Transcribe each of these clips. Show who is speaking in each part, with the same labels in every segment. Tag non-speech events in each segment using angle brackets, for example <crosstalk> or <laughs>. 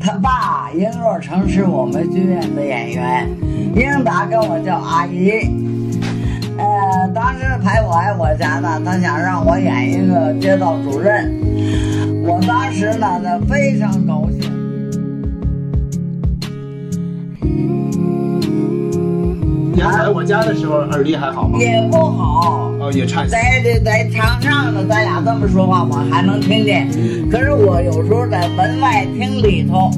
Speaker 1: 他爸英若成是我们剧院的演员，英达跟我叫阿姨。呃，当时排我爱我家呢，他想让我演一个街道主任，我当时呢非常高兴。
Speaker 2: 你还来我家的时候，耳力还好吗？
Speaker 1: 也不好，
Speaker 2: 哦，也差一些。
Speaker 1: 在这在墙上呢，咱俩这么说话，我还能听见。
Speaker 2: 嗯
Speaker 1: 可是我有时候在门外听里头，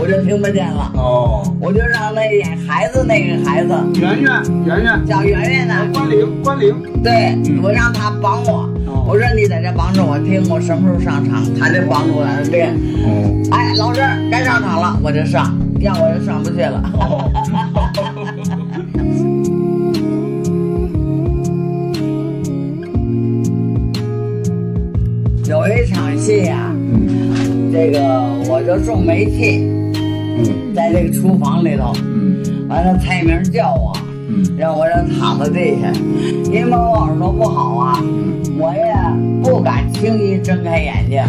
Speaker 1: 我就听不见了。
Speaker 2: 哦，
Speaker 1: 我就让那演孩子那个孩子
Speaker 2: 圆圆，圆圆，呃
Speaker 1: 小圆圆呢，
Speaker 2: 关灵，关灵。
Speaker 1: 对
Speaker 2: 嗯哦
Speaker 1: 我让他帮我，我说你在这帮着我听，我什么时候上场，他就帮着我在那练。
Speaker 2: 哦，
Speaker 1: 哎，老师该上场了，我就上，要我就上不去了。
Speaker 2: 哦 <laughs>
Speaker 1: 有一场戏呀、
Speaker 2: 嗯
Speaker 1: 这个我就种煤气，
Speaker 2: 嗯
Speaker 1: 在这个厨房里头，
Speaker 2: 嗯
Speaker 1: 完了蔡明叫我，
Speaker 2: 嗯
Speaker 1: 让我让躺在地下，因为我耳朵不好啊，我呀
Speaker 2: 嗯
Speaker 1: 不敢轻易睁开眼睛，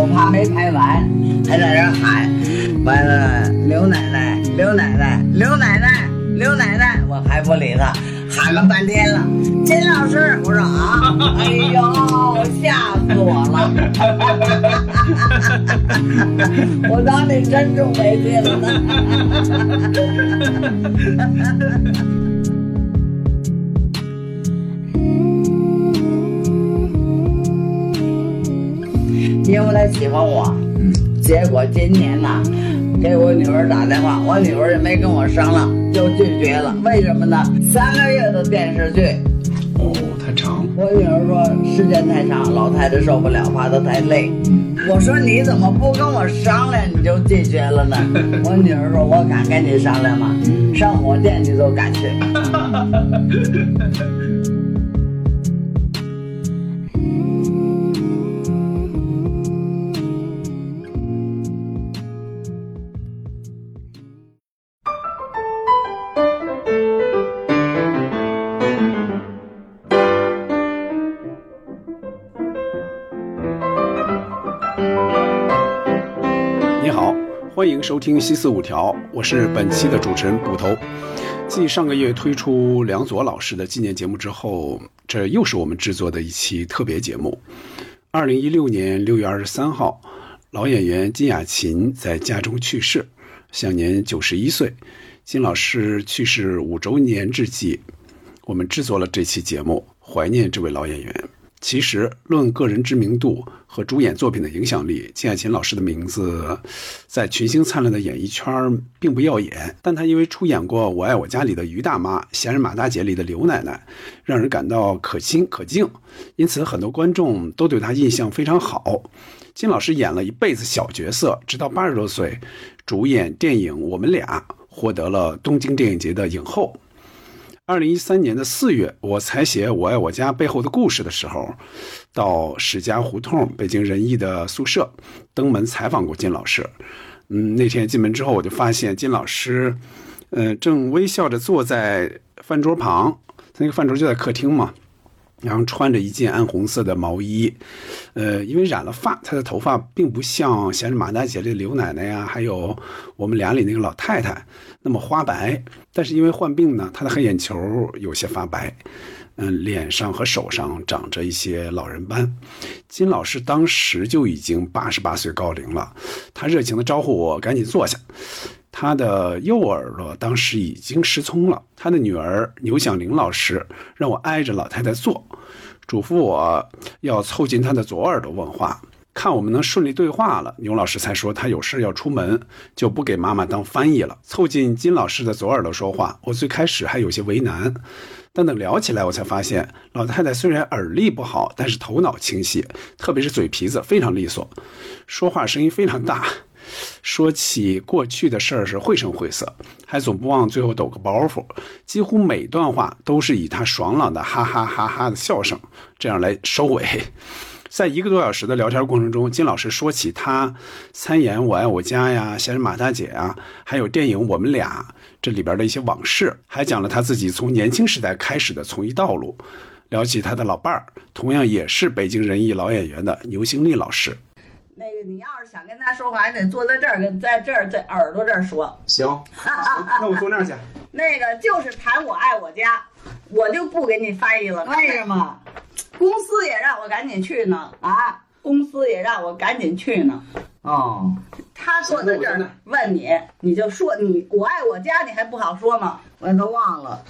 Speaker 1: 我怕没拍完，还在这儿喊，完了刘奶奶，刘奶奶，刘奶奶，刘奶奶，我还不理他，喊了半天了，金老师，我说啊，哎呦，吓死我了， <laughs> 我当你真中没劲了。嗯因为他喜欢我，
Speaker 2: 嗯，
Speaker 1: 结果今年呐、给我女儿打电话，我女儿也没跟我商量，就拒绝了。为什么呢？三个月的电视剧，
Speaker 2: 哦，太长。
Speaker 1: 我女儿说时间太长，老太太受不了，怕她太累。
Speaker 2: 嗯
Speaker 1: 我说你怎么不跟我商量你就拒绝了呢？我女儿说，我敢跟你商量吗？上火箭你都敢去。
Speaker 3: 你好，欢迎收听《西四五条》，我是本期的主持人捕头。继上个月推出梁左老师的纪念节目之后，这又是我们制作的一期特别节目。二零一六年六月二十三号，老演员金雅琴在家中去世，享年九十一岁。金老师去世五周年之际，我们制作了这期节目，怀念这位老演员。其实，论个人知名度和主演作品的影响力，金雅琴老师的名字在群星灿烂的演艺圈儿并不耀眼。但她因为出演过《我爱我家》里的于大妈，《闲人马大姐》里的刘奶奶，让人感到可亲可敬，因此很多观众都对她印象非常好。金老师演了一辈子小角色，直到八十多岁，主演电影《我们俩》获得了东京电影节的影后。二零一三年的四月，我才写《我爱我家》背后的故事的时候，到史家胡同北京人艺的宿舍登门采访过金老师。嗯，那天进门之后，我就发现金老师，呃，正微笑着坐在饭桌旁，他那个饭桌就在客厅嘛。然后穿着一件暗红色的毛衣，呃，因为染了发，她的头发并不像《闲着马大姐》里的刘奶奶呀、还有我们俩里那个老太太那么花白。但是因为患病呢，她的黑眼球有些发白，嗯，脸上和手上长着一些老人斑。金老师当时就已经八十八岁高龄了，他热情地招呼我赶紧坐下。他的右耳朵当时已经失聪了，他的女儿牛响玲老师让我挨着老太太坐，嘱咐我要凑近她的左耳朵问话。看我们能顺利对话了，牛老师才说他有事要出门，就不给妈妈当翻译了，凑近金老师的左耳朵说话。我最开始还有些为难，但等聊起来，我才发现老太太虽然耳力不好，但是头脑清晰，特别是嘴皮子非常利索，说话声音非常大。说起过去的事儿是绘声绘色，还总不忘最后抖个包袱。几乎每段话都是以他爽朗的哈哈哈哈的笑声这样来收尾。在一个多小时的聊天过程中，金老师说起他参演《我爱我家》呀，《闲人马大姐》啊，还有电影《我们俩》这里边的一些往事，还讲了他自己从年轻时代开始的从医道路。聊起他的老伴儿，同样也是北京人艺老演员的牛兴利老师。
Speaker 1: 那个你要是想跟他说话，你得坐在这儿，跟在这儿在耳朵这儿说。
Speaker 3: 行，
Speaker 1: <laughs>
Speaker 3: 那我坐那儿去。
Speaker 1: 那个就是谈我爱我家，我就不给你翻译了。为什么？公司也让我赶紧去呢啊！公司也让我赶紧去呢。
Speaker 2: 哦，
Speaker 1: 他坐在这儿问你，你就说你我爱我家，你还不好说吗？我都忘了。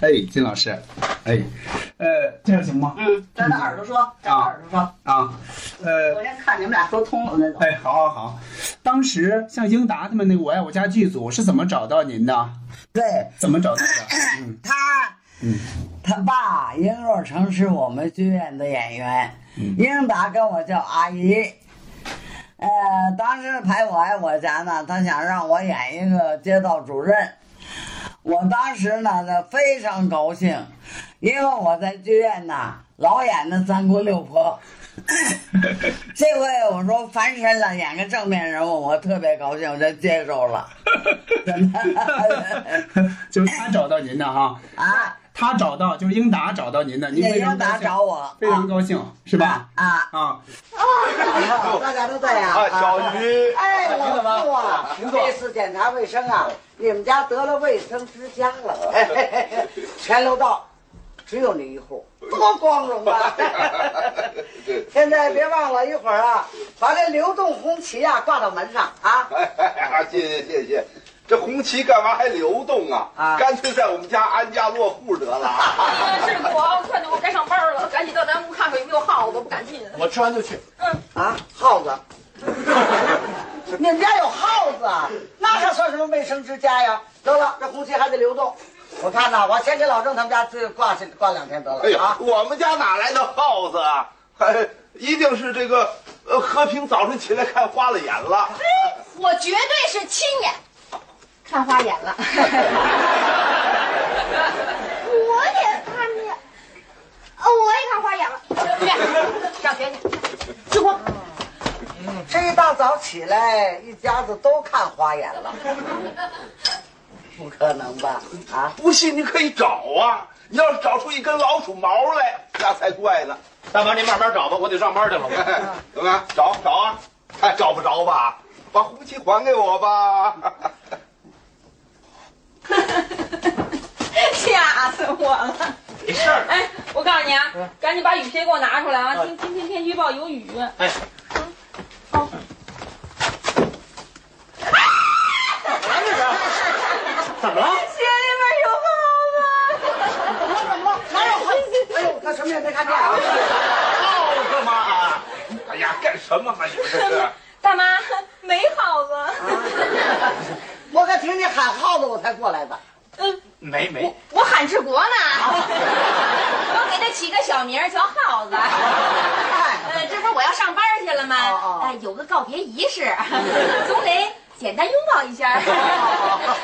Speaker 2: 哎，金老师，哎，呃，这样行吗？
Speaker 1: 嗯，在他耳朵 <laughs> 说，在他耳朵说。
Speaker 2: 啊，呃，
Speaker 1: 我先看你们俩说通了那种。
Speaker 2: 哎，好好好，当时像英达他们那个《我爱我家》剧组是怎么找到您的？
Speaker 1: 对，
Speaker 2: 怎么找到的？
Speaker 1: <clears throat> 他，他爸英若成是我们剧院的演员，英达跟我叫阿姨。呃，当时排我爱我家呢，他想让我演一个街道主任。我当时呢，那非常高兴，因为我在剧院呐老演那三姑六婆。这回我说翻身了，演个正面人物，我特别高兴，我就接受了。真的
Speaker 2: 就是他找到您的哈，
Speaker 1: 啊，
Speaker 2: 他找到就是英达找到您的，您
Speaker 1: 也
Speaker 2: 非
Speaker 1: 英
Speaker 2: 常高
Speaker 1: 达
Speaker 2: 兴，
Speaker 1: 找我，
Speaker 2: 非常高兴是吧？
Speaker 1: 啊，
Speaker 2: 啊，
Speaker 1: 大家都在呀。
Speaker 4: 啊，小鱼，
Speaker 5: 哎，老师啊，这次检查卫生啊，你们家得了卫生之家
Speaker 4: <laughs>
Speaker 5: 了，全楼道只有你一户，多光荣
Speaker 4: <laughs>
Speaker 5: 啊！现在别忘了，一会儿啊，把这流动红旗啊挂到门上啊。
Speaker 4: 哎谢谢谢谢。这红旗干嘛还流动啊？
Speaker 5: 啊
Speaker 4: 干脆在我们家安家落户得了。
Speaker 6: 是我，我快点，我该上班了，赶紧到咱屋看看有没有耗子，我不敢进。
Speaker 2: 我吃完就去。
Speaker 5: 啊，耗子！你们家有耗子啊？那还算什么卫生之家呀？得了，这红旗还得流动。我看呐、我先给老郑他们家自挂去挂两天得
Speaker 4: 哎
Speaker 5: 了
Speaker 4: 呀
Speaker 5: 啊，。
Speaker 4: 我们家哪来的耗子啊？哎一定是这个呃，和平早晨起来看花了眼了。
Speaker 6: 哎我绝对是亲眼看花眼了。 <laughs> 我也看见，哦，我也看花眼了。去上学去，吃光。
Speaker 5: 这一大早起来，一家子都看花眼了，不可能吧？啊，
Speaker 4: 不信你可以找啊，你要是找出一根老鼠毛来，那才怪呢。
Speaker 7: 大妈，您慢慢找吧，我得上班去了。
Speaker 4: <laughs> 怎么样？找找啊？哎，找不着吧？把红旗还给我吧。
Speaker 6: 吓死我了！
Speaker 7: 没事儿，
Speaker 6: 哎，我告诉你啊，赶紧把雨鞋给我拿出来啊！今今天天气预报有雨。
Speaker 1: <laughs>
Speaker 7: 哎，怎么了？
Speaker 6: 鞋里面有耗子。
Speaker 5: 哪有花？哎呦，他什么也没看见啊！
Speaker 4: 耗子嘛！哎呀，干什么嘛？你这
Speaker 8: <laughs>
Speaker 4: 是？
Speaker 6: 大妈，没耗子。
Speaker 5: 我可啊听你喊耗子，我才过来的。
Speaker 6: 嗯，
Speaker 7: 没没，
Speaker 6: 我喊志国呢， <laughs> 我给他起个小名儿叫耗子。呃，这不是我要上班去了吗？
Speaker 5: 哎哦哦
Speaker 6: 呃，有个告别仪式，总得简单拥抱一
Speaker 5: 哦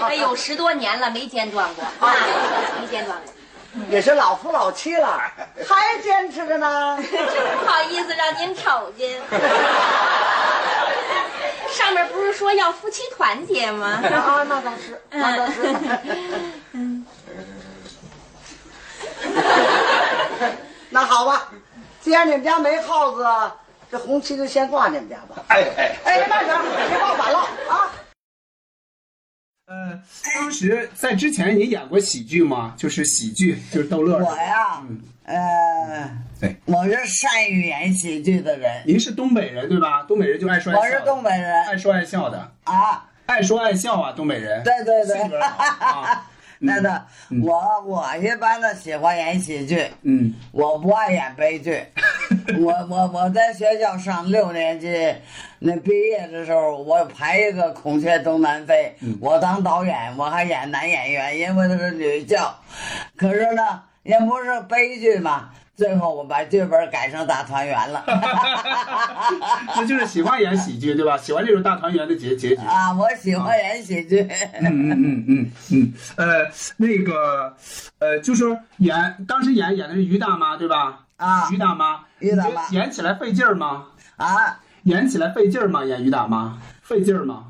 Speaker 6: 下。哎呦，十多年了没间断过啊，<laughs>
Speaker 5: 哦
Speaker 6: 没间断过，
Speaker 5: 也是老夫老妻了，还坚持着呢。
Speaker 6: <laughs> 真不好意思让您瞅
Speaker 5: <laughs>
Speaker 6: 见。上面不是说要夫妻团结吗？嗯
Speaker 5: 啊，那倒是，那倒 <laughs> 是。那好吧，既然你们家没耗子，这红旗就先挂你们家吧。
Speaker 4: 哎哎。
Speaker 5: 哎，慢点， <laughs> 别挂反了啊！
Speaker 2: 呃，当时在之前你演过喜剧吗？就是喜剧，就是逗乐。
Speaker 1: 我呀，呃，
Speaker 2: 对，
Speaker 1: 我是善于演喜剧的人，
Speaker 2: 您是东北人对吧？东北人就爱说爱笑
Speaker 1: 我
Speaker 2: 的。
Speaker 1: 是东北人
Speaker 2: 爱说爱笑的，
Speaker 1: 啊，
Speaker 2: 爱说爱笑啊，东北人。
Speaker 1: 对对
Speaker 2: 性
Speaker 1: 对
Speaker 2: 格好啊，
Speaker 1: <laughs> 那的，我我一般的喜欢演喜剧，
Speaker 2: 嗯，
Speaker 1: 我不爱演
Speaker 2: <laughs>
Speaker 1: 悲剧。我我我在学校上六年级，那毕业的时候，我排一个《孔雀东南飞》，
Speaker 2: 嗯
Speaker 1: 我当导演，我还演男演员，因为那是女校。可是呢，也不是悲剧嘛，最后我把剧本改成大团圆了。
Speaker 2: 那就是喜欢演喜剧对吧？喜欢这种大团圆的结结局。
Speaker 1: 啊，我喜欢演喜剧。
Speaker 2: 嗯嗯嗯嗯嗯，呃，那个，呃，就是演当时演演的是于大妈对吧？
Speaker 1: 啊
Speaker 2: 于大妈，
Speaker 1: 于大妈
Speaker 2: 你觉得演起来费劲儿吗？
Speaker 1: 啊，
Speaker 2: 演起来费劲儿吗？演于大妈费劲儿吗？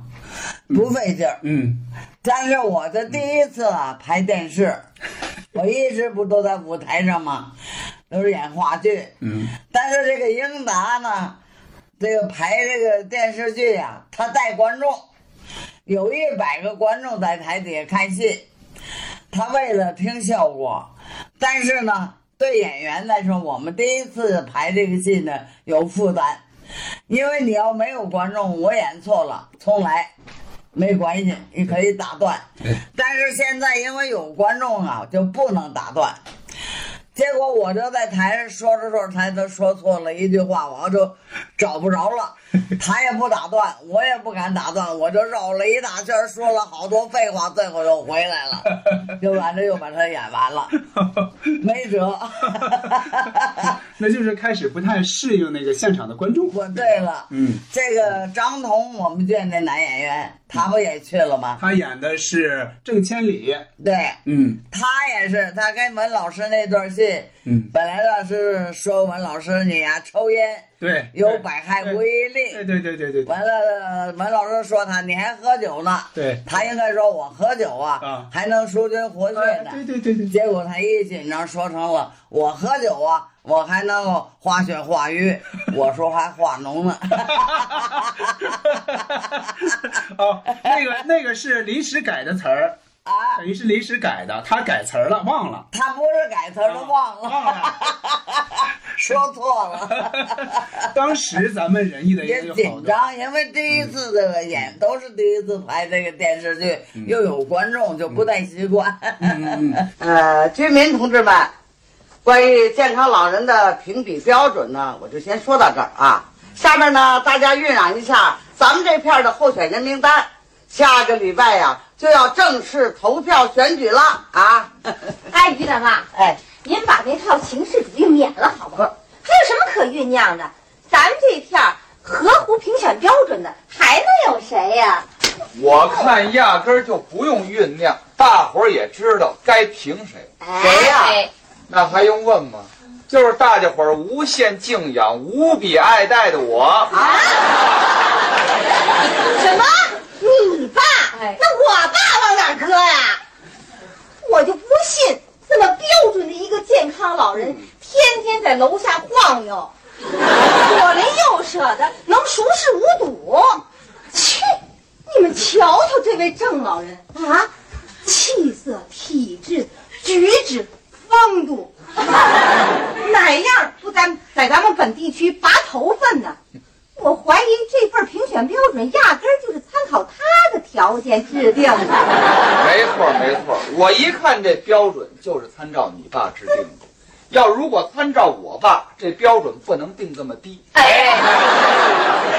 Speaker 1: 不费劲儿。
Speaker 2: 嗯，
Speaker 1: 但是我
Speaker 2: <laughs>
Speaker 1: 这第一次啊排电视，我一直不都在舞台上吗？都是演话剧，
Speaker 3: 嗯，
Speaker 1: <laughs> 但是这个英达呢，这个排这个电视剧呀、他带观众，有一百个观众在台底下看戏，他为了听效果，但是呢，对演员来说，我们第一次排这个戏呢有负担，因为你要没有观众，我演错了重来。没关系，你可以打断，
Speaker 2: 哎
Speaker 1: 但是现在因为有观众啊，就不能打断。结果我就在台上说着说着，台词说错了一句话，我就找不着了。他也不打断，我也不敢打断，我就绕了一大圈，说了好多废话，最后又回来了，就完了，又把它演完了，没辙。
Speaker 2: <laughs> 那就是开始不太适应那个现场的观众。
Speaker 1: 我对了，
Speaker 2: 嗯，
Speaker 1: 这个张彤，我们剧那男演员，他不也去了吗？
Speaker 2: 他演的是郑千里，
Speaker 1: 对，
Speaker 3: 嗯
Speaker 1: 他也是，他跟文老师那段戏，
Speaker 3: 嗯，
Speaker 1: 本来老师说文老师你呀、抽烟
Speaker 2: 对，
Speaker 1: <laughs> 有百害无一
Speaker 2: 对
Speaker 1: 利，
Speaker 2: 对对对对对
Speaker 1: 完了文老师说他你还喝酒呢， <laughs>
Speaker 2: 对
Speaker 1: 他应该说我喝酒
Speaker 2: 啊
Speaker 1: 啊，还能舒筋活血
Speaker 2: 哎
Speaker 1: 呢。
Speaker 2: 对对对对，
Speaker 1: 结果他一紧张说成了我喝酒啊，我还能够化血化瘀，我说还化脓呢。
Speaker 2: 哦，那个那个是临时改的词儿，
Speaker 1: 啊，
Speaker 2: 等于是临时改的，他改词儿了，忘了。
Speaker 1: 他不是改词儿都忘
Speaker 2: 忘
Speaker 1: 了，
Speaker 2: 了，啊
Speaker 1: <laughs> 说错
Speaker 2: <laughs>
Speaker 1: 了。
Speaker 2: 当时咱们仁义的嗯
Speaker 1: 也
Speaker 2: 也有好
Speaker 1: 紧
Speaker 2: 多，
Speaker 1: 张，因为第一次这个演都是第一次拍这个电视剧，
Speaker 2: 嗯
Speaker 1: 又有观众就不太习惯。嗯
Speaker 5: 呃，居民同志们，关于健康老人的评比标准呢，我就先说到这儿啊。下面呢，大家酝酿一下咱们这片儿的候选人名单，下个礼拜呀、就要正式投票选举了啊！
Speaker 6: 哎，于大妈，
Speaker 5: <laughs> 哎，
Speaker 6: 您把那套形式主义免了好不好？还有什么可酝酿的？咱们这片儿合乎评选标准的，还能有谁呀、
Speaker 8: 我看压根儿就不用酝酿，大伙儿也知道该评谁，
Speaker 5: 谁呀
Speaker 6: 哎
Speaker 8: 那还用问吗？就是大家伙儿无限敬仰、无比爱戴的我，
Speaker 2: 啊
Speaker 6: 什么？你爸？那我爸往哪儿搁呀？我就不信，这么标准的一个健康老人，天天在楼下晃悠，左邻右舍的能熟视无睹。切！你们瞧瞧这位郑老人啊，气色、体质、举止、风度，哪样不咱在咱们本地区拔头份呢？我怀疑这份评选标准压根儿就是参考他的条件制定的。
Speaker 8: 没错儿没错儿，我一看这标准就是参照你爸制定的。要如果参照我爸，这标准不能定这么低。
Speaker 6: 哎，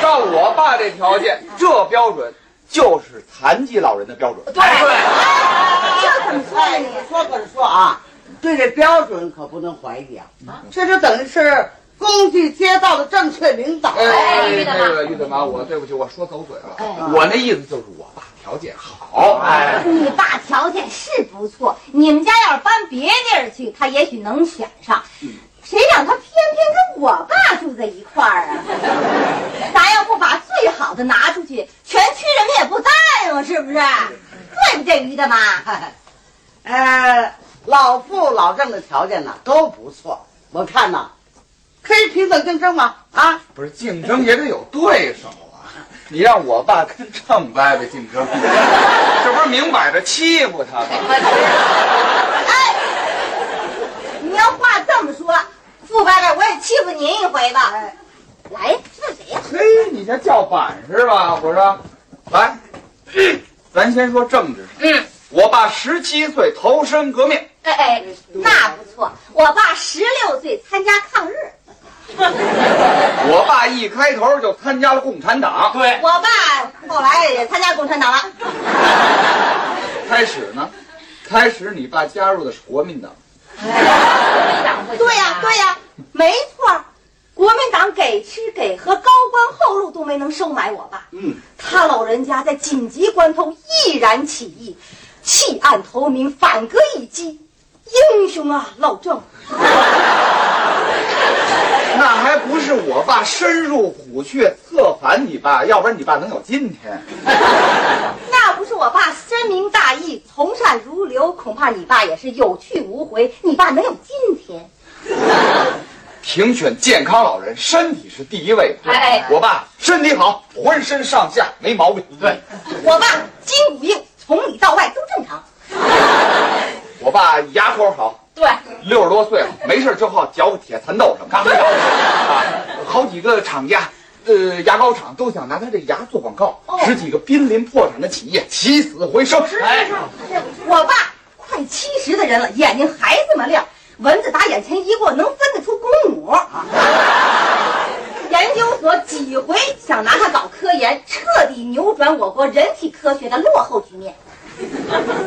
Speaker 8: 照我爸这条件，这标准就是残疾老人的标准。
Speaker 6: 对，这怎么说
Speaker 5: 哎，
Speaker 6: 呢
Speaker 5: 你？说可是说啊，对这标准可不能怀疑啊，这就等于是公祭街道的正确领导。
Speaker 8: 哎，
Speaker 6: 于大妈
Speaker 8: 那个于大妈，我对不起，我说走嘴了。我那意思就是我爸条件好，哎，
Speaker 6: 你爸条件是不错，你们家要是搬别地儿去，他也许能选上。谁让他偏偏跟我爸住在一块儿啊？咱要不把最好的拿出去，全区人民也不待了，是不是？对不对，于大妈？
Speaker 1: <laughs> 哎
Speaker 5: 呃，老傅老郑的条件呢都不错，我看呐，可以平等竞争嘛啊！
Speaker 8: 不是竞争也得有对手啊！你让我爸跟郑伯伯竞争，这不是明摆着欺负他吗？
Speaker 6: 你要话这么说，傅伯伯，我也欺负您一回吧。来呀，是谁呀？
Speaker 8: 嘿，你这叫板是吧？我说，来，咱先说政治上。
Speaker 6: 嗯，
Speaker 8: 我爸十七岁投身革命，
Speaker 6: 哎哎，那不错。我爸十六岁参加抗日，
Speaker 8: 我爸一开头就参加了共产党。对。
Speaker 6: 我爸后来也参加共产党了。
Speaker 8: 开始呢，开始你爸加入的是国民党，
Speaker 6: 对呀、对呀、没错儿。国民党给吃给喝，高官厚禄都没能收买我爸。嗯，他老人家在紧急关头毅然起义，弃暗投明，反戈一击，英雄啊，老郑！
Speaker 8: 那还不是我爸深入虎穴策反你爸，要不然你爸能有今天？
Speaker 6: 那不是我爸深明大义、从善如流，恐怕你爸也是有去无回。你爸能有今天？
Speaker 8: 评选健康老人，身体是第一位的。
Speaker 6: 哎
Speaker 8: 我爸身体好，浑身上下没毛病。对，
Speaker 6: 我爸筋骨硬，从里到外都正常。
Speaker 8: 我爸牙口好，
Speaker 6: 对，
Speaker 8: 六十多岁了，没事就好嚼个铁蚕豆什么的。啊，好几个厂家，呃，牙膏厂都想拿他这牙做广告，十几个濒临破产的企业起死回生。哎，
Speaker 6: 我爸快七十的人了，眼睛还这么亮，蚊子打眼前一过，能分得出公母。研究所几回想拿他搞科研，彻底扭转我国人体科学的落后局面。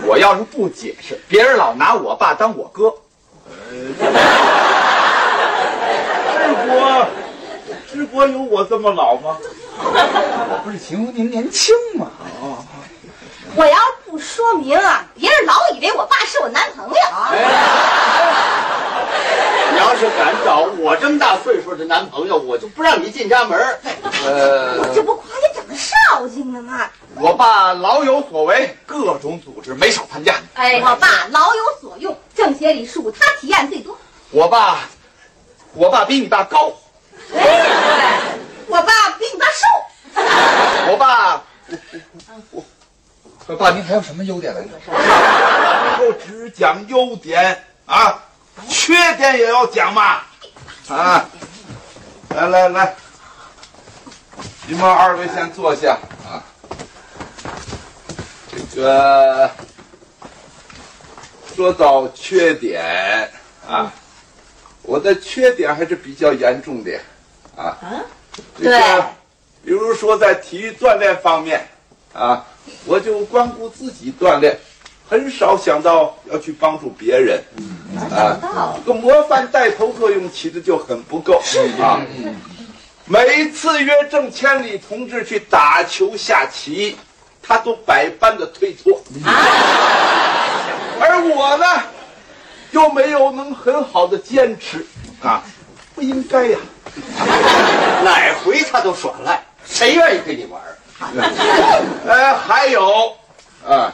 Speaker 8: 我要是不解释，别人老拿我爸当我哥。
Speaker 7: 呃
Speaker 4: 治国，治国有我这么老吗？
Speaker 8: <laughs> 不是形容您年轻嘛？哦
Speaker 6: 我要不说明啊，别人老以为我爸是我男朋友。
Speaker 7: 你要是敢找我这么大岁数的男朋友，我就不让你进家门。
Speaker 8: 呃，
Speaker 6: 这不夸你长得少啊精了吗？
Speaker 8: 我爸老有所为，各种组织没少参加。
Speaker 6: 哎，我爸老有所用，政协里属他提案最多。
Speaker 8: 我爸，我爸比你爸高，
Speaker 6: 哎，我爸比你爸瘦。
Speaker 8: 我爸，我我我爸，您还有什么优点来着？
Speaker 4: <laughs> 就只讲优点啊，缺点也要讲嘛。啊，来来来，
Speaker 8: 您们二位先坐下啊。这个
Speaker 4: 说到缺点啊，我的缺点还是比较严重的啊。这个
Speaker 6: 对
Speaker 4: 比如说在体育锻炼方面啊，我就光顾自己锻炼，很少想到要去帮助别人。啊，这个模范带头作用起的就很不够啊。每次约郑千里同志去打球下棋，他都百般的推脱。
Speaker 7: 啊
Speaker 4: 而我呢，又没有能很好的坚持啊，不应该呀、
Speaker 7: <laughs> 哪回他都耍赖，谁愿意跟你
Speaker 4: <laughs>
Speaker 7: 玩？
Speaker 4: 呃，还有，啊，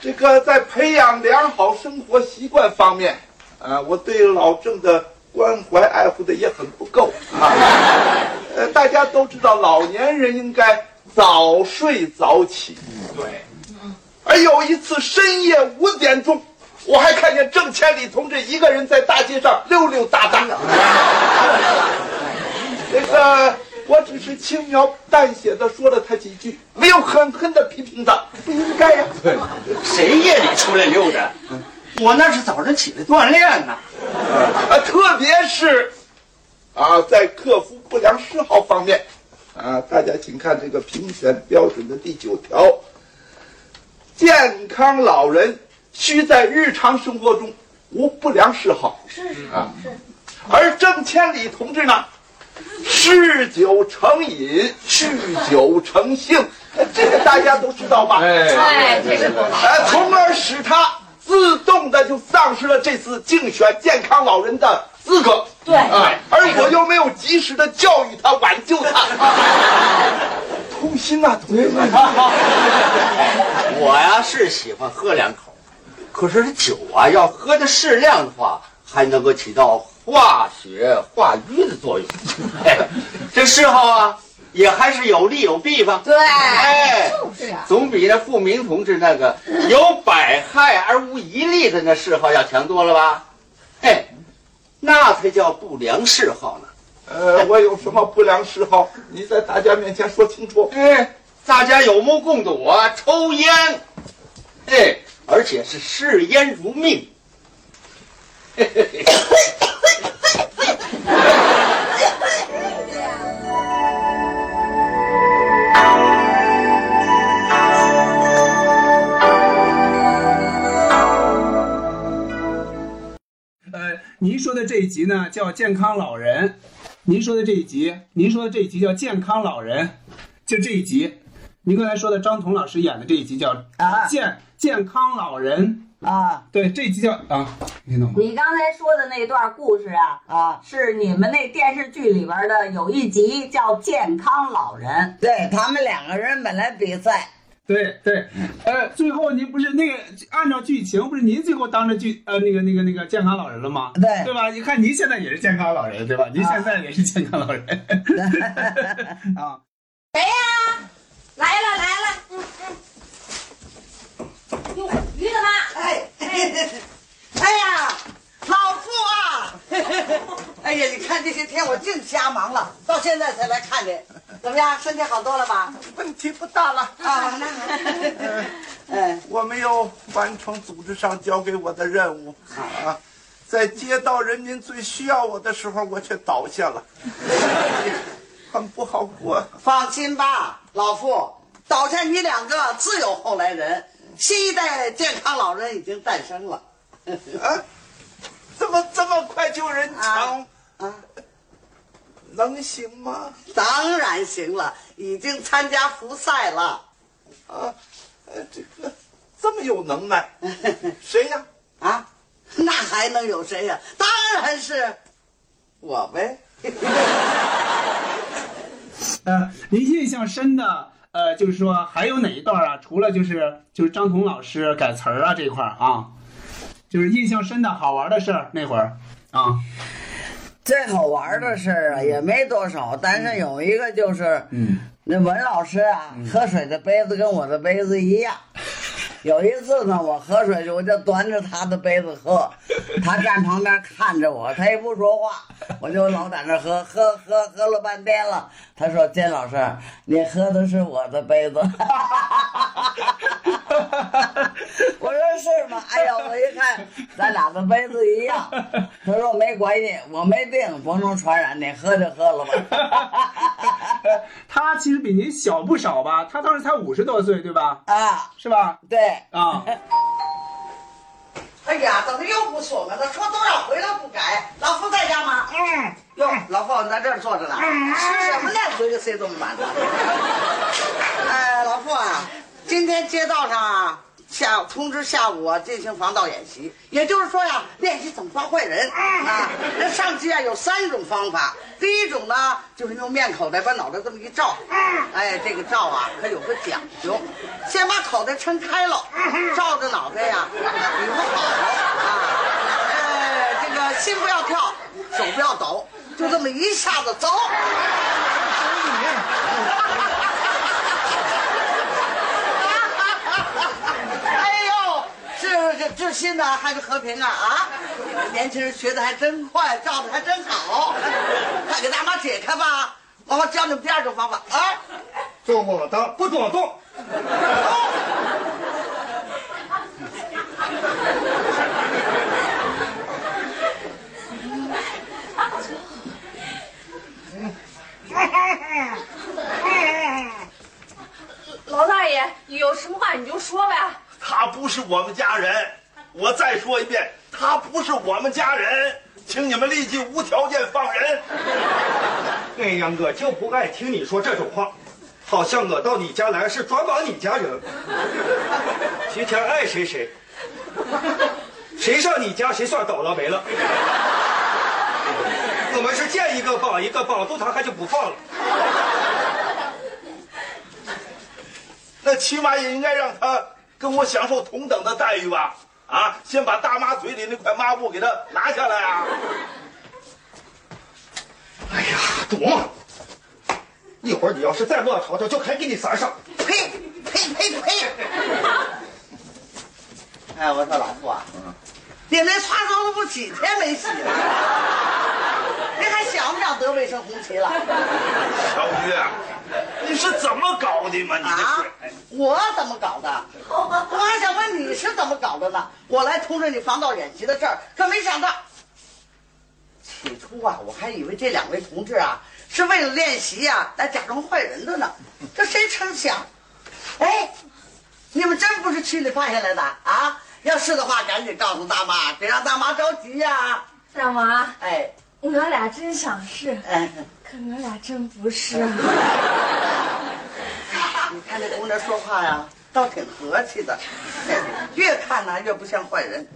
Speaker 4: 这个在培养良好生活习惯方面，啊，我对老郑的关怀爱护的也很不够啊。 <laughs> 呃，大家都知道，老年人应该早睡早起。对。而有一次深夜五点钟，我还看见郑千里同志一个人在大街上溜溜达达。 <laughs> 那个，我只是轻描淡写的说了他几句，没有狠狠的批评他，不应该呀、 <laughs>
Speaker 7: 谁夜里出来溜达？我那是早上起来锻炼呢。
Speaker 4: 啊，特别是，啊，在克服不良嗜好方面，啊，大家请看这个评选标准的第九条，健康老人需在日常生活中无不良嗜好。是
Speaker 8: 嗯
Speaker 4: 是啊，而郑千里同志呢，嗜酒成瘾，酗酒成性，呃这个大家都知道吧？
Speaker 8: 哎，
Speaker 6: 哎，这是我
Speaker 4: 呃，从而使他自动的就丧失了这次竞选健康老人的资格。
Speaker 6: 对
Speaker 4: 啊，而我又没有及时的教育他，挽救
Speaker 7: <laughs>
Speaker 4: 他，痛心呐、同志们。
Speaker 7: 我呀是喜欢喝两口，可是这酒啊要喝的适量的话，还能够起到化学化瘀的作用。哎这嗜好啊，也还是有利有弊吧。
Speaker 6: 对，
Speaker 7: 哎，
Speaker 6: 就是啊。
Speaker 7: 总比那傅明同志那个有百害而无一利的那嗜好要强多了吧？嘿，哎那才叫不良嗜好呢。
Speaker 4: 呃，我有什么不良嗜好？你在大家面前说清楚。
Speaker 7: 哎，大家有目共睹啊，抽烟，哎，而且是视烟如命。嘿嘿嘿。
Speaker 2: <laughs> 呃，您说的这一集呢叫《健康老人》，您说的这一集，您说的这一集叫《健康老人》，就这一集。您刚才说的张彤老师演的这一集叫
Speaker 1: 啊
Speaker 2: 《健健康老人》，
Speaker 1: <laughs> 啊
Speaker 2: 对，这一集叫啊，你懂吗？
Speaker 9: 你刚才说的那段故事嗯啊，
Speaker 1: 啊！
Speaker 9: 是你们那电视剧里边的有一集叫《健康老人
Speaker 1: 对他们两个人本来比赛，
Speaker 2: 对对，呃，最后您不是那个按照剧情，不是您最后当着剧呃那个那个那个健康老人了吗？
Speaker 9: 对
Speaker 2: 对吧？你看您现在也是健康老人对吧？您现在也是健康老人啊，
Speaker 10: 谁呀、来了来了，嗯嗯。哟，于大妈，
Speaker 1: 哎， <laughs> 哎呀，老傅啊！ <laughs> 哎呀，你看这些天我净瞎忙了，到现在才来看你，怎么样？身体好多了吧？
Speaker 4: 问题不大了。
Speaker 1: 啊，那好。
Speaker 4: <laughs>
Speaker 1: 嗯，
Speaker 4: 我没有完成组织上交给我的任务啊，在街道人民最需要我的时候，我却倒下了， <laughs> 很不好过。
Speaker 1: 放心吧，老傅，倒下你两个自有后来人。新一代健康老人已经诞生了。
Speaker 4: <laughs> 啊，怎么这么快就人
Speaker 1: 啊
Speaker 4: 强？
Speaker 1: 啊，
Speaker 4: 能行吗？
Speaker 1: 当然行了，已经参加复赛了。
Speaker 4: 啊，呃，这个这么有
Speaker 1: <laughs>
Speaker 4: 能耐，谁呀？
Speaker 1: 啊，那还能有谁呀、当然是 <laughs> 我呗。
Speaker 2: 呃，您印象深的呃，就是说还有哪一段啊？除了就是就是张彤老师改词儿啊这一块儿啊，就是印象深的好玩的事儿那会儿啊，
Speaker 9: 最好玩的事儿啊也没多少，但是有一个就是，
Speaker 2: 嗯，
Speaker 9: 那文老师啊，
Speaker 1: 嗯
Speaker 9: 喝水的杯子跟我的杯子一
Speaker 1: <laughs>
Speaker 9: 样。有一次呢，我喝水去，我就端着他的杯子喝，他站旁边看着我，他也不说话，我就老在那喝，喝喝喝了半天了。他说：“金老师，你喝的是我的杯子。” <laughs> 我说是吗？ <laughs> 哎呀，我一 <laughs> 看咱俩的杯子一样。他说没关系，我没病，不能传染，你喝就喝了吧。
Speaker 2: <laughs> 他其实比您小不少吧？他当时才五十多岁对吧？
Speaker 9: 啊，
Speaker 2: 是吧？
Speaker 9: 对， <laughs>
Speaker 2: 啊，
Speaker 1: 哎呀，怎么又不锁门了？说多少回了不改。老傅在家吗？嗯。哟，老傅，你在这儿坐着呢，吃什么呢？嘴里塞这么满的。哎，老傅啊，今天街道上啊，下午通知下午啊进行防盗演习，也就是说呀，练习怎么抓坏人啊。那上级啊有三种方法，第一种呢就是用面口袋把脑袋这么一罩，哎，这个罩啊可有个讲究，先把口袋撑开了，罩着脑袋呀，捋不好啊。哎，这个心不要跳，手不要抖，就这么一下子走。 <laughs> 哎呦，是这这心呢还是和平啊啊！年轻人学的还真快，照的还真好，快给大妈解开吧！妈妈教你们第二种方法啊！
Speaker 11: 动我的不准我动，
Speaker 6: 老大爷，有什么话你就说呗。
Speaker 4: 他不是我们家人，我再说一遍，他不是我们家人，请你们立即无条件放人。
Speaker 11: 那样我就不爱听你说这种话，好像我到你家来是专帮你家人，今天爱谁谁，谁上你家谁算倒了霉了。 <laughs> 我们是
Speaker 4: <laughs>
Speaker 11: 见一个绑一个，绑住他还就不放了。
Speaker 4: 那起码也应该让他跟我享受同等的待遇吧？啊，先把大妈嘴里那块抹布给他拿下来啊！
Speaker 11: 哎呀，懂了。一会儿你要是再乱吵吵，就还给你撒上。
Speaker 1: 呸呸呸呸！哎，我说老傅啊，你那刷子都不几天没洗了，你还想不想得卫生红旗了？
Speaker 4: 小鱼，啊你是怎么搞的嘛？你
Speaker 1: 啊，我怎么搞的？我还想问你是怎么搞的呢？我来通知你防盗演习的事儿，可没想到，起初啊，我还以为这两位同志啊是为了练习呀、来假装坏人的呢。这谁成想，哎，你们真不是区里派下来的啊？要是的话，赶紧告诉大妈，别让大妈着急呀、
Speaker 6: 大妈，
Speaker 1: 哎，
Speaker 6: 我们俩真想是，
Speaker 1: 哎，
Speaker 6: 可我俩真不
Speaker 1: <laughs>
Speaker 6: 是啊。
Speaker 1: 你看这姑娘说话呀，倒挺和气的，越看呢、越不像坏人。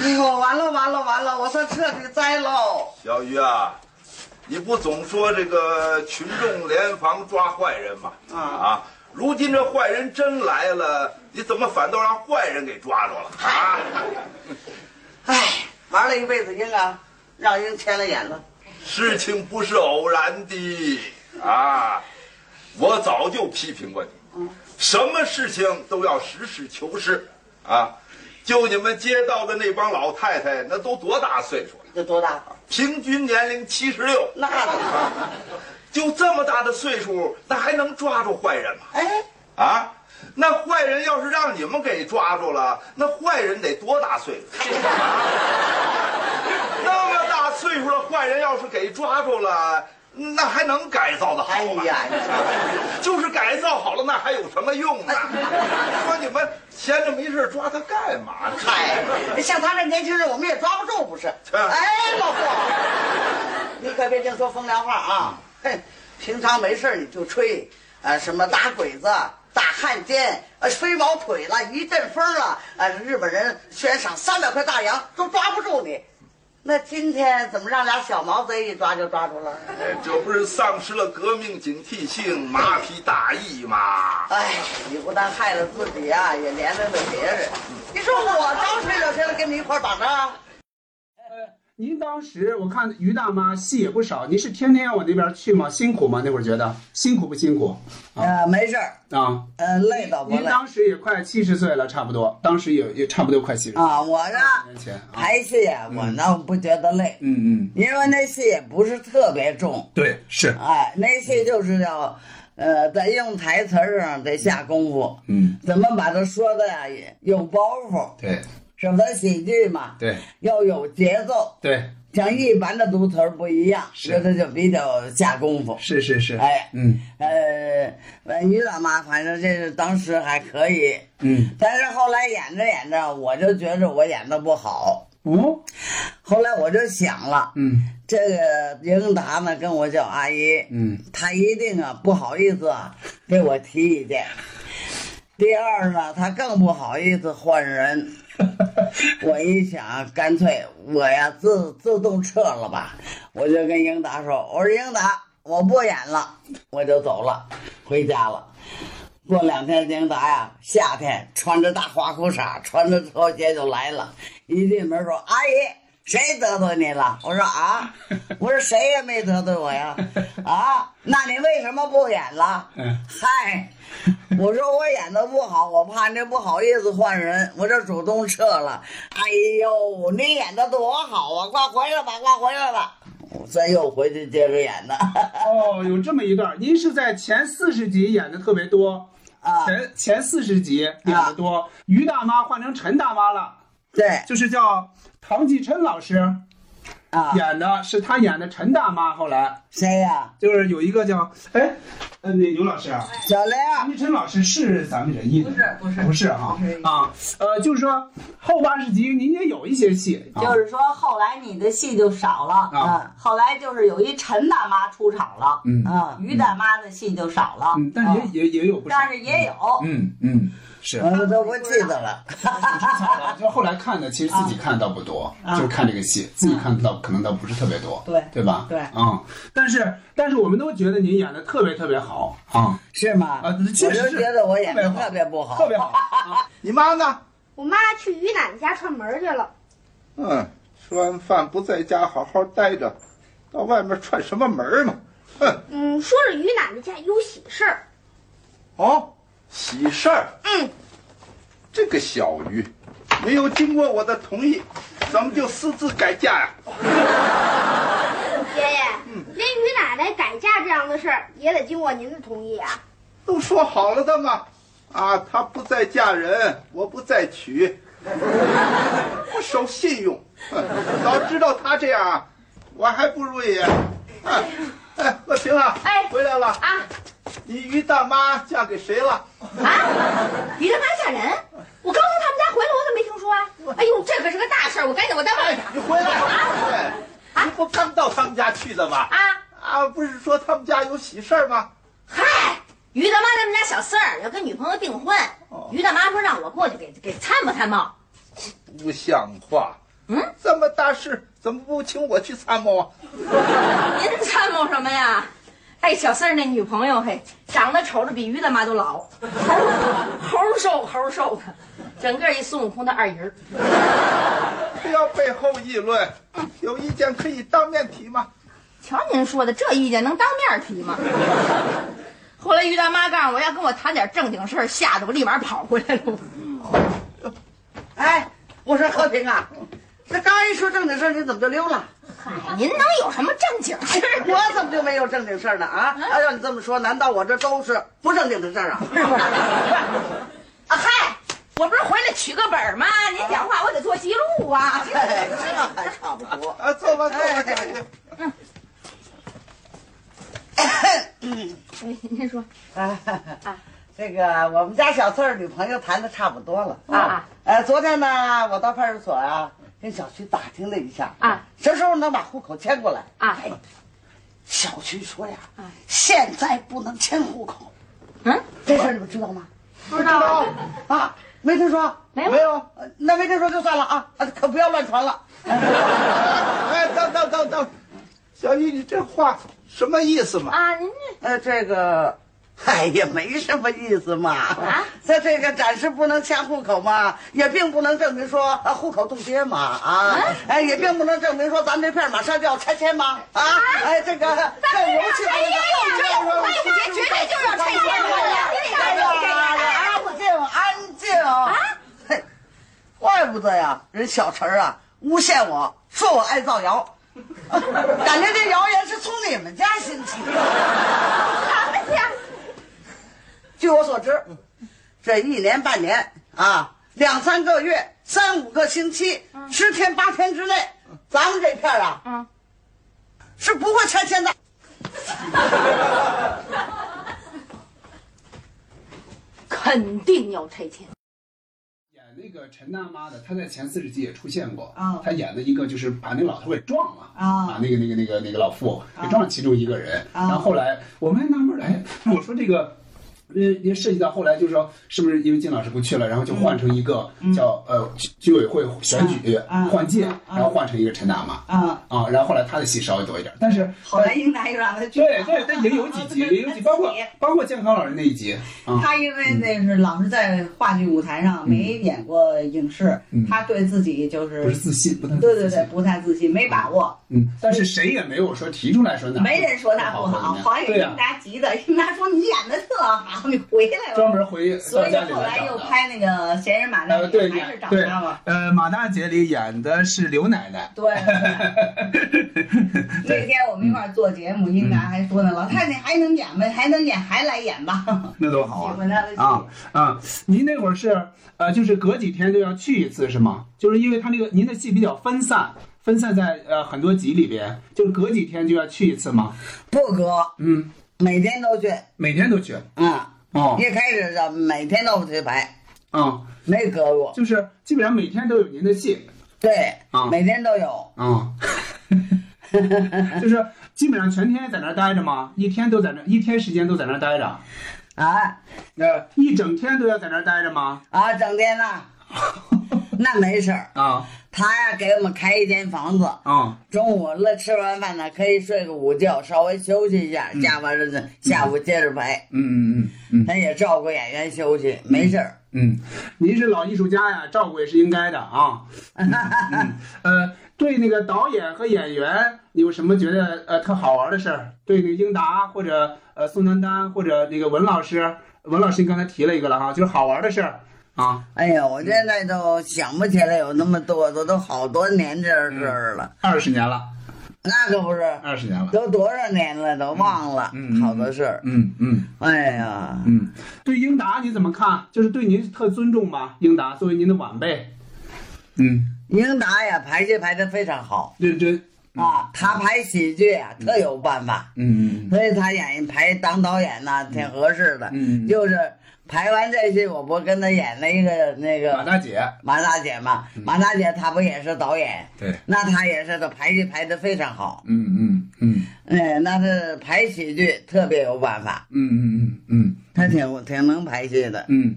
Speaker 1: 哎呦，完了完了完了，我算彻底栽喽！
Speaker 4: 小鱼啊，你不总说这个群众联防抓坏人吗？
Speaker 1: 啊
Speaker 4: 啊，如今这坏人真来了，你怎么反倒让坏人给抓住了啊？
Speaker 5: 哎，玩了一辈子鹰啊，让鹰牵了眼了。
Speaker 4: 事情不是偶然的啊！我早就批评过
Speaker 5: 嗯
Speaker 4: 你，什么事情都要实事求是啊！就你们街道的那帮老太太，那都多大岁数了？
Speaker 5: 有多大？
Speaker 4: 平均年龄七十六，
Speaker 5: 那倒是。
Speaker 4: 就这么大的岁数，那还能抓住坏人吗？
Speaker 5: 哎，
Speaker 4: 啊，那坏人要是让你们给抓住了，那坏人得多大岁数？那么大岁数的坏人要是给抓住了，那还能改造的好
Speaker 5: 哎
Speaker 4: 吗？
Speaker 5: 呀，你瞧
Speaker 4: 就是改造好了，那还有什么用
Speaker 5: <laughs>
Speaker 4: 呢？说你们闲着没事抓他干嘛？
Speaker 1: 哎
Speaker 5: 嗨，像他这年轻人，我们也抓不住，不是？哎，老霍，你可别净说风凉话
Speaker 2: 嗯
Speaker 5: 啊！嘿，平常没事儿你就吹，呃，什么打鬼子、打汉奸、呃，吹毛腿了，一阵风了，呃，日本人悬赏三百块大洋都抓不住你。那今天怎么让俩小毛贼一抓就抓住了？
Speaker 4: 哎这不是丧失了革命警惕性、麻痹大意吗？
Speaker 5: 哎，你不但害了自己啊，也连累了别人。你说我招谁惹谁了？跟你一块儿绑着啊？
Speaker 2: 您当时我看于大妈戏也不少，您是天天往那边去吗？辛苦吗？那会儿觉得辛苦不辛苦
Speaker 1: 呃，没事儿，
Speaker 2: 啊？
Speaker 1: 呃，累倒不
Speaker 2: 您
Speaker 1: 累
Speaker 2: 当时也快七十岁了，差不多，当时也也差不多快七十
Speaker 1: 啊？我呢，
Speaker 2: 年前啊，
Speaker 1: 排戏啊我呢不觉得累，
Speaker 2: 嗯嗯，
Speaker 1: 因为那戏也不是特别重，
Speaker 2: 对，是，
Speaker 1: 哎，那
Speaker 2: 嗯
Speaker 1: 戏就是要，呃，在用台词儿上得下功夫，
Speaker 2: 嗯，
Speaker 1: 怎么把它说的呀也有包袱，
Speaker 2: 对
Speaker 1: 是咱喜剧嘛，，
Speaker 2: 对
Speaker 1: 要有节奏，
Speaker 2: 对，
Speaker 1: 像一般的读词儿不一样，
Speaker 2: 是
Speaker 1: 所以它就比较下功夫，
Speaker 2: 是是是，
Speaker 1: 哎，
Speaker 2: 嗯
Speaker 1: 呃，呃于大妈，反正这是当时还可以，
Speaker 2: 嗯，
Speaker 1: 但是后来演着演着，我就觉着我演的不好，
Speaker 2: 哦，
Speaker 1: 后来我就想了，
Speaker 2: 嗯
Speaker 1: 这个英达呢跟我叫阿姨，
Speaker 2: 嗯，
Speaker 1: 她一定啊不好意思啊给我提意见。第二呢，她更不好意思换人。我一想，干脆我呀自自动撤了吧。我就跟英达说：“我说英达，我不演了，我就走了，回家了。”过两天，英达呀，夏天穿着大花裤衩，穿着拖鞋就来了。一进门说：“阿姨，谁得罪你了？”我说：“啊，我说谁也没得罪我呀。”啊，那你为什么不演了？
Speaker 2: 嗯
Speaker 1: 嗨，我说我演的不好，我怕您不好意思换人，我就主动撤了。哎呦，你演的多好啊！快回来吧，快回来吧！我再又回去接着演的。
Speaker 2: 哦，有这么一段，您是在前四十集演的特别多，
Speaker 1: 啊，
Speaker 2: 前前四十集演的多，于大妈换成陈大妈了，
Speaker 1: 对
Speaker 2: 就是叫唐继琛老师
Speaker 1: 啊，
Speaker 2: 演的，是他演的陈大妈，后来
Speaker 1: 谁呀、
Speaker 2: 就是有一个叫哎，呃，那刘老师啊，
Speaker 1: 小玲儿。
Speaker 2: 唐继琛老师是咱们仁义的，
Speaker 9: 不是不是
Speaker 2: 不是啊
Speaker 9: 不是
Speaker 2: 啊，呃，就是说后八十集您也有一些戏，啊
Speaker 9: <laughs> 就是说后来你的戏就少了嗯
Speaker 2: 啊，
Speaker 9: 后来就是有一陈大妈出场了，
Speaker 2: 嗯
Speaker 9: 啊，于大妈的戏就少了，
Speaker 2: 嗯，但也
Speaker 9: 啊
Speaker 2: 也也有不少，
Speaker 9: 但是也有，
Speaker 2: 嗯嗯是。
Speaker 1: 啊我都不记
Speaker 9: <laughs>
Speaker 1: 得了。
Speaker 2: <laughs> 就后来看的，其实自
Speaker 1: 啊
Speaker 2: 己看的倒不多，就是看这个戏，自己看的倒可能倒不是特别多，
Speaker 9: 对
Speaker 2: 对吧？
Speaker 9: 对
Speaker 2: 嗯，但是但是我们都觉得您演的特别特别好啊，
Speaker 1: 是吗？
Speaker 2: 啊
Speaker 1: 我
Speaker 2: 确实
Speaker 1: 就是觉得我演的
Speaker 2: 特别
Speaker 1: 特别不好，
Speaker 2: 特别
Speaker 1: <laughs>
Speaker 2: 好。啊
Speaker 4: 你妈呢？
Speaker 12: 我妈去于奶奶家串门去了，
Speaker 4: 嗯，吃完饭不在家好好待着，到外面串什么门嘛？哼，
Speaker 12: 嗯，说是于奶奶家有喜事儿，
Speaker 4: 哦，喜事儿。
Speaker 12: 嗯，
Speaker 4: 这个小鱼没有经过我的同意，咱们就私自改嫁呀、
Speaker 12: 爷爷，
Speaker 2: 嗯
Speaker 12: 连于奶奶改嫁这样的事儿也得经过您的同意啊。
Speaker 4: 都说好了的嘛。啊，他不再嫁人，我不再娶，不守信用。 <laughs> 哼早知道他这样啊，我还不如也。哎，哎乐平啊，
Speaker 13: 哎
Speaker 4: 回来了。
Speaker 13: 啊
Speaker 4: 你于大妈嫁给谁了？
Speaker 13: 啊！于大妈吓人，我刚从他们家回来，我怎么没听说啊？哎呦，这可是个大事儿，我赶紧我待会
Speaker 4: 哎
Speaker 13: 儿，
Speaker 4: 你回来了。哎，你不刚到他们家去的吗？
Speaker 13: 啊。
Speaker 4: 啊，不是说他们家有喜事儿吗？
Speaker 13: 嗨，于大妈他们家小四儿要跟女朋友订婚，
Speaker 4: 哦
Speaker 13: 于大妈说让我过去给给参谋参谋。
Speaker 4: 不像话！
Speaker 13: 嗯，
Speaker 6: <laughs>
Speaker 4: 这么大事怎么不请我去参谋啊？
Speaker 13: 您参谋什么呀？
Speaker 6: 哎，小四儿那女朋友嘿，长得瞅着比于大妈都老，猴儿瘦猴儿瘦的，整个一孙悟空的二姨儿。
Speaker 4: 不要背后议论，有意见可以当面提吗？
Speaker 6: 瞧您说的，这意见能当面提吗？后来于大妈告诉我要跟我谈点正经事儿，吓得我立马跑回来了。
Speaker 1: 哎，我说和平啊，这刚一说正经事儿，你怎么就溜了？
Speaker 6: 嗨，您能有什么正经事儿？啊
Speaker 1: <laughs>
Speaker 6: 嗯
Speaker 1: 我怎么就没有正经事儿呢？啊，要照你这么说，难道我这都是不正经的事儿啊？
Speaker 6: 啊嗨，我不是回来取个本儿吗？您讲话我得做记录
Speaker 4: <laughs>
Speaker 6: 啊。
Speaker 1: 哎这还差不多。哎
Speaker 4: 啊，坐吧，坐吧，坐吧。
Speaker 1: <laughs>
Speaker 6: 嗯，
Speaker 1: 哎
Speaker 6: 您说，
Speaker 1: 啊，这个我们家小四儿女朋友谈的差不多了啊。呃，昨天呢，我到派出所啊，跟小区打听了一下啊，什么时候能把户口迁过来啊？哎小区说呀，现在不能迁户口。嗯，这事儿你们知道吗？
Speaker 5: 不知道
Speaker 1: 啊，没听说，没有，没有，呃那没听说就算了啊，啊可不要乱传了。
Speaker 4: 哎，等等等等，小玉，你这话什么意思嘛？
Speaker 6: 哎
Speaker 1: 啊，您呃，这个，哎呀，没什么意思嘛。啊， <laughs> 在这个暂时不能迁户口嘛，也并不能证明说啊户口冻结嘛啊，哎，也并不能证明说咱们这片儿马上就要拆迁嘛啊，哎，这个这容器
Speaker 6: 哎呀呀呀哎呀绝对就是要拆迁了
Speaker 1: 哎呀，安静安静啊！嘿，怪不得呀，人小陈儿啊诬陷我说我爱造谣， <laughs> 感觉这谣言是从你们家兴起的。
Speaker 5: 咱们家
Speaker 1: 据我所知，这一年半年啊，两三个月、三五个星期、十天八天之内，咱们这片儿啊，是不会拆迁的。
Speaker 6: <laughs> 肯定要
Speaker 14: <laughs>
Speaker 6: 拆迁。
Speaker 2: 演那个陈大妈的，她在前四十集也出现过
Speaker 1: 嗯
Speaker 2: 啊。她演的一个就是把那老头给撞了啊，把那个那个那个那个老妇
Speaker 9: 啊
Speaker 2: 给撞了其中一个人。然后后来我们还纳闷儿，哎，我说这个。呃，也涉及到后来，就是说，是不是因为金老师不去了，然后就换成一个
Speaker 9: 嗯
Speaker 2: 叫、呃居居委会选举、
Speaker 9: 啊
Speaker 2: 换届，然后换成一个陈大妈
Speaker 1: 啊
Speaker 2: 啊，然后后来她的戏稍微多一点，但是
Speaker 9: 后来英达又让他去
Speaker 2: 对对，但也
Speaker 9: 啊
Speaker 2: 有几集，也有几，包括包括健康老人那一集啊，
Speaker 9: 他因为那是老是在话剧舞台上没演过影视，
Speaker 2: 嗯
Speaker 9: 他对自己就是
Speaker 2: 不是自信，不太
Speaker 9: 对对对，不太自信，没把握，
Speaker 2: 嗯，但是谁也没有说提出来说哪，
Speaker 9: 没人说他不好。好像
Speaker 2: 对
Speaker 9: 给
Speaker 2: 呀、
Speaker 9: 英达急的，英达说你演的特好，你回来吧。
Speaker 2: 专门回 <laughs> 到
Speaker 9: 所以
Speaker 2: 家里
Speaker 9: 后
Speaker 2: 来
Speaker 9: 来又
Speaker 2: 找的。
Speaker 9: 拍那个《闲人马大
Speaker 2: 呃，对
Speaker 9: 姐》，还是找
Speaker 2: 对
Speaker 9: 他嘛。，
Speaker 2: 呃，马大姐里演的是刘奶奶，
Speaker 9: 对，那天我们一块儿做节
Speaker 2: 嗯
Speaker 9: 目，英达还说呢，老太太还能演吗？还能演，还来演吧。
Speaker 2: 那多好啊！
Speaker 9: 喜欢她的戏
Speaker 2: 啊啊！您那会儿是呃，就是隔几天就要去一次是吗？就是因为他那个您的戏比较分散，分散在呃很多集里边，就是隔几天就要去一次吗？
Speaker 1: 不隔，
Speaker 2: 嗯，
Speaker 1: 每天都去，
Speaker 2: 每天都去。
Speaker 1: 嗯，
Speaker 2: 哦，
Speaker 1: 一开始咱们每天都去排，
Speaker 2: 嗯，
Speaker 1: 没隔过，
Speaker 2: 就是基本上每天都有您的戏。
Speaker 1: 对，
Speaker 2: 啊
Speaker 1: 每天都有。
Speaker 2: 啊、 <laughs> 就是基本上全天在那儿待着吗？一天都在那，一天时间都在那儿待着，
Speaker 1: 啊
Speaker 2: 呃，一整天都要在那儿待着吗？
Speaker 1: 啊，整天
Speaker 2: <laughs>
Speaker 1: 呢，那没事儿。
Speaker 2: 啊
Speaker 1: 他呀，给我们开一间房子，
Speaker 2: 啊
Speaker 1: 中午了吃完饭呢，可以睡个午觉，稍微休息一下，下班了呢，下午接着排。
Speaker 2: 嗯嗯嗯
Speaker 1: 他也照顾演员休息，没事儿。
Speaker 2: 嗯，您是老艺术家呀，照顾也是应该的啊。呃，对那个导演和演员你有什么觉得呃特好玩的事儿？对那个英达或者呃宋丹丹或者那个文老师，文老师你刚才提了一个了哈，就是好玩的事儿啊。
Speaker 1: <laughs> 哎呀，我现在都想不起来有那么多，都都好多年这事儿了。
Speaker 2: 嗯二十年了，
Speaker 1: 那可不是，
Speaker 2: 二十年了。
Speaker 1: 都多少年了，都忘了、好多事儿。
Speaker 2: 嗯嗯
Speaker 1: 哎呀，
Speaker 2: 嗯，对英达你怎么看？就是对您特尊重吗？英达作为您的晚辈，嗯，
Speaker 1: 英达呀，排戏排得非常好
Speaker 2: 认真，
Speaker 1: 啊，他排喜剧啊特有办法，
Speaker 2: 嗯
Speaker 1: 所以他演排当导演呐、挺合适的。
Speaker 2: 嗯
Speaker 1: 就是排完这戏，我不跟他演了一个那
Speaker 2: 马大
Speaker 1: 个
Speaker 2: 姐，嗯
Speaker 1: 马大姐嘛，马大姐她不也是导演，
Speaker 2: 对，
Speaker 1: 那她也是她排戏排得非常好，
Speaker 2: 嗯嗯嗯
Speaker 1: 哎，那是排喜剧特别有办法，
Speaker 2: 嗯嗯嗯
Speaker 1: 她挺挺能排戏的。
Speaker 2: 嗯，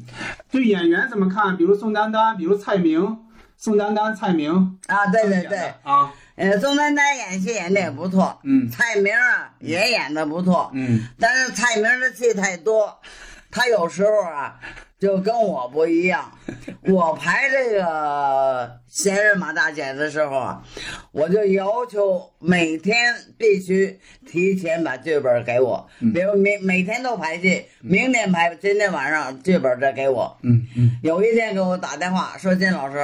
Speaker 2: 对演员怎么看？比如宋丹丹，比如蔡明，宋丹丹、蔡明
Speaker 1: 啊，对对对，
Speaker 2: 啊，
Speaker 1: 呃，宋丹丹演戏演的也不错，
Speaker 2: 嗯
Speaker 1: 蔡明啊也演的不错，
Speaker 2: 嗯，
Speaker 1: 但是蔡明的戏太多，他有时候啊就跟我不
Speaker 2: <laughs>
Speaker 1: 一样。我排这个《闲人马大姐》的时候啊，我就要求每天必须提前把剧本给我，
Speaker 2: 嗯
Speaker 1: 比如每每天都排戏，明天排，今天晚上剧本再给我。
Speaker 2: 嗯嗯
Speaker 1: 有一天给我打电话说：“金老师，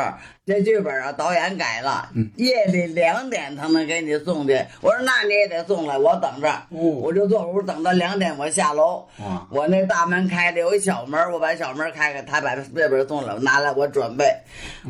Speaker 1: 这剧本啊，导演改了，夜里两点才能给你送去。”我说：“那你也得送来，我等着。我就坐屋等到两点，我下楼。
Speaker 2: 啊
Speaker 1: 我那大门开的有一小门，我把小门开开，他把剧本送来，我拿来我准备。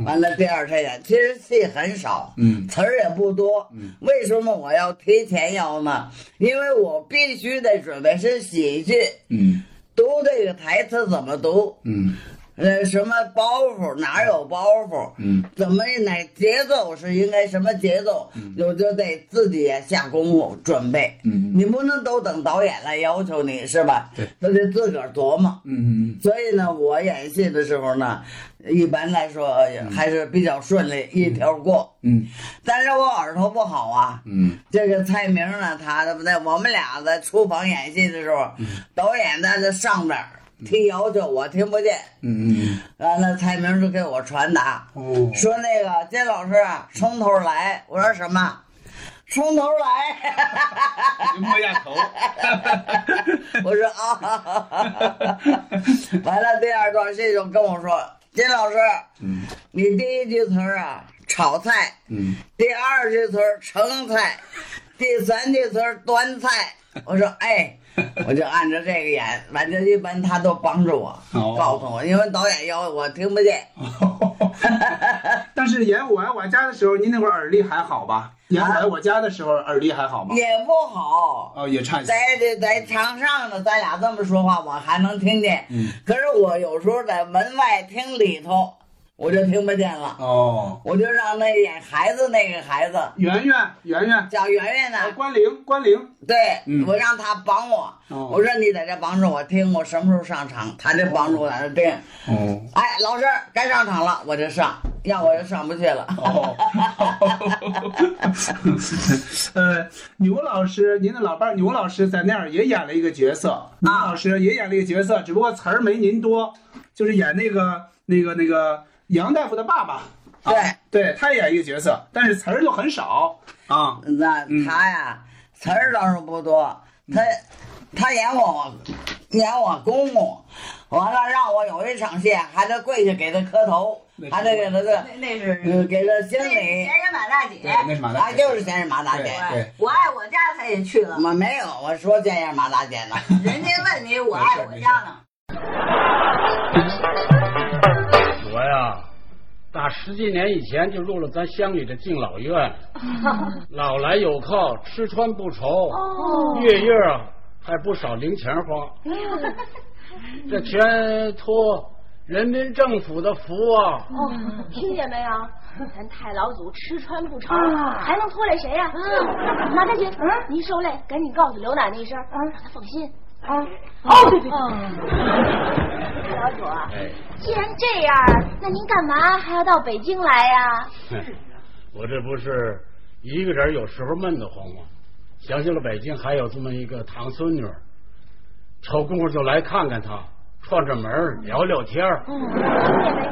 Speaker 1: 完了，第二天演，其实戏很少，
Speaker 2: 嗯
Speaker 1: 词儿也不多。为什么我要提前要呢？因为我必须得准备是喜剧，
Speaker 2: 嗯
Speaker 1: 读这个台词怎么读。
Speaker 2: 嗯
Speaker 1: 呃，什么包袱哪有包袱？
Speaker 2: 嗯，
Speaker 1: 怎么哪节奏是应该什么节奏？我就得自己下功夫准备。
Speaker 2: 嗯
Speaker 1: 你不能都等导演来要求你是吧？
Speaker 2: 对，
Speaker 1: 都得自个儿琢磨。
Speaker 2: 嗯嗯
Speaker 1: 所以呢，我演戏的时候呢，一般来说呃还是比较顺利，一条过。
Speaker 2: 嗯
Speaker 1: 但是我耳朵不好啊，
Speaker 2: 嗯
Speaker 1: 这个蔡明呢，他在我们俩在厨房演戏的时候，导演在这上边儿提要求，我听不见。
Speaker 2: 嗯
Speaker 1: 完了，蔡明就给我传达，
Speaker 2: 哦
Speaker 1: 说那个金老师啊，从头来。我说什么？从头来。
Speaker 2: 摸下头。
Speaker 1: 我说啊，完了，第二段戏就跟我说，金老师，
Speaker 2: 嗯
Speaker 1: 你第一句词儿啊，炒菜；
Speaker 2: 嗯
Speaker 1: 第二句词儿盛菜，第三句词儿端菜。我说哎，我就按照这个演，反正一般他都帮着我，
Speaker 2: 哦
Speaker 1: 告诉我，因为导演要求我听不见。
Speaker 2: 但是演我爱我家的时候，您那会儿耳力还好吧？演我爱我家的时候耳力还好吗？
Speaker 1: 啊也不好。
Speaker 2: 哦，也差一些。
Speaker 1: 在这在场上呢，咱俩这么说话，我还能听见。
Speaker 2: 嗯
Speaker 1: 可是我有时候在门外听里头，我就听不见了。
Speaker 2: 哦，
Speaker 1: 我就让那演孩子那个孩子
Speaker 2: 圆圆圆圆，呃
Speaker 1: 叫圆圆呢，
Speaker 2: 关灵关灵，
Speaker 1: 对、
Speaker 2: 嗯
Speaker 1: 我让他帮我。
Speaker 2: 哦
Speaker 1: 我说你在这帮助我听，我什么时候上场，他就帮助我在这盯。
Speaker 2: 哦
Speaker 1: 哎，老师该上场了，我就上，要我就上不去了。
Speaker 2: 哦，呃，牛老师，您的老伴儿牛老师在那儿也演了一个角色，牛老师也演了一个角色，只不过词儿没您多，就是演那个那个那个杨大夫的爸爸，
Speaker 1: 对，
Speaker 2: 对他演一个角色，但是词儿就很少啊。
Speaker 1: 那
Speaker 2: 嗯
Speaker 1: 他呀，词儿倒是不多，他他演我演我公公，完了让我有一场戏还得跪下给他磕头，还得给他这
Speaker 9: 那那是
Speaker 1: 呃给他行
Speaker 9: 那是
Speaker 1: 礼
Speaker 9: 闲，人马大姐，
Speaker 2: 对，那是马大
Speaker 1: 啊
Speaker 2: 姐，
Speaker 1: 就是闲人马大姐。
Speaker 2: 对对
Speaker 9: 我爱我家，他也去了。
Speaker 1: 我没有，我说见样马大姐呢。
Speaker 9: 人家问你我爱我家呢，
Speaker 15: 我呀，打十几年以前就入了咱乡里的敬老院，老来有靠，吃穿不愁，
Speaker 16: 哦
Speaker 15: 月月啊还不少零钱花。
Speaker 16: 嗯
Speaker 15: 这全托人民政府的福啊！
Speaker 16: 哦，听见没有？咱太老祖吃穿不愁，还能拖累谁呀？马大姐，啊嗯，您受累，赶紧告诉刘奶奶一声，让她放心。啊，哦，对对
Speaker 9: 嗯
Speaker 16: 对，老祖啊，
Speaker 15: 哎，
Speaker 16: 既然这样，那您干嘛还要到北京来呀？
Speaker 15: 哼 <laughs> 我这不是一个人有时候闷得慌吗？想起了北京还有这么一个堂孙女儿，抽工夫就来看看她，串串门儿聊聊天儿
Speaker 16: 嗯，听见没有？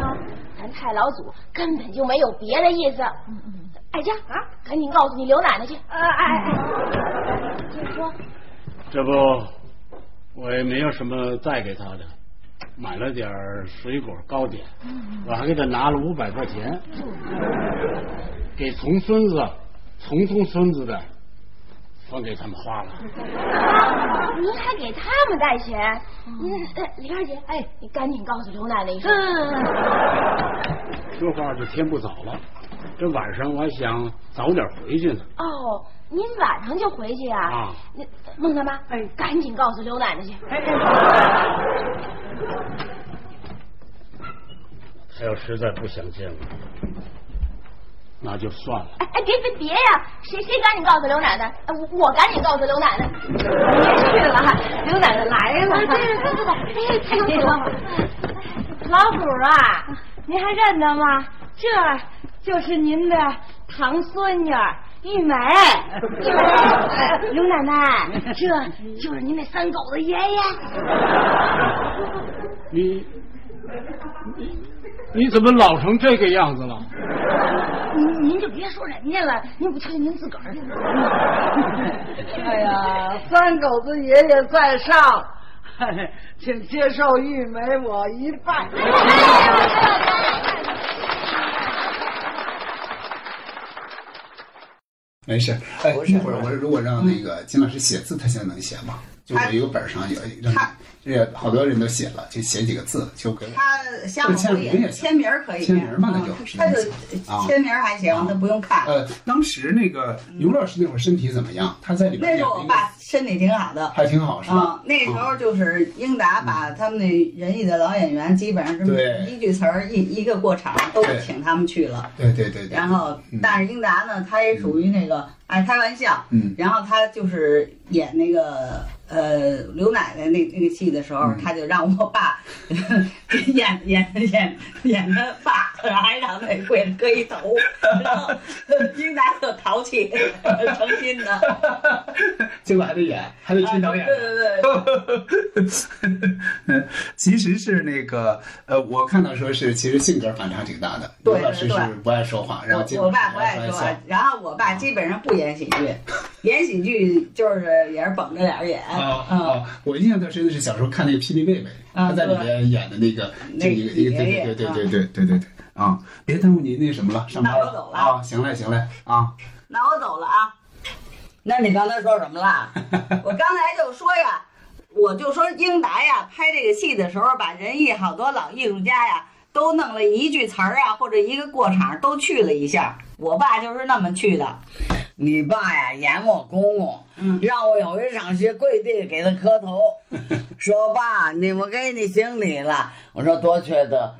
Speaker 16: 咱太老祖根本就没有别的意思。爱家啊，赶紧告诉你刘奶奶去。嗯呃，哎哎，接着说。
Speaker 15: 这不，我也没有什么再给他的，买了点儿水果糕点，
Speaker 16: 嗯
Speaker 15: 我还给他拿了五百块钱，给重孙子、重重孙子的，分给他们花了。
Speaker 16: <laughs> 您还给他们带钱？您呃李二姐，哎，你赶紧告诉刘奶奶一声。
Speaker 15: 说话就天不早了，这晚上我还想早点回去呢。
Speaker 16: 哦，您晚上就回去呀、
Speaker 15: 啊
Speaker 16: 那孟大妈，哎，赶紧告诉刘奶奶去。
Speaker 15: 他要实在不想见我，那就算了。
Speaker 16: 哎哎，别别别呀、谁谁赶紧告诉刘奶奶？哎我我赶紧告诉刘奶奶。别去了，刘奶奶来了。对对对对对，哎，太有礼貌了。
Speaker 17: 老谷啊，您还认得吗？这就是您的堂孙女儿
Speaker 16: 玉 <laughs> 梅，哎刘奶奶，这就是您那三狗的爷
Speaker 15: <laughs>
Speaker 16: <laughs> 爷。
Speaker 15: 你你你怎么老成这个样子了？
Speaker 16: 您您就别说人家了，您不瞧瞧您自个儿。
Speaker 18: 哎呀，三狗子爷爷在上，请接受玉梅我一拜。
Speaker 2: 没事，哎，一会儿我如果让那个金老师写字，他现在能写吗？就我有本儿上有让这好多人都写了，就写几个字就给我
Speaker 9: 他项目可以，签名儿可以，嗯
Speaker 2: 签名儿嘛，那就
Speaker 9: 他就
Speaker 2: 啊
Speaker 9: 签名儿还行，他不用看。
Speaker 2: 呃，当时那个刘老师那会儿身体怎么样？他在里边演
Speaker 9: 那时
Speaker 2: 了
Speaker 9: 候我
Speaker 2: 一个
Speaker 9: 爸身体挺好的，
Speaker 2: 还挺好是吧啊嗯
Speaker 9: 嗯，？那时候就是英达把他们那仁义的老演员，基本上
Speaker 2: 对
Speaker 9: 是一句词儿一一个过场都
Speaker 2: 对
Speaker 9: 请他们去了。
Speaker 2: 对对对对，
Speaker 9: 然后，但是英达呢，他也属于那个爱开玩笑，
Speaker 2: 嗯
Speaker 9: 然后他就是演那个呃刘奶奶那那个戏的时候，
Speaker 2: 嗯
Speaker 9: 他就让我爸 <laughs> 演演演演他爸，然后还让那柜子搁一头，然后英达特淘气，成
Speaker 2: <laughs>
Speaker 9: 心的，
Speaker 2: 结果还得演，还得听导演。
Speaker 9: 对对对。
Speaker 2: 嗯， <laughs> 其实是那个呃，我看到说是其实性格反差挺大的，
Speaker 9: 对
Speaker 2: 刘老师
Speaker 9: 对
Speaker 2: 是
Speaker 9: 对
Speaker 2: 不爱说话，然后金
Speaker 9: 我
Speaker 2: 老
Speaker 9: 我
Speaker 2: 师
Speaker 9: 爸不爱
Speaker 2: 爱
Speaker 9: 说
Speaker 2: 说
Speaker 9: 话，然后我爸基本上不演喜
Speaker 2: <laughs>
Speaker 9: 剧，演喜剧就是也是绷着脸儿演。
Speaker 2: 啊啊！我印象最深的是小时候看那个《霹雳妹妹》，
Speaker 9: 啊
Speaker 2: 她在里
Speaker 9: 对
Speaker 2: 边演的那个，就
Speaker 9: 那
Speaker 2: 一个一个，
Speaker 9: 爷
Speaker 2: 对
Speaker 9: 爷
Speaker 2: 对对
Speaker 9: 啊
Speaker 2: 对对对对对啊！别耽误您那什么了，上班
Speaker 9: 那我走了
Speaker 2: 啊！行嘞行嘞啊！
Speaker 9: 那我走了啊。那你刚才说什么
Speaker 1: <laughs>
Speaker 9: 啦？我刚才就说呀，我就说英达呀，拍这个戏的时候，把仁义好多老艺术家呀，都弄了一句词儿啊，或者一个过场，都去了一下。我爸就是那么去的。嗯
Speaker 1: 你爸呀演我公公，让我有一场戏跪地给他磕头，说爸，你们给你行礼了。我说多缺德，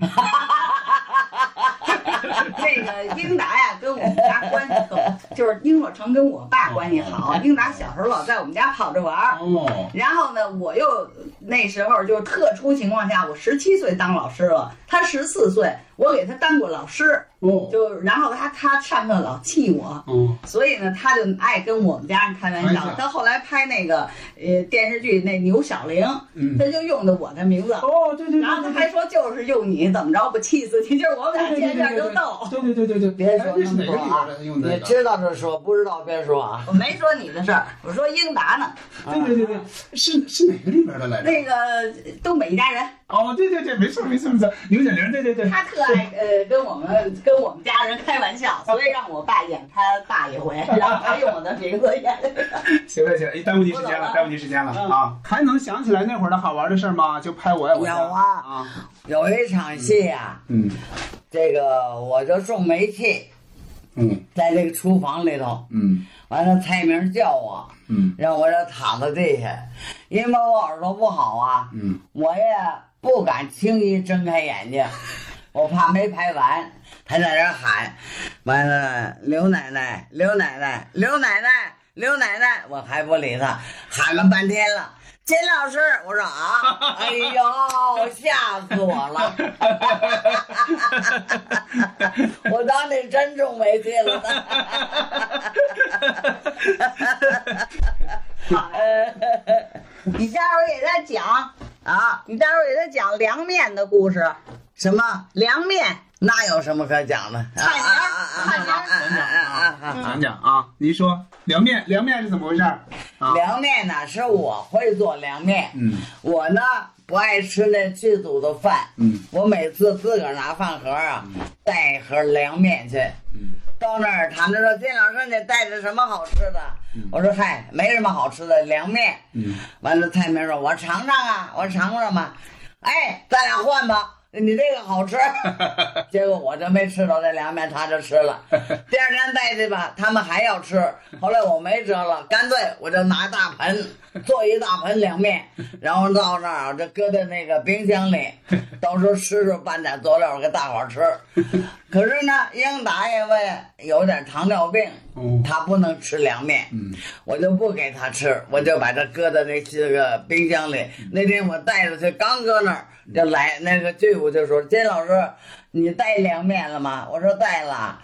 Speaker 9: <laughs> 这个英达呀，跟我们家关系可就是英若成跟我爸关系好。英达小时候老在我们家跑着玩儿，
Speaker 2: 哦
Speaker 9: 然后呢，我又那时候就是特殊情况下，我十七岁当老师了，他十四岁，我给他当过老师，
Speaker 2: 哦
Speaker 9: 就然后他他上课老气我，
Speaker 2: 嗯，
Speaker 9: 所以呢，他就爱跟我们家人开玩
Speaker 2: 玩
Speaker 9: 笑
Speaker 2: 笑。
Speaker 9: 他后来拍那个呃电视剧那牛小玲，
Speaker 2: 嗯
Speaker 9: 他就用的我的名字。
Speaker 2: 哦，对对。
Speaker 9: 然后他还说就是用你怎么着不气死你，就是我们俩见面就逗。
Speaker 2: 对对对对对，
Speaker 1: 别
Speaker 9: 哎
Speaker 1: 说那
Speaker 9: 这
Speaker 2: 是
Speaker 1: 么
Speaker 2: 哪个
Speaker 1: 多
Speaker 2: 里
Speaker 1: 啊
Speaker 2: 边的用！的那
Speaker 1: 你
Speaker 2: 个
Speaker 1: 知道这说，不知道别说啊
Speaker 9: 我。没说你的事儿，我说英达呢，
Speaker 2: 对对对对，是是哪个里边的来着？
Speaker 9: 那个东北一家人，
Speaker 2: 哦，对对对，没错没错没错，刘小玲，对对对，
Speaker 9: 他特爱呃跟我们跟我们家人开玩笑，所以让我爸演他爸一回，然后他用我的名字演。
Speaker 2: 行了行了，哎，耽误您时间了，耽误您时间了啊！还能想起来那会儿的好玩的事儿吗？就拍我爱我家。
Speaker 1: 有啊，有一场戏啊呀、
Speaker 2: 嗯
Speaker 1: 这个我就种煤气，
Speaker 2: 嗯
Speaker 1: 在这个厨房里头，
Speaker 2: 嗯
Speaker 1: 完了蔡明叫我，
Speaker 2: 嗯
Speaker 1: 让我这躺在地下，因为我耳朵不好啊，
Speaker 2: 嗯
Speaker 1: 我呀不敢轻易睁开
Speaker 9: <laughs>
Speaker 1: 眼睛，我怕没拍完。他在这儿喊，完了，刘奶奶，刘奶奶，刘奶奶，刘奶奶，我还不理他，喊了半天了。金老师，我说 <laughs> 啊，哎呦，吓 <laughs> 死我了！我当你真中没劲了。
Speaker 9: 你待会儿给他讲啊，你待会儿给他讲凉面的故事。
Speaker 1: 什么
Speaker 9: 凉面？
Speaker 1: 那有什么可讲的？啊啊啊啊啊
Speaker 2: 讲！讲啊，您说凉面凉面是怎么回事儿？
Speaker 1: 凉面呢是我会做凉面，
Speaker 2: 嗯
Speaker 1: 我呢不爱吃那剧组的饭，
Speaker 2: 嗯
Speaker 1: 我每次自个儿拿饭盒啊，带一盒凉面去。到那儿，他们说金老师，你带着什么好吃的？
Speaker 9: <laughs>
Speaker 1: 我说嗨，没什么好吃的，凉面。
Speaker 2: 嗯
Speaker 1: 完了，蔡明说：“我尝尝啊，我尝尝吧。”哎，咱俩换吧，你这个好吃。结果我就没吃着这凉面，他就吃了。第二天带去吧，他们还要吃。后来我没辙了，干脆我就拿大盆做一大盆凉面，然后到那儿我就搁在那个冰箱里，到时候吃吃拌点佐料给大伙儿吃。可是呢，英达因为有点糖尿病，他不能吃凉面，我就不给他吃，我就把它搁在那这个冰箱里。那天我带着去，刚搁那儿就来那个队伍就说：“金老师，你带凉面了吗？”我说：“带了。”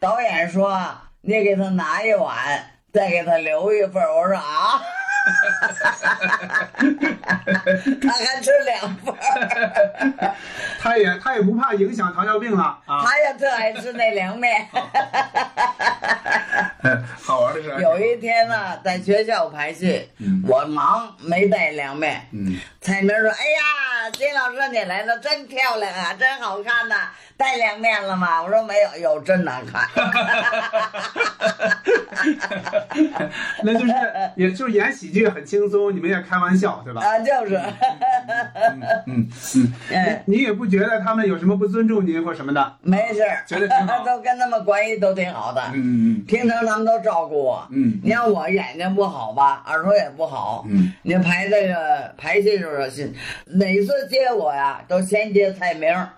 Speaker 1: 导演说：“你给他拿一碗，再给他留一份。我说啊，他还吃两份，
Speaker 2: <laughs> 他也他也不怕影响糖尿病了啊！
Speaker 1: 他也特爱吃那凉面。
Speaker 2: 好玩的事儿。
Speaker 1: 有一天呢，在学校排戏，
Speaker 9: 嗯
Speaker 1: 我忙没带凉面。
Speaker 3: 嗯，
Speaker 1: 彩明说：“哎呀，金老师你来了，真漂亮啊，真好看呐、带凉面了吗？”我说：“没有，有真难看。
Speaker 2: <laughs> <laughs> 那就是也就是演喜剧很轻松，你们也开玩笑对”吧？
Speaker 1: 啊，就是。哎
Speaker 2: 嗯嗯，你你也不觉得他们有什么不尊重您或什么的？
Speaker 1: 没事儿，
Speaker 2: 觉得挺好
Speaker 1: <laughs> 都跟他们关系都挺好的。
Speaker 2: 嗯嗯
Speaker 1: 平常他们都照顾我。
Speaker 2: 嗯
Speaker 1: 你看我眼睛不好吧，耳朵也不好。
Speaker 2: 嗯，
Speaker 1: 你排这个排戏时候是，每次接我呀，都先接蔡明儿。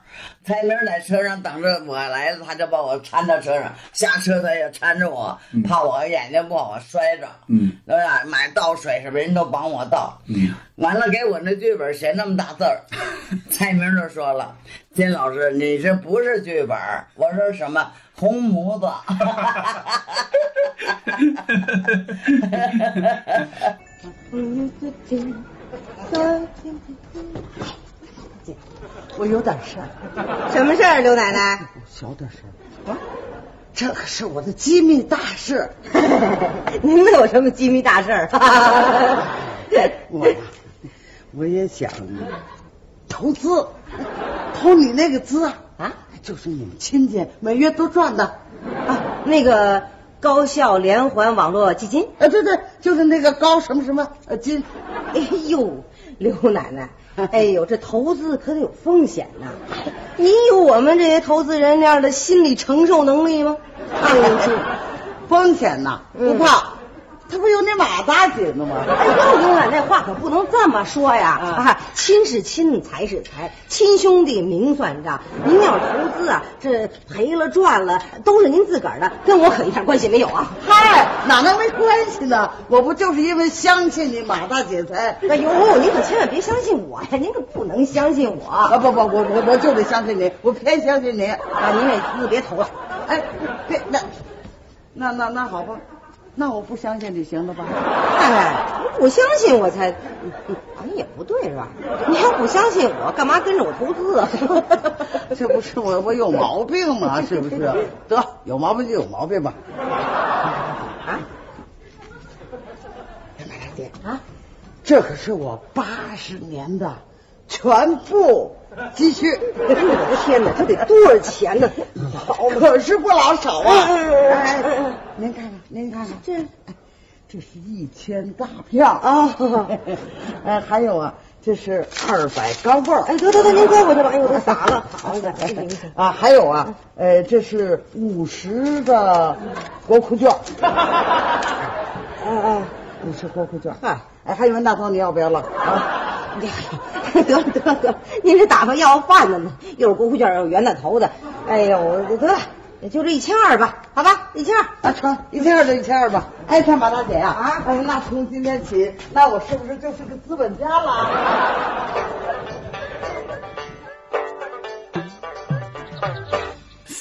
Speaker 1: 蔡明儿在车上等着我来了，他就把我搀到车上，下车他也搀着我，
Speaker 2: 嗯
Speaker 1: 怕我眼睛不好摔着。
Speaker 3: 嗯
Speaker 1: 对吧？买倒水什么人都帮我倒。
Speaker 3: 嗯，
Speaker 1: 完了，给我那剧本写那么大字儿， <laughs> 蔡明就说了：“金老师，你这不是剧本儿。”我说什么红模子。 <laughs>
Speaker 18: 嗯我有点事儿。
Speaker 14: 什么事儿，刘奶奶？
Speaker 18: 小点声。这可是我的机密大 <laughs> 事。
Speaker 14: 您能有什么机密大事儿？
Speaker 18: 我呀，我也想投资，投你那个资啊啊，就是你们亲戚每月都赚的啊，
Speaker 14: 那个高校联环网络基金。
Speaker 18: 啊，对对，就是那个高什么什么呃金。
Speaker 14: 哎呦，刘奶
Speaker 18: <laughs>
Speaker 14: 奶，哎呦，这投资可得有风险呐、你有我们这些投资人那样的心理承受能力吗？
Speaker 18: 哎呦，这风险呐不
Speaker 14: 嗯
Speaker 18: 怕，他不有那马大姐呢吗？
Speaker 14: 哎呦，刘奶奶话可不能这么说呀！啊，亲是亲，财是财，亲兄弟明算账。您要是投资啊，这赔了赚了都是您自个儿的，跟我可一点关系没有啊！
Speaker 18: 嗨，哪能没关系呢？我不就是因为相信你马大姐才……
Speaker 14: 哎呦，您可千万别相信我呀！您可不能相信我啊！
Speaker 18: 不不，我我我就得相信你，我偏相信你。
Speaker 14: 啊，您也您别投了。
Speaker 18: 哎，别那那那那好吧，那我不相信你行了吧？
Speaker 14: 哎，不相信我才，好像也不对是吧？你要不相信我，干嘛跟着我投资啊？
Speaker 18: <laughs> 这不是我我有毛病吗？是不是？得有毛病就有毛病吧。啊，马大姐啊，这可是我八十年的全部积蓄。
Speaker 14: 哎呦我的天哪，这得多少钱呢？
Speaker 18: 好可是不老少啊！哎您看看，您看看，这这是一千大票啊！ <laughs> 哎，还有啊，这是二百钢镚儿。
Speaker 14: 哎，得得得，您搁过去吧。哎呦，我都洒了，好嘞，
Speaker 18: 啊，还有啊，呃，这是五十的国库券。
Speaker 14: <laughs>
Speaker 18: 哎哎，五十国库券。
Speaker 14: 啊
Speaker 18: 哎，还有那头你要不要了？
Speaker 14: <laughs>
Speaker 18: 啊，
Speaker 14: 得了得了得了，您是打发要饭的吗？又是国库券，又是袁大头的。哎呦，得了，也就这一千二吧，好吧，一千二。
Speaker 18: 啊，成，一千二就一千二吧。哎，看马大姐呀、啊，哎，那从今天起，那我是不是就是个资本
Speaker 14: <laughs>
Speaker 18: 家了？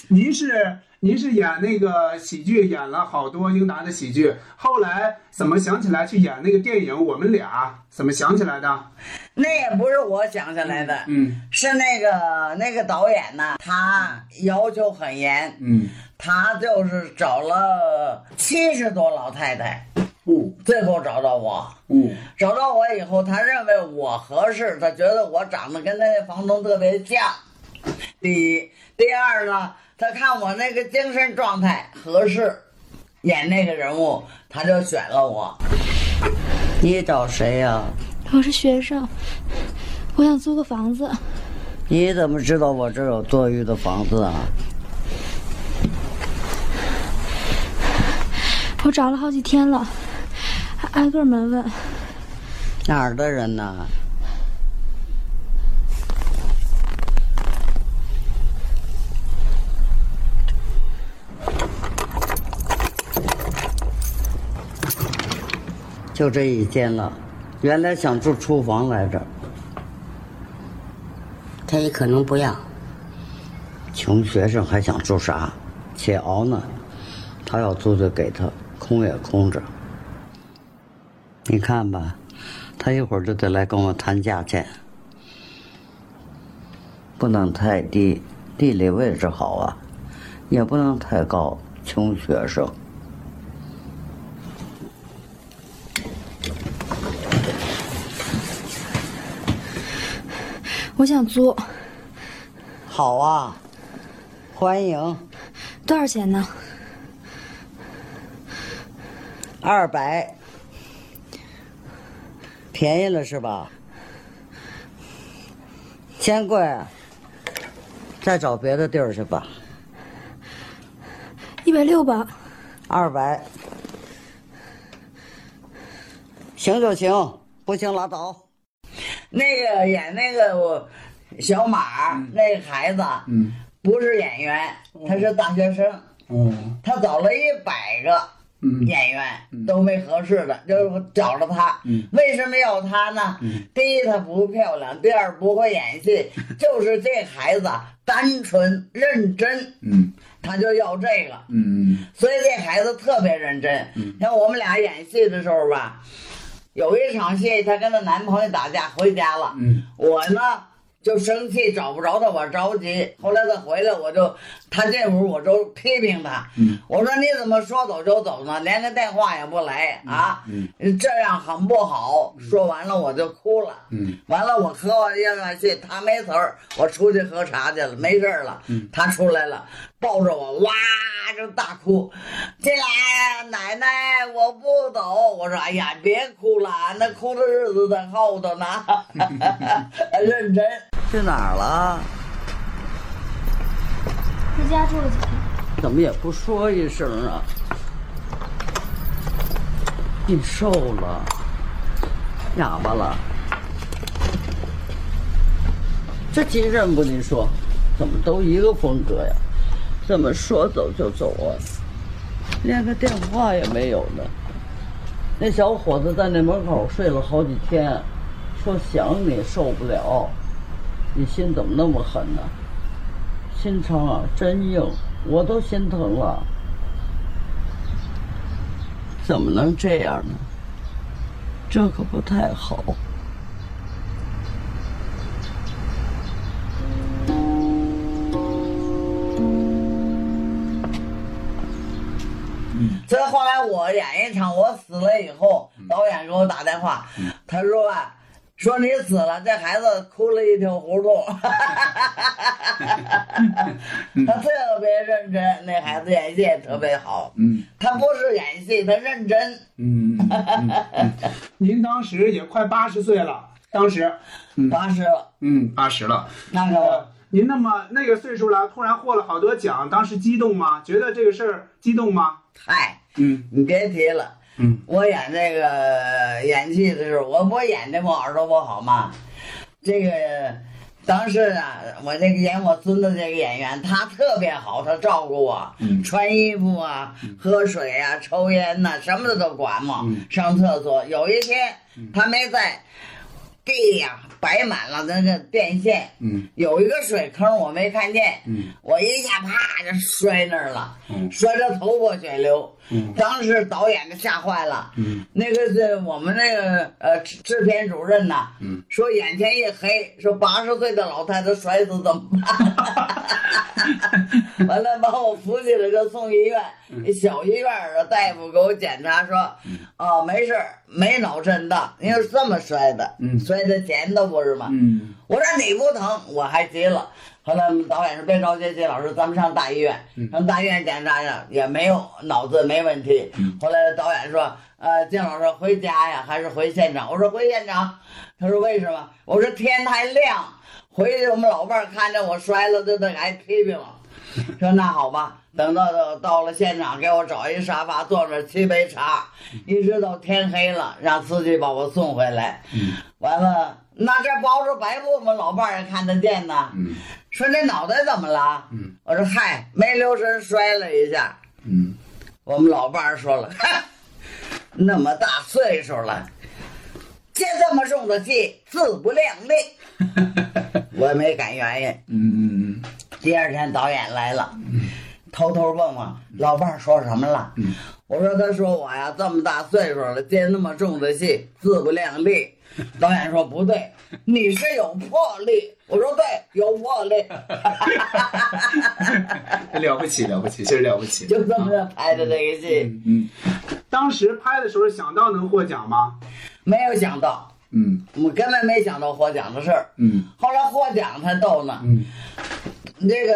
Speaker 2: 您是您是演那个喜剧，演了好多英达的喜剧，后来怎么想起来去演那个电影《我们俩》？怎么想起来的？
Speaker 1: 那也不是我想起来的，
Speaker 2: 嗯
Speaker 1: 是那个那个导演呐，他要求很严，
Speaker 2: 嗯，
Speaker 1: 他就是找了七十多老太太，
Speaker 2: 嗯，
Speaker 1: 最后找到我，
Speaker 2: 嗯，
Speaker 1: 找到我以后，他认为我合适，他觉得我长得跟他那房东特别像，第一，第二呢，他看我那个精神状态合适，演那个人物，他就选了我。你找谁呀、
Speaker 19: 我是学生，我想租个房子。
Speaker 1: 你怎么知道我这有多余的房子啊？
Speaker 19: 我找了好几天了，还挨个儿门问。
Speaker 1: 哪儿的人呢？就这一间了，原来想住厨房来着，
Speaker 20: 他也可能不要。
Speaker 1: 穷学生还想住啥？且熬呢，他要租就给他，空也空着。你看吧，他一会儿就得来跟我谈价钱，不能太低，地理位置好啊，也不能太高，穷学生。
Speaker 19: 我想租，
Speaker 1: 好啊，欢迎，
Speaker 19: 多少钱呢？
Speaker 1: 二百，便宜了是吧？嫌贵，再找别的地儿去吧。
Speaker 19: 一百六吧。
Speaker 1: 二百，行就行，不行拉倒。那个演那个我小马、那个孩子，
Speaker 2: 嗯，
Speaker 1: 不是演员，他是大学生，
Speaker 2: 哦，
Speaker 1: 他找了一百个演员、都没合适的，就是找了他。
Speaker 2: 嗯
Speaker 1: 为什么要他呢？
Speaker 2: 嗯
Speaker 1: 第一，她不漂亮；第二，不会演
Speaker 2: <laughs>
Speaker 1: 戏，就是这孩子单纯认真，
Speaker 2: 嗯
Speaker 1: 他就要这个。
Speaker 2: 嗯
Speaker 1: 所以这孩子特别认真。像我们俩演戏的时候吧，有一场戏，她跟她男朋友打架回家了，
Speaker 2: 嗯
Speaker 1: 我呢就生气，找不着她，我着急。后来她回来，我就她这屋我就批评她，
Speaker 2: 嗯
Speaker 1: 我说你怎么说走就走呢？连个电话也不来啊？
Speaker 2: 嗯
Speaker 1: 这样很不好。说完了我就哭了。
Speaker 2: 嗯
Speaker 1: 完了，我喝完夜晚戏，他没词儿，我出去喝茶去了，没事儿了。
Speaker 2: 嗯
Speaker 1: 他出来了，抱着我哇就大哭，进来呀，奶奶，我不走。我说，哎呀，别哭了，那哭的日子在后头呢。 <laughs> 认真。去哪儿了？
Speaker 12: 回家住了几天。
Speaker 1: 怎么也不说一声啊？你瘦了，哑巴了，这几任不你说，怎么都一个风格呀？怎么说走就走啊？连个电话也没有呢。那小伙子在那门口睡了好几天，说想你受不了，你心怎么那么狠呢、心肠啊，真硬，我都心疼了。怎么能这样呢？这可不太好。所以后来我演一场，我死了以后，导演给我打电话，他说啊，说你死了，这孩子哭了一条胡同。 <laughs> 他特别认真，那孩子演戏也特别好。
Speaker 2: 嗯
Speaker 1: 他不是演戏，他认真。
Speaker 2: 嗯嗯嗯嗯，
Speaker 1: <laughs>
Speaker 2: 您当时也快八十岁了，当时
Speaker 1: 八十了，
Speaker 2: 嗯，八十了，
Speaker 1: 那个
Speaker 2: 您那么那个岁数了，突然获了好多奖，当时激动吗？觉得这个事儿激动吗？
Speaker 1: 嗨，
Speaker 2: 嗯
Speaker 1: 你别提了，
Speaker 2: 嗯，
Speaker 1: 我演这个演戏的时候，我不演这我耳朵不好吗？这个当时啊，我这个演我孙子这个演员，他特别好，他照顾我，
Speaker 2: 嗯
Speaker 1: 穿衣服啊，喝水啊，抽烟呐、什么的都管嘛。
Speaker 2: 嗯
Speaker 1: 上厕所，有一天他没在，地呀、摆满了那个电线，
Speaker 2: 嗯
Speaker 1: 有一个水坑我没看见，
Speaker 2: 嗯
Speaker 1: 我一下啪就摔那儿了，
Speaker 2: 嗯
Speaker 1: 摔得头破血流。
Speaker 2: 嗯
Speaker 1: 当时导演就吓坏了，
Speaker 2: 嗯
Speaker 1: 那个是我们那个呃制制片主任呐、
Speaker 2: 嗯
Speaker 1: 说眼前一黑，说八十岁的老太太摔死怎么办？ <laughs> 完了把我扶起来就送医院，
Speaker 2: 嗯
Speaker 1: 小医院儿的大夫给我检查说，啊没事儿，没脑震荡，因为是这么摔的，
Speaker 2: 嗯
Speaker 1: 摔的前头不是吗？
Speaker 2: 嗯
Speaker 1: 我说你不疼，我还急了。后来导演说别着急，金老师，咱们上大医院，上大医院检查呀，也没有脑子没问题。后来导演说，呃，金老师回家呀，还是回现场？我说回现场。他说为什么？我说天还亮，回去我们老伴儿看见我摔了，就得挨批评了。说那好吧，等到到到了现场，给我找一沙发坐那儿沏杯茶，一直到天黑了，让司机把我送回来。完了，那这包着白布嘛，老伴儿也看得见呐。
Speaker 2: 嗯
Speaker 1: 说这脑袋怎么了？
Speaker 2: 嗯
Speaker 1: 我说嗨，没留神摔了一下。
Speaker 2: 嗯
Speaker 1: 我们老伴儿说了，哈，那么大岁数了，接这么重的气，自不量
Speaker 2: <laughs>
Speaker 1: 力。我也没敢原因。
Speaker 2: 嗯嗯嗯
Speaker 1: 第二天导演来了，偷偷问问老伴儿说什么了。我说他说我呀这么大岁数了，接那么重的戏，自不量力。导演说不对，你是有魄力。我说对，有魄力，
Speaker 2: 哎
Speaker 3: 了不起了不起，真了不
Speaker 1: <laughs>
Speaker 3: 起。
Speaker 1: 就这么着拍的这个戏。
Speaker 3: 嗯，
Speaker 2: 当时拍的时候想到能获奖吗？
Speaker 1: 没有想到，
Speaker 3: 嗯
Speaker 1: 我根本没想到获奖的事儿。
Speaker 3: 嗯
Speaker 1: 后来获奖才逗呢。
Speaker 3: 嗯，
Speaker 1: 这个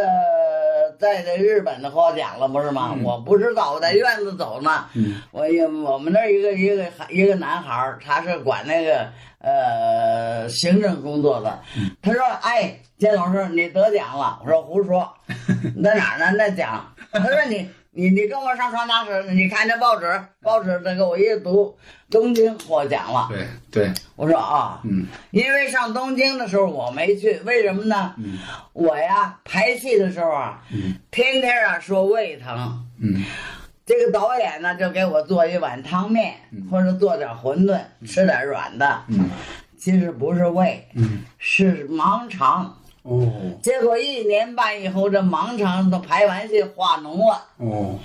Speaker 1: 在这日本的获奖了不是吗？我不知道，我在院子走呢。
Speaker 3: 嗯
Speaker 1: 我一我们那儿一个一个孩一个男孩儿，他是管那个呃行政工作的。他说：“哎，建老师，你得奖了。”我说：“胡说，在哪儿呢？那奖？”他说：“你你你跟我上传达室，你看这报纸，报纸他给我一读，东京获奖了。”
Speaker 3: 对对，
Speaker 1: 我说啊，
Speaker 3: 嗯
Speaker 1: 因为上东京的时候我没去，为什么呢？
Speaker 3: 嗯
Speaker 1: 我呀排戏的时候啊，
Speaker 3: 嗯
Speaker 1: 天天啊说胃疼，
Speaker 3: 嗯
Speaker 1: 这个导演呢就给我做一碗汤面，或者做点馄饨，吃点软的。
Speaker 3: 嗯
Speaker 1: 其实不是胃，
Speaker 3: 嗯，
Speaker 1: 是盲肠。
Speaker 3: 哦
Speaker 1: 结果一年半以后，这盲肠都排完戏化脓了。
Speaker 3: 哦，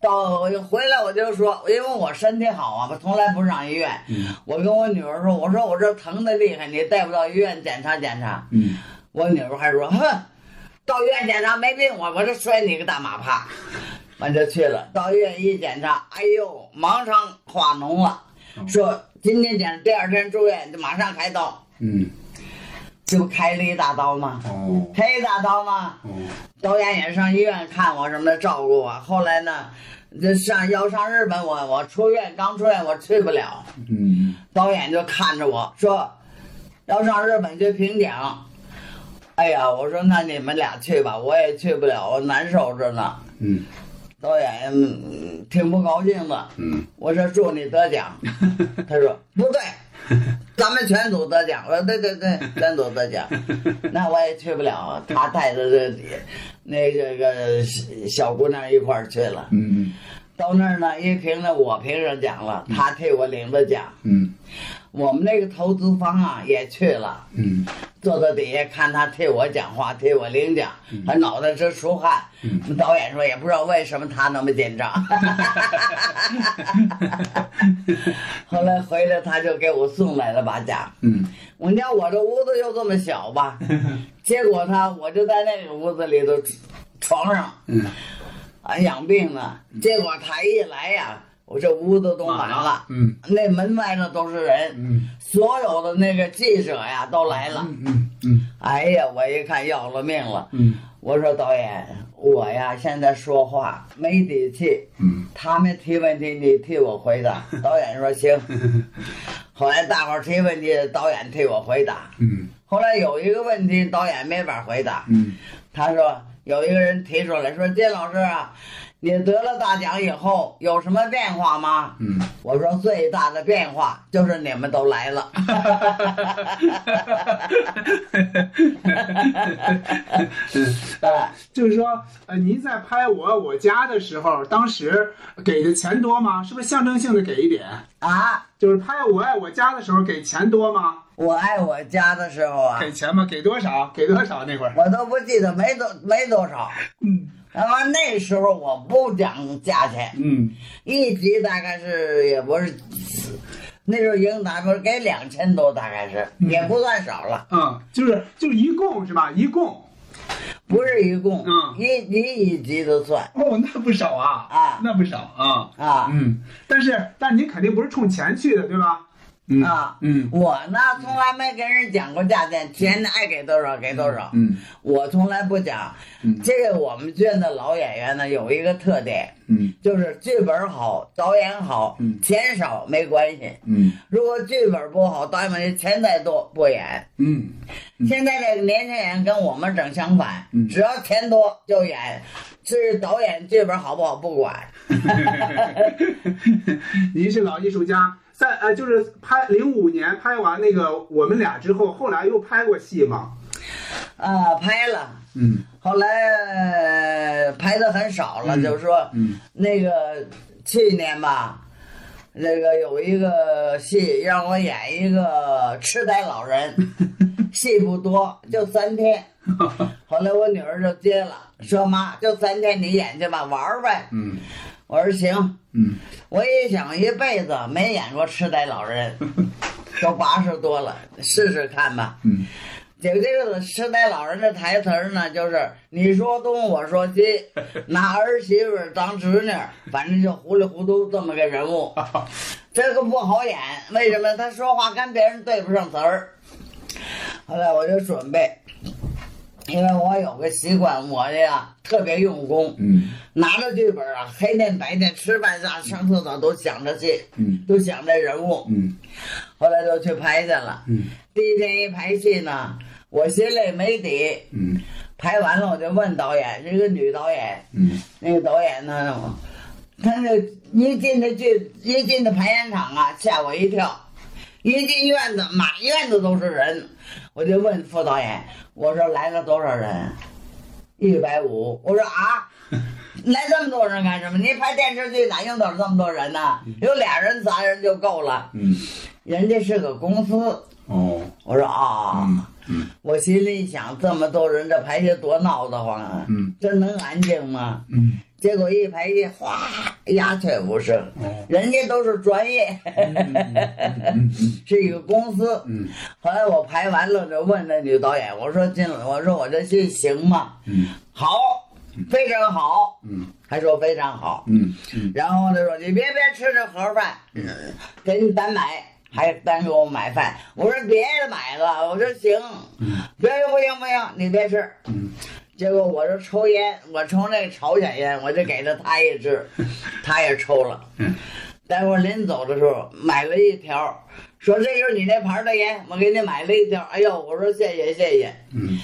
Speaker 1: 到我就回来我就说，因为我身体好啊，我从来不上医院。
Speaker 3: 嗯
Speaker 1: 我跟我女儿说，我说我这疼的厉害，你带不到医院检查检查。
Speaker 3: 嗯
Speaker 1: 我女儿还说，哼，到医院检查没病，我我这摔你个大马趴。完就去了，到医院一检查，哎呦，盲肠化脓了，说今天检查，第二天住院就马上开刀。
Speaker 3: 嗯
Speaker 1: 这不开了一大刀吗？
Speaker 3: 哦
Speaker 1: 开一大刀吗？
Speaker 3: 哦
Speaker 1: 导演也上医院看我什么的，照顾我。后来呢，这上要上日本，我我出院刚出院，我去不了。
Speaker 3: 嗯
Speaker 1: 导演就看着我说，要上日本去评奖。哎呀，我说那你们俩去吧，我也去不了，我难受着呢。
Speaker 3: 嗯
Speaker 1: 导演嗯挺不高兴的。
Speaker 3: 嗯
Speaker 1: 我说祝你得奖，他说不对，咱们全组得奖。我说对对对，全组得奖，那我也去不了。他带着这那个个小姑娘一块儿去了。
Speaker 3: 嗯
Speaker 1: 到那儿呢，一评呢，我评上奖了，他替我领的奖。
Speaker 3: 嗯
Speaker 1: 我们那个投资方啊也去了，
Speaker 3: 嗯
Speaker 1: 坐到底下看他替我讲话，替我领奖，
Speaker 3: 嗯
Speaker 1: 他脑袋直出汗。导演说也不知道为什么他那么紧
Speaker 3: <laughs>
Speaker 1: 张。后来回来他就给我送来了把奖。
Speaker 3: 嗯
Speaker 1: 我家我这屋子又这么小吧，结果他我就在那个屋子里头床上
Speaker 3: 嗯
Speaker 1: 啊养病呢，结果他一来呀，我这屋子都满了，
Speaker 3: 嗯
Speaker 1: 那门外头都是人，
Speaker 3: 嗯
Speaker 1: 所有的那个记者呀都来了。
Speaker 3: 嗯嗯
Speaker 1: 哎呀，我一看要了命了，
Speaker 3: 嗯
Speaker 1: 我说导演，我呀现在说话没底气，
Speaker 3: 嗯
Speaker 1: 他们提问题你替我
Speaker 2: <laughs>
Speaker 1: 回答。导演说行，后来大伙儿提问题，导演替我回答。
Speaker 3: 嗯
Speaker 1: 后来有一个问题，导演没法回答，
Speaker 3: 嗯
Speaker 1: 他说有一个人提出来说：“金老师啊，你得了大奖以后有什么变化吗？”
Speaker 3: 嗯，
Speaker 1: 我说最大的变化就是你们都
Speaker 2: <laughs>
Speaker 1: 来了。
Speaker 2: 呃，就是说，呃，您在拍我我家的时候，当时给的钱多吗？是不是象征性的给一点
Speaker 1: 啊？
Speaker 2: 就是拍我爱我家的时候给钱多吗？
Speaker 1: 我爱我家的时候啊，
Speaker 2: 给钱吗？给多少？给多少那会儿？
Speaker 1: 我都不记得没多没多少。
Speaker 2: 嗯，
Speaker 1: 他妈那时候我不讲价钱，
Speaker 3: 嗯
Speaker 1: 一集大概是也不是，那时候英达不是给两千多，大概是也不算少了，
Speaker 2: 嗯，就是就一共是吧？一共
Speaker 1: 不是一共，
Speaker 2: 嗯
Speaker 1: 一集一集的算
Speaker 2: 哦，那不少啊，
Speaker 1: 啊
Speaker 2: 那不少啊
Speaker 1: 啊
Speaker 2: 嗯，但是但您肯定不是冲钱去的，对吧？
Speaker 3: 嗯
Speaker 1: 啊。
Speaker 3: 嗯
Speaker 1: 我呢，从来没跟人讲过价钱，钱爱给多少给多少，
Speaker 3: 嗯
Speaker 1: 我从来不讲。
Speaker 2: 嗯
Speaker 1: 这个我们圈的老演员呢，有一个特点，
Speaker 3: 嗯
Speaker 1: 就是剧本好，导演好，
Speaker 3: 嗯
Speaker 1: 钱少没关系。
Speaker 3: 嗯
Speaker 1: 如果剧本不好，导演把钱再多不演。
Speaker 3: 嗯
Speaker 1: 现在这个年轻演员跟我们整相反，
Speaker 3: 嗯
Speaker 1: 只要钱多就演，至于导演剧本好不好不管。
Speaker 2: 您是老艺术家，在呃，就是拍零五年拍完那个我们俩之后，后来又拍过戏吗？
Speaker 1: 啊，拍了，
Speaker 3: 嗯
Speaker 1: 后来呃拍的很少了，
Speaker 3: 嗯
Speaker 1: 就是说
Speaker 3: 嗯
Speaker 1: 那个去年吧。那个有一个戏让我演
Speaker 3: <laughs>
Speaker 1: 一个痴呆老人，戏不多，就三天。后后来我女儿就接了，说妈，就三天你演去吧，玩儿呗。
Speaker 3: 嗯
Speaker 1: 我说行，
Speaker 3: 嗯，
Speaker 1: 我也想一辈子没演过痴呆老人，都八十多了，试试看吧。
Speaker 3: 嗯，
Speaker 1: 姐夫这个痴呆老人的台词儿呢，就是你说东我说西，拿儿媳妇儿当侄女儿，反正就糊里糊涂这么个人物。这个不好演，为什么？他说话跟别人对不上词儿。后来我就准备，因为我有个习惯，我呀特别用功。
Speaker 3: 嗯
Speaker 1: 拿着剧本啊，黑天白天吃饭上上厕所都想着戏，
Speaker 3: 嗯
Speaker 1: 都想这人物，
Speaker 3: 嗯
Speaker 1: 后来就去排去了。
Speaker 3: 嗯
Speaker 1: 第一天一排戏呢，我心里没底，
Speaker 3: 嗯
Speaker 1: 排完了我就问导演，是一个女导演，
Speaker 3: 嗯
Speaker 1: 那个导演呢，他那一进这剧，一进这排演场啊，吓我一跳。一进院子，满院子都是人，我就问副导演：“我说来了多少人？一百五。”我说
Speaker 3: <laughs>
Speaker 1: 啊，来这么多人干什么？你拍电视剧哪用得着这么多人呢、有俩人、仨人就够了。
Speaker 3: 嗯，
Speaker 1: 人家是个公司，
Speaker 3: 哦，
Speaker 1: 我说啊、
Speaker 3: 嗯
Speaker 1: 我心里想，这么多人，这排戏多闹得慌啊！
Speaker 3: 嗯
Speaker 1: 真能安静吗？
Speaker 3: 嗯
Speaker 1: 结果一排戏，哗，鸦雀无声。人家都是专业，是一个公司。
Speaker 3: 嗯
Speaker 1: 后来我排完了，就问那女导演：“我说进，我说我这戏行吗？”
Speaker 3: 嗯
Speaker 1: 好，非常好，
Speaker 3: 嗯
Speaker 1: 还说非常好。
Speaker 3: 嗯嗯
Speaker 1: 然后他说：“你别别吃这盒饭，给你单买，还单给我买饭。”我说：“别买了。”我说：“行。”别不行不行，你别吃。
Speaker 3: 嗯
Speaker 1: 结果我这抽烟，我抽那朝鲜烟，我就给了他一支，他也抽了。待会儿临走的时候买了一条，说这就是你那盘的烟，我给你买了一条。哎呦，我说谢谢谢谢。
Speaker 3: 嗯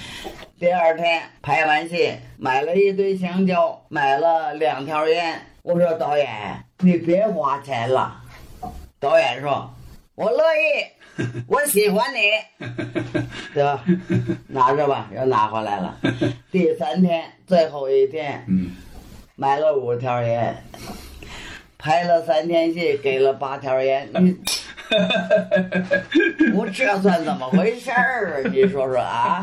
Speaker 1: 第二天拍完戏，买了一堆香蕉，买了两条烟。我说导演，你别花钱了。导演说，我乐意，
Speaker 3: <laughs>
Speaker 1: 我喜欢你，对吧？拿着吧，又拿回来了。第三天，最后一天，
Speaker 3: 嗯
Speaker 1: 买了五条烟，拍了三天戏，给了八条烟，你，我这算怎么回事儿啊？你说说啊！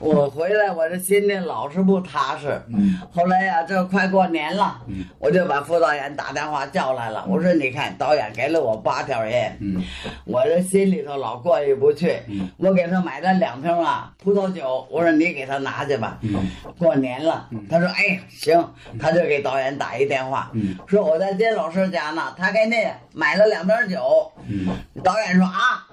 Speaker 1: 我回来，我这心里老是不踏实。
Speaker 3: 嗯
Speaker 1: 后来呀、这快过年了，我就把副导演打电话叫来了。我说：“你看，导演给了我八条烟，
Speaker 3: 嗯
Speaker 1: 我这心里头老过意不去。我给他买了两瓶啊葡萄酒，我说你给他拿去吧。
Speaker 3: 嗯
Speaker 1: 过年了，他说：‘哎，行。’他就给导演打一电话，
Speaker 3: 嗯
Speaker 1: 说我在金老师家呢，他给你买了两瓶酒。
Speaker 3: 嗯
Speaker 1: 导演说啊，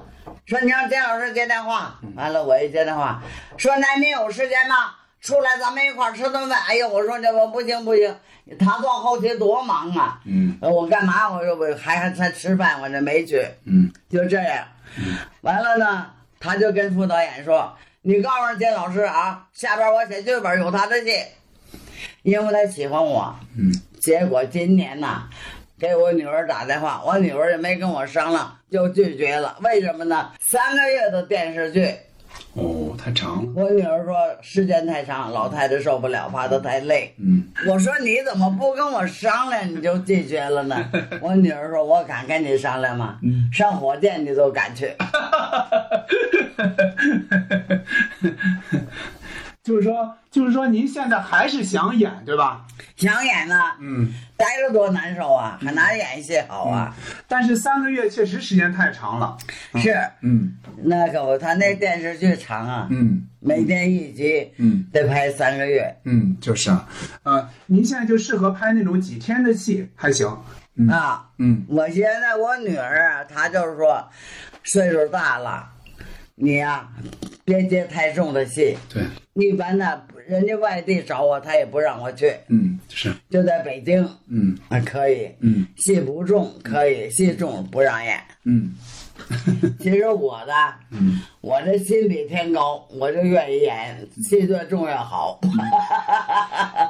Speaker 1: 说你让金老师接电话。完了，我一接电话，说那你有时间吗？出来咱们一块儿吃顿饭。哎呦，我说这我不行不行，他做后期多忙啊。
Speaker 3: 嗯
Speaker 1: 呃我干嘛？我说我还还才吃饭，我这没去。
Speaker 3: 嗯
Speaker 1: 就这样，完了呢，他就跟副导演说：“你告诉金老师啊，下边我写剧本有他的戏，因为他喜欢我。”
Speaker 3: 嗯
Speaker 1: 结果今年呐、给我女儿打电话，我女儿也没跟我商量，就拒绝了。为什么呢？三个月的电视剧，
Speaker 3: 哦，太长了。
Speaker 1: 我女儿说时间太长，老太太受不了，怕她太累。
Speaker 3: 嗯
Speaker 1: <laughs> 我说你怎么不跟我商量你就拒绝了
Speaker 2: <laughs>
Speaker 1: 呢？我女儿说：“我敢跟你商量吗？
Speaker 3: 嗯
Speaker 1: 上火箭你都敢去。”
Speaker 2: <laughs> 就是说，就是说，您现在还是想演对吧？
Speaker 1: 想演呢，
Speaker 2: 嗯，
Speaker 1: 待着多难受啊，还哪演戏好啊？
Speaker 2: 但是三个月确实时间太长了。
Speaker 1: 是
Speaker 3: 嗯
Speaker 1: 那可不，他那电视剧长啊，
Speaker 3: 嗯
Speaker 1: 每天一集，
Speaker 3: 嗯
Speaker 1: 得拍三个月。
Speaker 3: 嗯，就是啊，
Speaker 2: 呃，您现在就适合拍那种几天的戏，还行。
Speaker 3: 嗯
Speaker 1: 啊，
Speaker 3: 嗯
Speaker 1: 我现在我女儿啊，她就是说，岁数大了，你呀、别接太重的戏。
Speaker 3: 对，
Speaker 1: 一般呢，人家外地找我，她也不让我去，
Speaker 3: 嗯是，
Speaker 1: 就在北京
Speaker 3: 嗯
Speaker 1: 啊，可以。
Speaker 3: 嗯
Speaker 1: 戏不重可以，戏重不让
Speaker 3: <laughs>
Speaker 1: 演。
Speaker 3: 嗯
Speaker 1: 其实我呢，
Speaker 3: 嗯
Speaker 1: 我这心比天高，我就愿意演，戏越重越好。
Speaker 2: <laughs>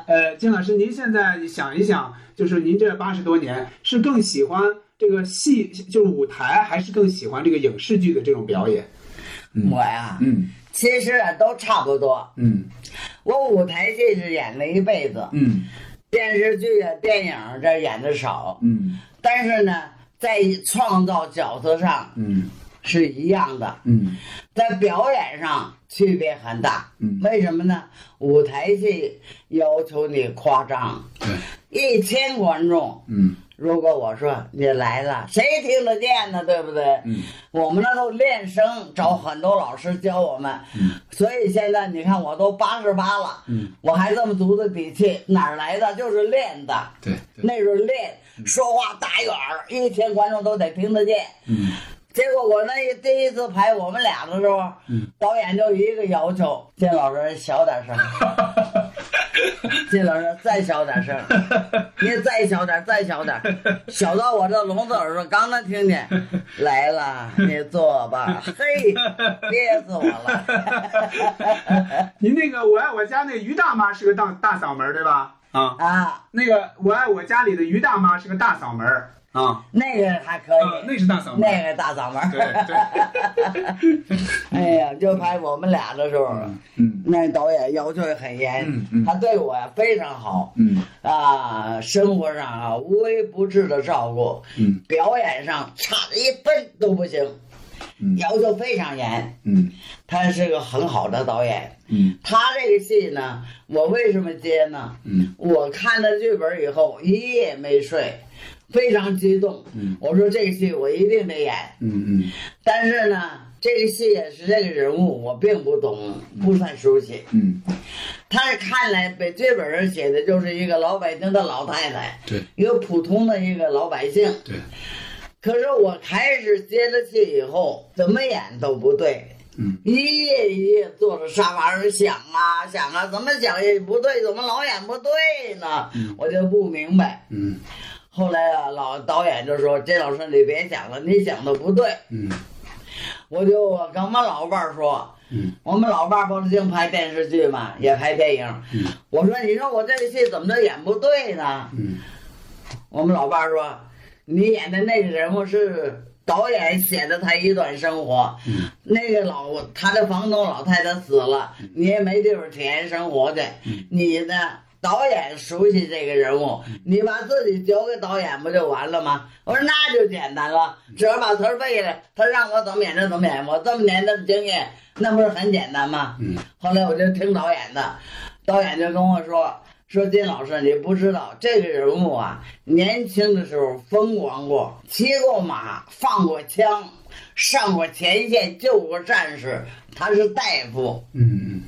Speaker 2: 呃，金老师，您现在想一想，就是您这八十多年是更喜欢这个戏，就是舞台，还是更喜欢这个影视剧的这种表演？
Speaker 1: 我呀，
Speaker 3: 嗯
Speaker 1: 其实啊都差不多。
Speaker 3: 嗯
Speaker 1: 我舞台戏是演了一辈子，
Speaker 3: 嗯
Speaker 1: 电视剧啊、电影这演的少，
Speaker 3: 嗯
Speaker 1: 但是呢，在创造角色上
Speaker 3: 嗯
Speaker 1: 是一样的，
Speaker 3: 嗯，
Speaker 1: 在表演上区别很大。
Speaker 3: 嗯
Speaker 1: 为什么呢？舞台戏要求你夸张，一千观众，
Speaker 3: 嗯
Speaker 1: 如果我说你来了，谁听得见呢？对不对？
Speaker 3: 嗯，
Speaker 1: 我们那都练声，找很多老师教我们，
Speaker 3: 嗯
Speaker 1: 所以现在你看我都八十八了，
Speaker 3: 嗯
Speaker 1: 我还这么足的底气，哪儿来的？就是练的，
Speaker 3: 对，
Speaker 1: 那是练，说话打远儿，一天观众都得听得见。
Speaker 3: 嗯
Speaker 1: 结果我那一第一次排我们俩的时候，
Speaker 3: 嗯
Speaker 1: 导演就一个要求，金老师小点声，
Speaker 3: <laughs>
Speaker 1: 金老师再小点声，你再小点，再小点，小到我这聋子耳朵刚能听见。来了，你坐吧。
Speaker 3: <laughs>
Speaker 1: 嘿， <laughs> 憋死我了。
Speaker 2: <laughs> 您那个《我爱我家》那于大妈是个大大嗓门儿对吧？啊
Speaker 1: 啊，
Speaker 2: 那个《我爱我家》里的于大妈是个大嗓门儿啊，
Speaker 1: 那个还可以，
Speaker 2: 那是大嗓门儿
Speaker 1: 那个大嗓门儿。
Speaker 2: 对对，
Speaker 1: 哎呀，就拍我们俩的时候，
Speaker 3: 嗯，
Speaker 1: 那导演要求也很严，
Speaker 3: 嗯嗯
Speaker 1: 他对我呀非常好
Speaker 3: 嗯
Speaker 1: 啊，生活上啊无微不至的照顾，
Speaker 3: 嗯
Speaker 1: 表演上差一分都不行，要求非常严。
Speaker 3: 嗯
Speaker 1: 他是个很好的导演，
Speaker 3: 嗯
Speaker 1: 他这个戏呢，我为什么接呢？
Speaker 3: 嗯
Speaker 1: 我看了剧本以后一夜没睡，非常激动。
Speaker 3: 嗯
Speaker 1: 我说这个戏我一定得演，
Speaker 3: 嗯嗯
Speaker 1: 但是呢，这个戏也是这个人物我并不懂，不太熟悉。
Speaker 3: 嗯，
Speaker 1: 他是看来北剧本上写的就是一个老北京的老太太，
Speaker 3: 对
Speaker 1: 一个普通的一个老百姓。
Speaker 3: 对，
Speaker 1: 可是我开始接了戏以后，怎么演都不对。
Speaker 3: 嗯，
Speaker 1: 一夜一夜坐在沙发上想啊想啊，怎么想也不对，怎么老演不对呢？
Speaker 3: 嗯
Speaker 1: 我就不明白。
Speaker 3: 嗯
Speaker 1: 后来啊，老导演就说：“这老师你别想了，你想的不对。”
Speaker 3: 嗯
Speaker 1: 我就我跟我老伴儿说，
Speaker 3: 嗯
Speaker 1: 我们老伴儿不是净拍电视剧嘛，也拍电影。
Speaker 3: 嗯
Speaker 1: 我说，你说我这个戏怎么就演不对呢？
Speaker 3: 嗯
Speaker 1: 我们老伴儿说，你演的那个人物是导演写的他一段生活，
Speaker 3: 嗯
Speaker 1: 那个老他的房东老太太死了，你也没地方体验生活去，你呢？导演熟悉这个人物，你把自己交给导演不就完了吗？我说那就简单了，只要把词儿背下来，他让我怎么演就怎么演，我这么年这么经验，那不是很简单吗？
Speaker 3: 嗯
Speaker 1: 后来我就听导演的，导演就跟我说说金老师，你不知道这个人物啊，年轻的时候风光过，骑过马，放过枪，上过前线救过战士，他是大夫。
Speaker 3: 嗯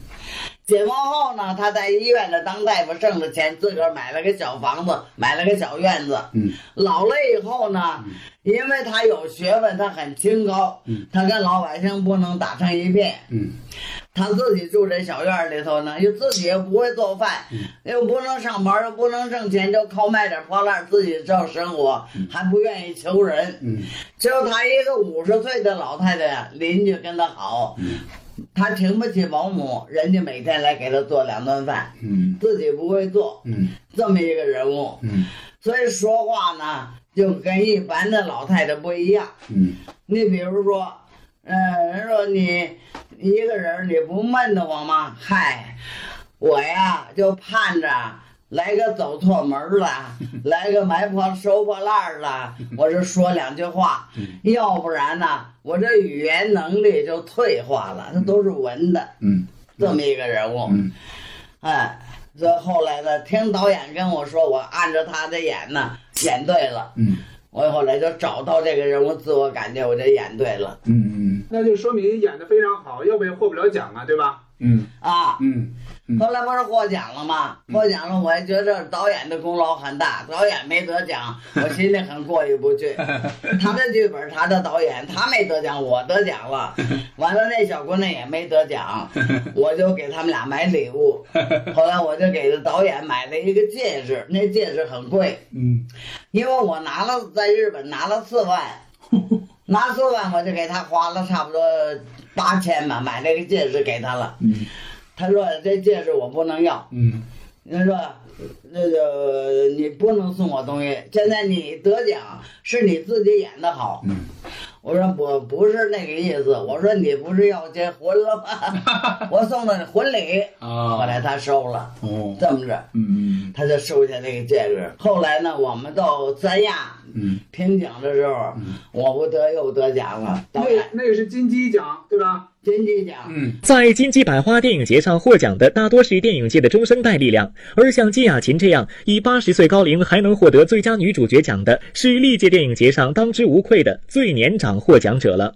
Speaker 1: 解放后呢，他在医院里当大夫，挣了钱，自个儿买了个小房子，买了个小院子。
Speaker 3: 嗯
Speaker 1: 老了以后呢，因为他有学问，他很清高，
Speaker 3: 嗯
Speaker 1: 他跟老百姓不能打成一片。
Speaker 3: 嗯
Speaker 1: 他自己住这小院儿里头呢，又自己又不会做饭，
Speaker 3: 嗯
Speaker 1: 又不能上班，又不能挣钱，就靠卖点破烂儿自己照生活，还不愿意求人。
Speaker 3: 嗯
Speaker 1: 就他一个五十岁的老太太呀，邻居跟他好，他请不起保姆，人家每天来给他做两顿饭，
Speaker 3: 嗯
Speaker 1: 自己不会做，
Speaker 3: 嗯
Speaker 1: 这么一个人物，
Speaker 3: 嗯
Speaker 1: 所以说话呢就跟一般的老太太不一样。
Speaker 3: 嗯
Speaker 1: 你比如说，嗯，人说你一个人儿你不闷得慌吗？嗨，我呀就盼着来个走错门儿了，来个埋破收破烂儿了，我是说两句话，要不然呢，我这语言能力就退化了，那都是文的，
Speaker 3: 嗯
Speaker 1: 这么一个人物，
Speaker 3: 嗯
Speaker 1: 哎。这后来呢，听导演跟我说，我按照他的演呢，演对了。
Speaker 3: 嗯
Speaker 1: 我后来就找到这个人物自我感觉，我就演对了
Speaker 3: 嗯
Speaker 2: 那就说明演的非常好，要不然获不了奖啊，对吧？
Speaker 3: 嗯
Speaker 1: 啊。
Speaker 3: 嗯
Speaker 1: 后来不是获奖了吗？获奖了，我还觉得导演的功劳很大，导演没得奖，我心里很过意不
Speaker 3: <laughs>
Speaker 1: 去。他的剧本，他的导演，他没得奖，我得奖
Speaker 3: <laughs>
Speaker 1: 了。完了，那小姑娘也没得奖，我就给他们俩买礼
Speaker 3: <laughs>
Speaker 1: 物。后来我就给导演买了一个戒指，那戒指很贵，
Speaker 3: 嗯
Speaker 1: 因为我拿了在日本拿了
Speaker 2: <laughs>
Speaker 1: 四万，拿四万我就给他花了差不多八千吧，买了一个戒指给他了。
Speaker 3: 嗯
Speaker 1: 他说这戒指我不能要，
Speaker 3: 嗯
Speaker 1: 他说那个你不能送我东西。现在你得奖是你自己演的好，
Speaker 3: 嗯
Speaker 1: 我说我不是那个意思，我说你不是要结婚
Speaker 2: <laughs>
Speaker 1: 了吗？我送的婚礼。
Speaker 2: 啊
Speaker 1: 后来他收了，
Speaker 2: 哦，
Speaker 1: 这么着，
Speaker 2: 嗯
Speaker 1: 他就收下那个戒指。后来呢，我们到三亚
Speaker 2: 嗯，
Speaker 1: 评奖的时候，我不得又得奖了，
Speaker 2: 那那个是金鸡奖对吧？
Speaker 1: 金鸡奖，
Speaker 2: 嗯，
Speaker 20: 在金鸡百花电影节上获奖的大多是电影界的中生代力量，而像季雅琴这样以八十岁高龄还能获得最佳女主角奖的，是历届电影节上当之无愧的最年长获奖者了。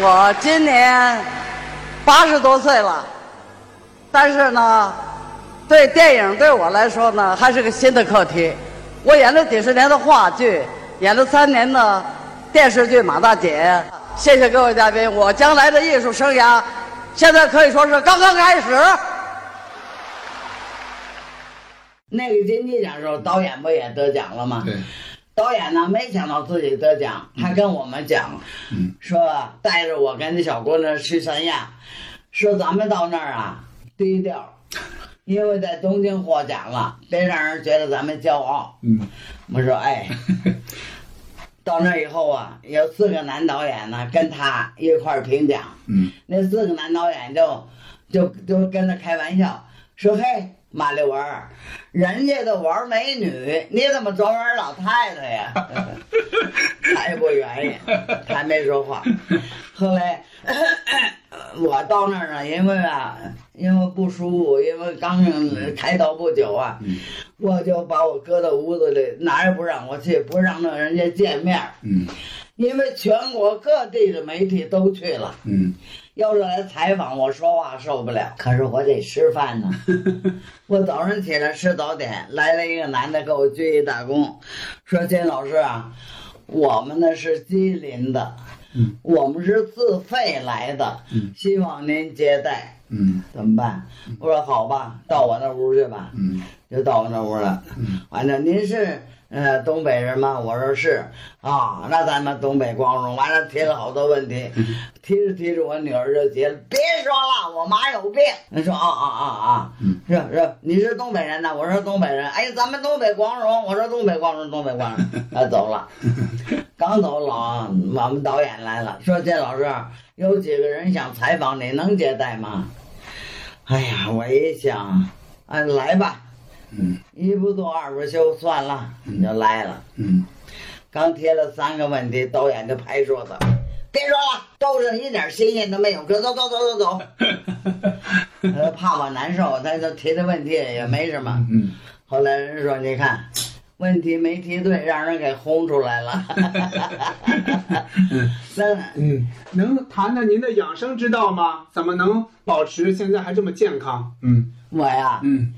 Speaker 21: 我今年八十多岁了，但是呢，对电影对我来说呢，还是个新的课题。我演了几十年的话剧，演了三年的电视剧《马大姐》。谢谢各位嘉宾，我将来的艺术生涯，现在可以说是刚刚开始。
Speaker 1: 那个金鸡奖的时候，导演不也得奖了吗？
Speaker 2: 对。
Speaker 1: 导演呢，没想到自己得奖，还跟我们讲，说带着我跟那小姑娘去三亚，说咱们到那儿啊低调，因为在东京获奖了，别让人觉得咱们骄傲。
Speaker 2: 嗯，
Speaker 1: 我说哎，到那儿以后啊，有四个男导演呢跟他一块儿评奖，
Speaker 2: 嗯，
Speaker 1: 那四个男导演就就就跟他开玩笑说：“嘿，马丽文儿，人家都玩美女，你怎么专玩老太太呀？” <laughs> 他也不愿意，他没说话。后来 <laughs> 我到那儿呢，因为啊，因为不舒服，因为刚开刀不久啊，我就把我搁到屋子里，哪儿也不让我去，不让那人家见面儿。
Speaker 2: 嗯
Speaker 1: 因为全国各地的媒体都去了，
Speaker 2: 嗯，
Speaker 1: 要是来采访我说话受不了，可是我得吃
Speaker 2: <laughs>
Speaker 1: 饭呢。我早上起来吃早点，来了一个男的给我鞠一大躬，说：“金老师啊，我们呢是吉林的，
Speaker 2: 嗯
Speaker 1: 我们是自费来的，
Speaker 2: 嗯
Speaker 1: 希望您接待，
Speaker 2: 嗯
Speaker 1: 怎么办？”我说：“好吧，到我那屋去吧。”
Speaker 2: 嗯
Speaker 1: 就到我那屋了。完了，您是呃东北人吗？我说是啊，那咱们东北光荣。完了提了好多问题，
Speaker 2: 嗯
Speaker 1: 提着提着我女儿就急了，别说了，我妈有病。人说啊啊啊啊，是是，你是东北人呐？我说东北人。哎，咱们东北光荣。我说东北光荣，东北光荣。他走了，刚走老我们导演来了，说金老师有几个人想采访你，能接待吗？哎呀，我一想，啊，来吧，
Speaker 2: 嗯
Speaker 1: 一不做二不休，算了，你就来了。
Speaker 2: 嗯
Speaker 1: 刚提了三个问题，导演就拍桌子，别说了，都是一点新鲜都没有，走走走走走走。他怕我难受，他就提的问题也没什么。
Speaker 2: 嗯
Speaker 1: 后来人说，你看，问题没提对，让人给轰出来了。那
Speaker 2: 嗯，能谈谈您的养生之道吗？怎么能保持现在还这么健康？嗯，
Speaker 1: 我呀，
Speaker 2: 嗯，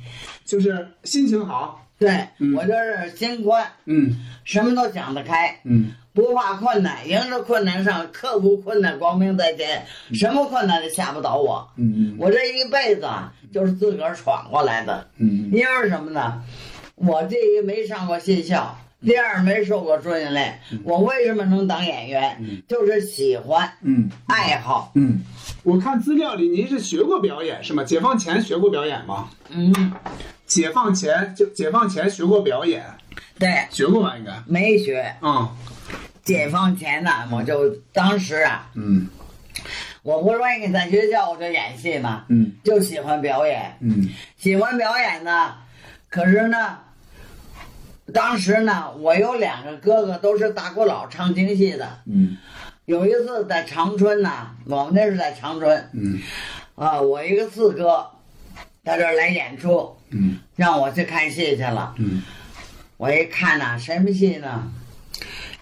Speaker 2: 就是心情好，
Speaker 1: 对、我就是心宽，
Speaker 2: 嗯
Speaker 1: 什么都想得开，
Speaker 2: 嗯
Speaker 1: 不怕困难，迎着困难上，克服困难，光明在前，什么困难都吓不倒我。
Speaker 2: 嗯
Speaker 1: 我这一辈子啊，就是自个儿闯过来的。
Speaker 2: 嗯
Speaker 1: 因为什么呢？我第一没上过戏校，
Speaker 2: 嗯
Speaker 1: 第二没受过训练。我为什么能当演员？就是喜欢、
Speaker 2: 嗯
Speaker 1: 爱好。
Speaker 2: 嗯，我看资料里您是学过表演是吗？解放前学过表演吗？
Speaker 1: 嗯，
Speaker 2: 解放前就解放前学过表演，
Speaker 1: 对，
Speaker 2: 学过吧应该。
Speaker 1: 没学。
Speaker 2: 嗯，
Speaker 1: 解放前呢、我就当时啊，
Speaker 2: 嗯
Speaker 1: 我不愿意在学校我就演戏嘛，
Speaker 2: 嗯
Speaker 1: 就喜欢表演。
Speaker 2: 嗯
Speaker 1: 喜欢表演呢，可是呢，当时呢，我有两个哥哥都是大鼓佬唱京戏的。
Speaker 2: 嗯
Speaker 1: 有一次在长春呐，我们那是在长春
Speaker 2: 嗯
Speaker 1: 啊，我一个四哥，到这儿来演出，
Speaker 2: 嗯
Speaker 1: 让我去看戏去了。
Speaker 2: 嗯
Speaker 1: 我一看呐、什么戏呢？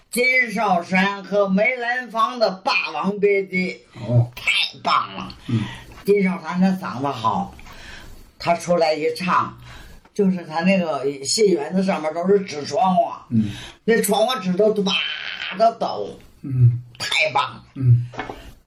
Speaker 1: 金少山和梅兰芳的《霸王别姬》
Speaker 2: 哦，
Speaker 1: 太棒了。
Speaker 2: 嗯
Speaker 1: 金少山他嗓子好，他出来一唱，就是他那个戏园子上面都是纸窗户，
Speaker 2: 嗯
Speaker 1: 那窗户纸都哇的抖，
Speaker 2: 嗯
Speaker 1: 太棒了。
Speaker 2: 嗯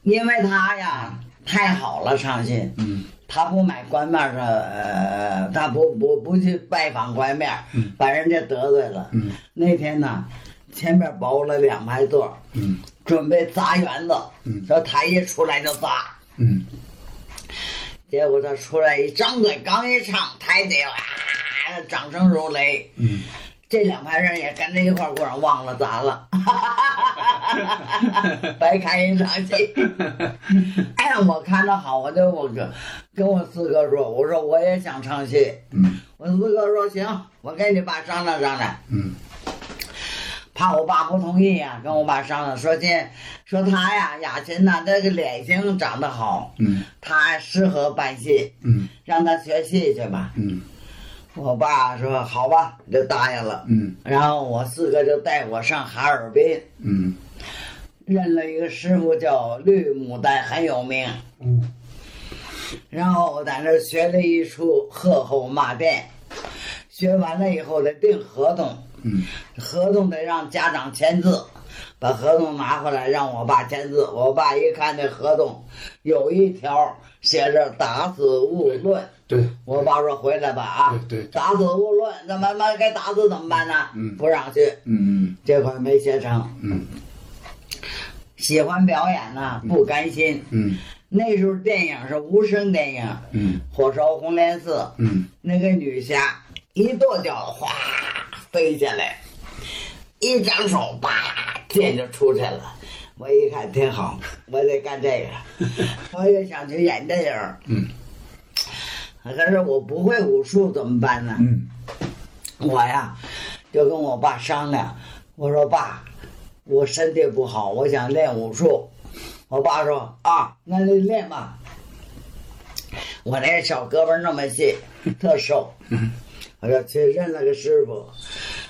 Speaker 1: 因为他呀太好了，唱戏，
Speaker 2: 嗯
Speaker 1: 他不买官面的，呃，他不不不去拜访官面，
Speaker 2: 嗯
Speaker 1: 把人家得罪了。
Speaker 2: 嗯
Speaker 1: 那天呢，前面包了两排座，
Speaker 2: 嗯
Speaker 1: 准备砸园子，
Speaker 2: 嗯
Speaker 1: 说他一出来就砸。
Speaker 2: 嗯
Speaker 1: 结果他出来一张嘴，刚一唱，台底哇，掌声如雷。
Speaker 2: 嗯
Speaker 1: 这两盘事儿也跟着一块儿，我让忘了咱了， <laughs> 白看一场戏。 <laughs> 哎，我看的好，我就我跟跟我四哥说，我说我也想唱戏。
Speaker 3: 嗯
Speaker 1: 我四哥说行，我跟你爸商量商量。
Speaker 3: 嗯，
Speaker 1: 怕我爸不同意呀、跟我爸商量说这说他呀，雅琴呐、这个脸型长得好，
Speaker 3: 嗯
Speaker 1: 他适合办戏，
Speaker 3: 嗯
Speaker 1: 让他学戏去吧。
Speaker 3: 嗯
Speaker 1: 我爸说好吧，就答应了。
Speaker 3: 嗯
Speaker 1: 然后我四哥就带我上哈尔滨，
Speaker 3: 嗯
Speaker 1: 认了一个师傅叫绿牡丹，很有名。
Speaker 3: 嗯，
Speaker 1: 然后我在那儿学了一出喝后骂辩，学完了以后得订合同，
Speaker 3: 嗯
Speaker 1: 合同得让家长签字，把合同拿回来让我爸签字。我爸一看这合同，有一条写着“打死勿论”。
Speaker 3: 对，
Speaker 1: 我爸说回来吧啊，
Speaker 3: 对对
Speaker 1: 打死勿论，怎么办？该打死怎么办呢？
Speaker 3: 嗯
Speaker 1: 不让去，
Speaker 3: 嗯
Speaker 1: 这块儿没学成。
Speaker 3: 嗯
Speaker 1: 喜欢表演呐，不甘心。
Speaker 3: 嗯
Speaker 1: 那时候电影是无声电影，
Speaker 3: 嗯
Speaker 1: 《火烧红莲寺》，
Speaker 3: 嗯
Speaker 1: 那个女侠一跺脚，哗飞下来，一张手，叭，剑就出去了。我一看挺好，我得干这个，我也想去演电影。
Speaker 3: 嗯，
Speaker 1: 可是我不会武术怎么办呢？
Speaker 3: 嗯，
Speaker 1: 我呀，就跟我爸商量，我说爸，我身体不好，我想练武术。我爸说啊，那就练吧。我那小胳膊那么细，特瘦，我就去认了个师傅，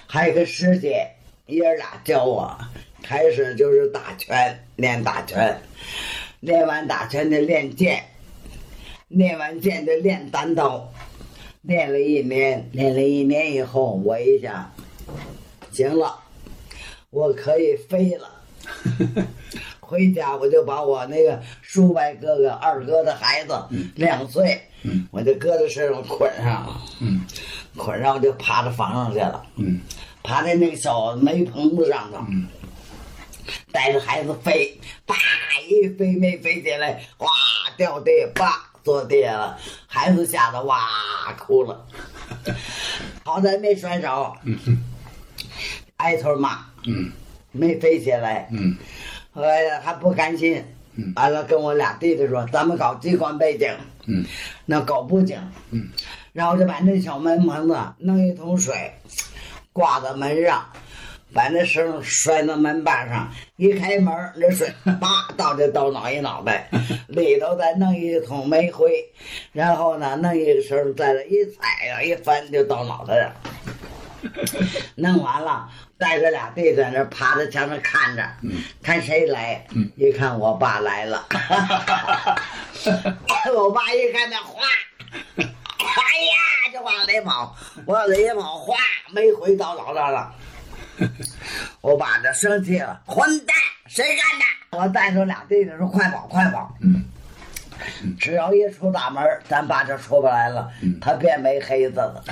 Speaker 1: 还有个师姐，爷儿俩教我。开始就是打拳，练打拳，练完打拳就练剑，练完剑就练单刀，练了一年，练了一年以后，我一想，行了，我可以飞了。回家我就把我那个叔伯哥哥二哥的孩子两岁，我就搁在身上捆上了，
Speaker 3: 嗯
Speaker 1: 捆上我就爬到房上去了，
Speaker 3: 嗯
Speaker 1: 爬在那个小煤棚子上头，带着孩子飞，啪一飞没飞起来，哇掉地，啪坐地下了，孩子吓得哇哭了，好在没摔着，
Speaker 3: 嗯
Speaker 1: 挨头骂，
Speaker 3: 嗯
Speaker 1: 没飞起来，
Speaker 3: 嗯
Speaker 1: 后来还不甘心，完了跟我俩弟弟说，咱们搞机关背景，
Speaker 3: 嗯
Speaker 1: 那搞布景，
Speaker 3: 嗯，
Speaker 1: 然后就把那小门棚子弄一桶水，挂在门上，把那绳拴到门把上，一开门那水叭倒这豆脑一脑袋，里头再弄一桶煤灰，然后呢弄一个绳在这一踩呀一翻就到脑袋上，弄完了。带着俩弟在那爬在墙上看着，看谁来。一看我爸来了， <laughs> 我爸一看那哗，哎呀，就往里跑，往里一跑，哗，没回到老大了。我爸就生气了，混蛋，谁干的？我带着俩弟弟说：“快跑，快跑！”只要一出大门，咱爸就出不来了，他变没黑子了。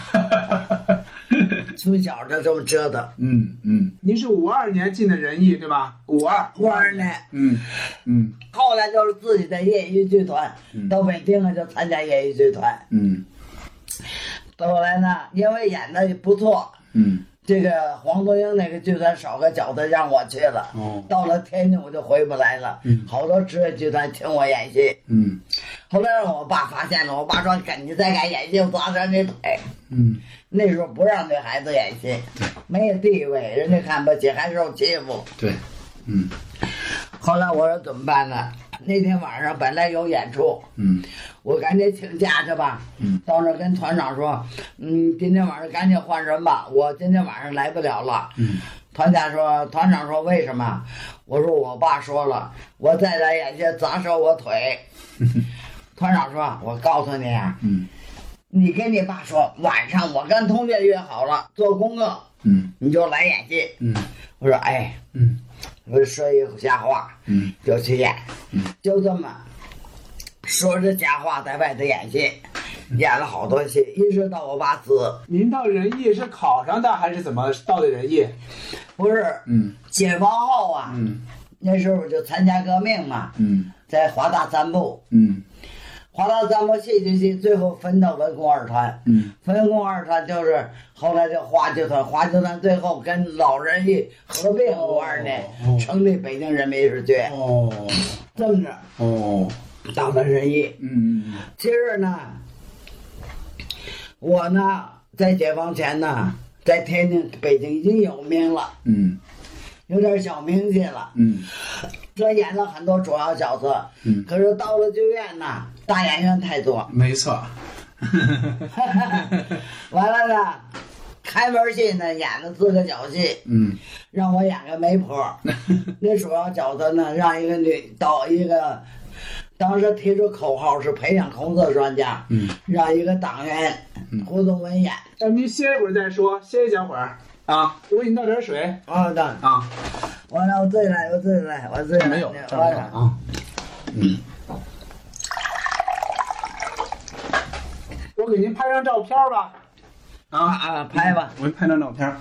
Speaker 1: 从小就这么折腾，
Speaker 3: 嗯嗯
Speaker 2: 您是五二年进的仁义对吧？五二
Speaker 1: 五二年，
Speaker 3: 嗯嗯
Speaker 1: 后来就是自己的业余剧团，到北京了就参加业余剧团。
Speaker 3: 嗯
Speaker 1: 后来呢，因为演的不错，
Speaker 3: 嗯
Speaker 1: 这个黄宗英那个剧团少个角色让我去了，
Speaker 3: 哦
Speaker 1: 到了天津我就回不来了。
Speaker 3: 嗯
Speaker 1: 好多职业剧团请我演戏，
Speaker 3: 嗯
Speaker 1: 后来让我爸发现了，我爸说：“赶你再敢演戏，我砸伤你腿。”
Speaker 3: 嗯
Speaker 1: 那时候不让女孩子演戏，没有地位，人家看不起，还受欺负。
Speaker 3: 对，嗯
Speaker 1: 后来我说怎么办呢？那天晚上本来有演出，
Speaker 3: 嗯
Speaker 1: 我赶紧请假去吧。
Speaker 3: 嗯
Speaker 1: 到那儿跟团长说，嗯，今天晚上赶紧换人吧，我今天晚上来不了了。
Speaker 3: 嗯
Speaker 1: 团长说，团长说为什么？我说我爸说了，我再来演戏砸折我腿。团长说，我告诉你啊，
Speaker 3: 嗯
Speaker 1: 你跟你爸说，晚上我跟同学约好了做功课，
Speaker 3: 嗯
Speaker 1: 你就来演戏。
Speaker 3: 嗯
Speaker 1: 我说哎，
Speaker 3: 嗯
Speaker 1: 我说一瞎话，
Speaker 3: 嗯
Speaker 1: 就去演，就这么说着瞎话在外头演戏，演了好多戏，一直到我爸死。
Speaker 2: 您到仁义是考上的还是怎么到的仁义？
Speaker 1: 不是
Speaker 3: 嗯
Speaker 1: 解放后啊，
Speaker 3: 嗯
Speaker 1: 那时候我就参加革命嘛，
Speaker 3: 嗯
Speaker 1: 在华大三部，
Speaker 3: 嗯
Speaker 1: 后来咱们戏剧系最后分到文工二团，
Speaker 3: 嗯，
Speaker 1: 文工二团就是后来叫话剧团，话剧团最后跟老人艺合并五二年，成立北京人民艺术剧。
Speaker 3: 哦，
Speaker 1: 这么着，
Speaker 3: 哦，
Speaker 1: 大文人艺。
Speaker 3: 嗯嗯
Speaker 1: 其实呢，我呢在解放前呢，在天津、北京已经有名了，
Speaker 3: 嗯
Speaker 1: 有点小名气了。
Speaker 3: 嗯
Speaker 1: 这演了很多主要角色，
Speaker 3: 嗯
Speaker 1: 可是到了剧院呢，大演员太多，
Speaker 3: 没错，
Speaker 1: 完了呢，开门戏呢演了四个小戏，
Speaker 3: 嗯
Speaker 1: 让我演个媒婆，那主要角色呢让一个女导一个，当时提出口号是培养红色专家，
Speaker 3: 嗯
Speaker 1: 让一个党员胡宗文演。
Speaker 2: 咱们歇一会儿再说，歇一小会儿啊。我给你倒点水。
Speaker 1: 啊，的
Speaker 2: 啊。
Speaker 1: 完了，我自己来，我自己来，我自己来。
Speaker 2: 没有这儿
Speaker 1: 完
Speaker 2: 没有
Speaker 1: 了哎
Speaker 2: 啊。
Speaker 3: 嗯，
Speaker 2: 我给您拍张照片吧。啊
Speaker 1: 啊，拍吧。
Speaker 2: 我拍张照片。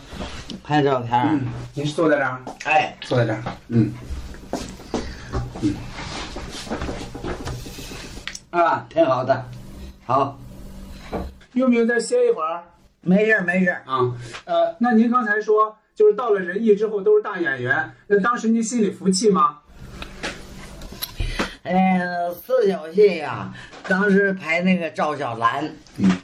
Speaker 1: 拍照片。
Speaker 2: 嗯，您坐在这儿。
Speaker 1: 哎，
Speaker 2: 坐在这儿。嗯
Speaker 3: 嗯
Speaker 1: 啊，挺好的，好。
Speaker 2: 用不用再歇一会儿？
Speaker 1: 没事儿没事儿
Speaker 2: 啊。呃，那您刚才说，就是到了仁义之后都是大演员，那当时您心里服气吗？
Speaker 1: 呃，四小戏呀、当时排那个赵小兰，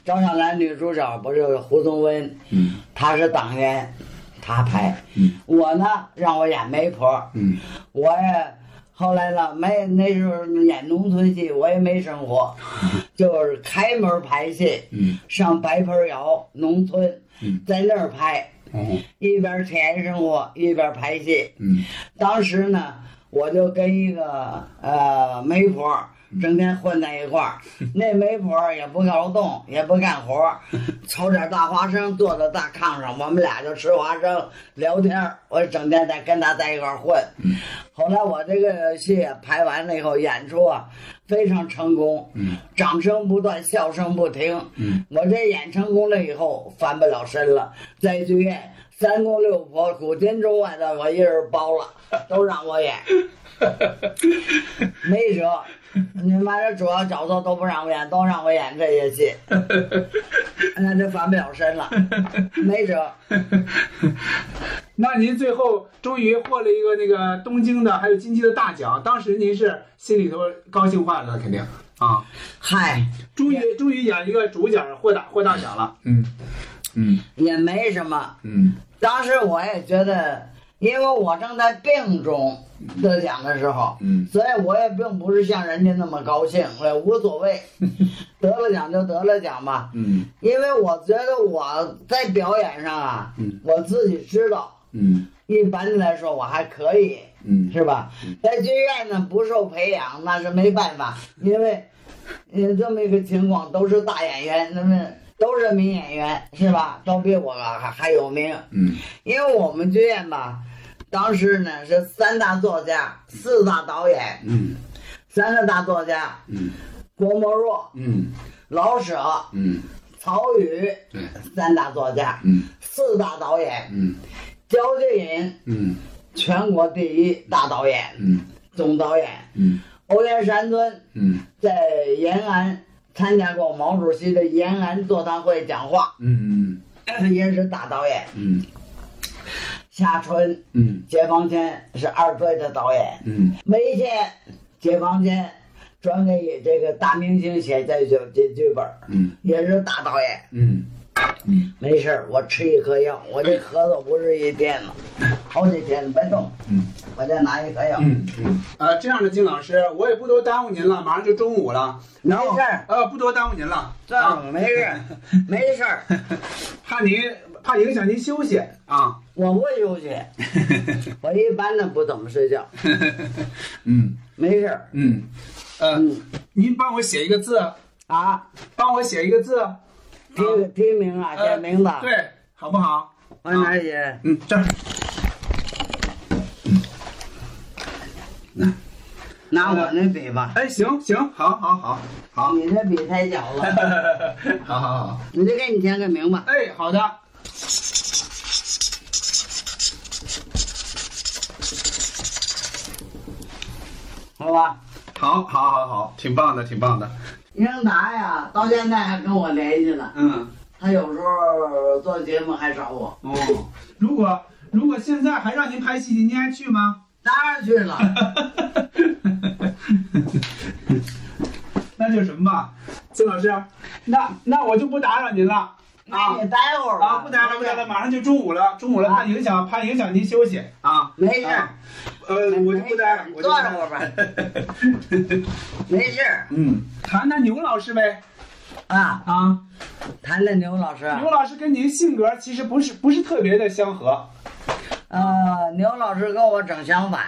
Speaker 1: 赵小兰女主角不是胡宗温，
Speaker 3: 嗯
Speaker 1: 她是党员，她排。
Speaker 3: 嗯
Speaker 1: 我呢，让我演媒婆，
Speaker 3: 嗯
Speaker 1: 我也后来呢，没那时候演农村戏，我也没生活，就是开门排戏，
Speaker 3: 嗯
Speaker 1: 上白盆窑农村，
Speaker 3: 嗯
Speaker 1: 在那儿拍，
Speaker 3: 哦
Speaker 1: 一边体验生活，一边排戏。
Speaker 3: 嗯
Speaker 1: 当时呢，我就跟一个呃媒婆整天混在一块儿，那媒婆也不劳动，也不干活儿，瞅点大花生，坐在大炕上，我们俩就吃花生聊天儿。我整天在跟她在一块儿混。后来我这个戏排完了以后，演出啊非常成功，
Speaker 3: 嗯
Speaker 1: 掌声不断，笑声不停。
Speaker 3: 嗯
Speaker 1: 我这演成功了以后，翻不了身了，在剧院三宫六婆、古今中外的，我一人包了，都让我
Speaker 2: <laughs>
Speaker 1: 演，没辙。你妈这主要角色都不让我演，都让我演这些
Speaker 2: <laughs>
Speaker 1: 戏，那就翻不了身了，没辙。
Speaker 2: 那您最后终于获了一个那个东京的还有金鸡的大奖，当时您是心里头高兴坏了，肯定啊。
Speaker 1: 嗨，
Speaker 2: 终于终于演一个主角获大获大奖了。
Speaker 3: 嗯嗯
Speaker 1: 也没什么。
Speaker 3: 嗯
Speaker 1: 当时我也觉得，因为我正在病中得奖的时候，
Speaker 3: 嗯
Speaker 1: 所以我也并不是像人家那么高兴，我也无所
Speaker 3: <laughs>
Speaker 1: 谓，得了奖就得了奖吧。
Speaker 3: 嗯
Speaker 1: 因为我觉得我在表演上啊，
Speaker 3: 嗯
Speaker 1: 我自己知道，
Speaker 3: 嗯
Speaker 1: 一般的来说我还可以，
Speaker 3: 嗯
Speaker 1: 是吧？在剧院呢不受培养那是没办法，因为，呃，这么一个情况都是大演员，那么都是名演员是吧？都比我还还有名，
Speaker 3: 嗯
Speaker 1: 因为我们剧院吧，当时呢是三大作家、四大导演、
Speaker 3: 嗯
Speaker 1: 三个大作家，
Speaker 3: 嗯
Speaker 1: 郭沫若、
Speaker 3: 嗯
Speaker 1: 老舍、
Speaker 3: 嗯
Speaker 1: 曹禺
Speaker 3: 对
Speaker 1: 三大作家，
Speaker 3: 嗯
Speaker 1: 四大导演，
Speaker 3: 嗯
Speaker 1: 焦俊隐
Speaker 3: 嗯
Speaker 1: 全国第一大导演、
Speaker 3: 嗯
Speaker 1: 总导演，
Speaker 3: 嗯
Speaker 1: 欧阳山尊
Speaker 3: 嗯
Speaker 1: 在延安参加过毛主席的延安座谈会讲话， <coughs>
Speaker 3: 嗯
Speaker 1: 也是大导演。
Speaker 3: 嗯
Speaker 1: 夏春，
Speaker 3: 嗯
Speaker 1: 解放前是二队的导演，
Speaker 3: 嗯
Speaker 1: 梅县解放前专给这个大明星写这剧这剧本，
Speaker 3: 嗯
Speaker 1: 也是大导演。
Speaker 3: 嗯嗯
Speaker 1: 没事儿，我吃一颗药，我这咳嗽不是一天了，好几天了，别动，
Speaker 3: 嗯
Speaker 1: 我再拿一颗药。
Speaker 3: 嗯嗯。
Speaker 2: 呃，这样的金老师，我也不多耽误您了，马上就中午了。然后
Speaker 1: 没事儿
Speaker 2: 呃，不多耽误您了。啊
Speaker 1: 这没事儿，没事儿，
Speaker 2: <laughs> 怕您怕影响您休息啊。
Speaker 1: 我不休
Speaker 2: <laughs>
Speaker 1: 息，我一般的不怎么睡觉，
Speaker 3: 嗯
Speaker 1: 没事儿。
Speaker 3: 嗯
Speaker 2: 呃，您帮我写一个字
Speaker 1: 啊，
Speaker 2: 帮我写一个字，
Speaker 1: 提个提名啊，
Speaker 2: 呃
Speaker 1: 写名字，
Speaker 2: 对，好不好？
Speaker 1: 往哪儿写？
Speaker 2: 嗯，这儿
Speaker 1: 拿我那笔吧，
Speaker 2: 哎，行行，好好好 <laughs> 好，
Speaker 1: 你这笔太小
Speaker 2: <laughs>
Speaker 1: 了，
Speaker 2: 好好好，
Speaker 1: 我就给你填个名吧。
Speaker 2: 哎，好的，
Speaker 1: 好吧，
Speaker 3: 好，好，好，好，挺棒的，挺棒的。
Speaker 1: 英达呀，到现在还跟我联系呢。
Speaker 3: 嗯，
Speaker 1: 他有时候做节目还
Speaker 2: <laughs>
Speaker 1: 找我。
Speaker 3: 哦，如果如果现在还让您拍戏，您还去吗？
Speaker 1: 当然去了。
Speaker 2: <laughs> 那就什么吧，孙老师，那那我就不打扰您了。啊，
Speaker 1: 你待会儿吧啊
Speaker 2: 啊，不打扰，不打扰，马上就中午了，中午了，怕影响，怕影响您休息啊。
Speaker 1: 没事
Speaker 2: 啊，呃，我就不打扰，我就不打扰
Speaker 1: 了吧。
Speaker 2: <laughs>
Speaker 1: 没事儿
Speaker 2: 嗯，谈谈牛老师呗。
Speaker 1: 啊
Speaker 2: 啊，
Speaker 1: 谈谈牛老师。啊
Speaker 2: 牛老师跟您性格其实不是不是特别的相合。
Speaker 1: 呃，牛老师跟我整相反。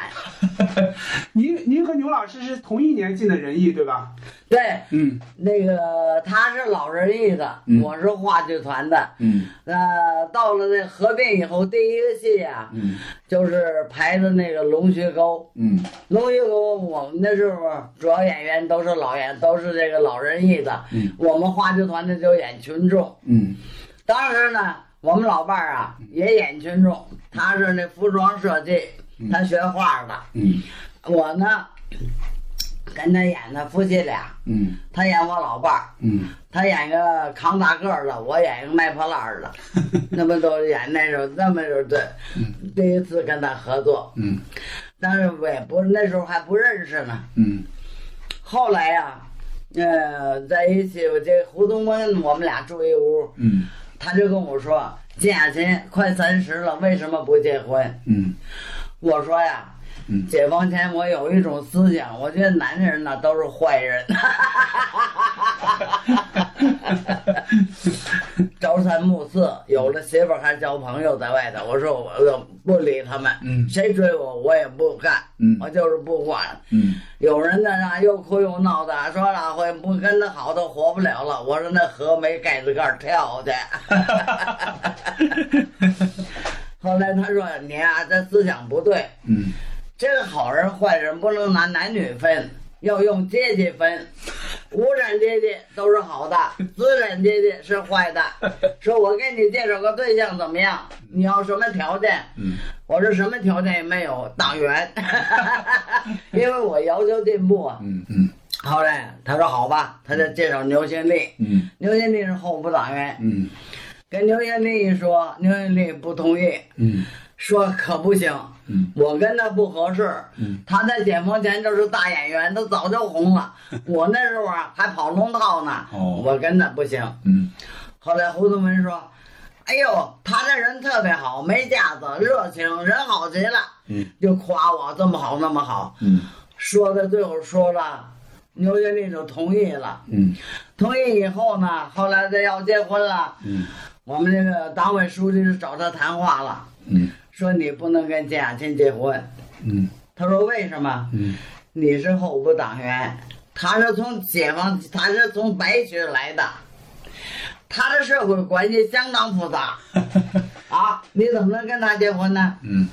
Speaker 2: 您您和牛老师是同一年进的仁义对吧？
Speaker 1: 对，
Speaker 2: 嗯
Speaker 1: 那个他是老人艺的，
Speaker 2: 嗯
Speaker 1: 我是话剧团的。
Speaker 2: 嗯
Speaker 1: 呃，到了那合并以后，第一个戏啊，
Speaker 2: 嗯
Speaker 1: 就是排的那个《龙须沟》。
Speaker 2: 嗯
Speaker 1: 龙须沟，我们那时候主要演员都是老演，都是这个老人艺的。
Speaker 2: 嗯
Speaker 1: 我们话剧团的就演群众。
Speaker 2: 嗯
Speaker 1: 当时呢，我们老伴儿啊也演群众，他是那服装设计，他学画的。
Speaker 2: 嗯
Speaker 1: 我呢，跟他演的夫妻俩，
Speaker 2: 嗯
Speaker 1: 他演我老伴儿，
Speaker 2: 嗯
Speaker 1: 他演个扛大个儿的，我演一个卖破烂儿的，那么都演那种，那么就是对，第一次跟他合作，
Speaker 2: 嗯
Speaker 1: 但是我也不那时候还不认识呢。
Speaker 2: 嗯
Speaker 1: 后来呀、呃，在一起，我这胡东关我们俩住一屋，
Speaker 2: 嗯
Speaker 1: 他就跟我说：“金雅琴快三十了，为什么不结婚
Speaker 2: 嗯？”
Speaker 1: 我说呀。
Speaker 2: 嗯
Speaker 1: 解放前，我有一种思想，我觉得男人呢都是坏人， <laughs> 朝三暮四，有了媳妇儿还交朋友在外头。我说我我不理他们，
Speaker 2: 嗯
Speaker 1: 谁追我我也不干，
Speaker 2: 嗯
Speaker 1: 我就是不管。
Speaker 2: 嗯
Speaker 1: 有人在那又哭又闹的，说老会不跟他好都活不了了。我说那河没盖子盖儿跳去。后来他说你呀、这思想不对，
Speaker 2: 嗯
Speaker 1: 这个好人坏人不能拿男女分，要用阶级分。无产阶级都是好的，资产阶级是坏的。说我给你介绍个对象怎么样？你要什么条件？
Speaker 2: 嗯
Speaker 1: 我说什么条件也没有，党员， <laughs> 因为我要求进步啊。
Speaker 2: 嗯嗯
Speaker 1: 后来他说好吧，他就介绍牛新立，
Speaker 2: 嗯
Speaker 1: 牛新立是候补党员，
Speaker 2: 嗯
Speaker 1: 跟牛新立一说，牛新立不同意，
Speaker 2: 嗯
Speaker 1: 说可不行，
Speaker 2: 嗯
Speaker 1: 我跟他不合适。
Speaker 2: 嗯
Speaker 1: 他在解放前就是大演员，他早就
Speaker 2: <laughs>
Speaker 1: 红了。我那时候啊还跑龙套呢，
Speaker 2: 哦
Speaker 1: 我跟他不行。
Speaker 2: 嗯
Speaker 1: 后来胡宗文说：“哎呦，他这人特别好，没架子，热情，人好极了。”
Speaker 2: 嗯
Speaker 1: 就夸我这么好那么好，
Speaker 2: 嗯
Speaker 1: 说到最后说了，牛学丽就同意了。
Speaker 2: 嗯
Speaker 1: 同意以后呢，后来这要结婚了，
Speaker 2: 嗯
Speaker 1: 我们这个党委书记就找他谈话了，
Speaker 2: 嗯
Speaker 1: 说你不能跟金雅琴结婚。
Speaker 2: 嗯
Speaker 1: 他说为什么？
Speaker 2: 嗯
Speaker 1: 你是候补党员，他是从解放，他是从白学来的，他的社会关系相当复杂啊，你怎么能跟他结婚呢？
Speaker 2: 嗯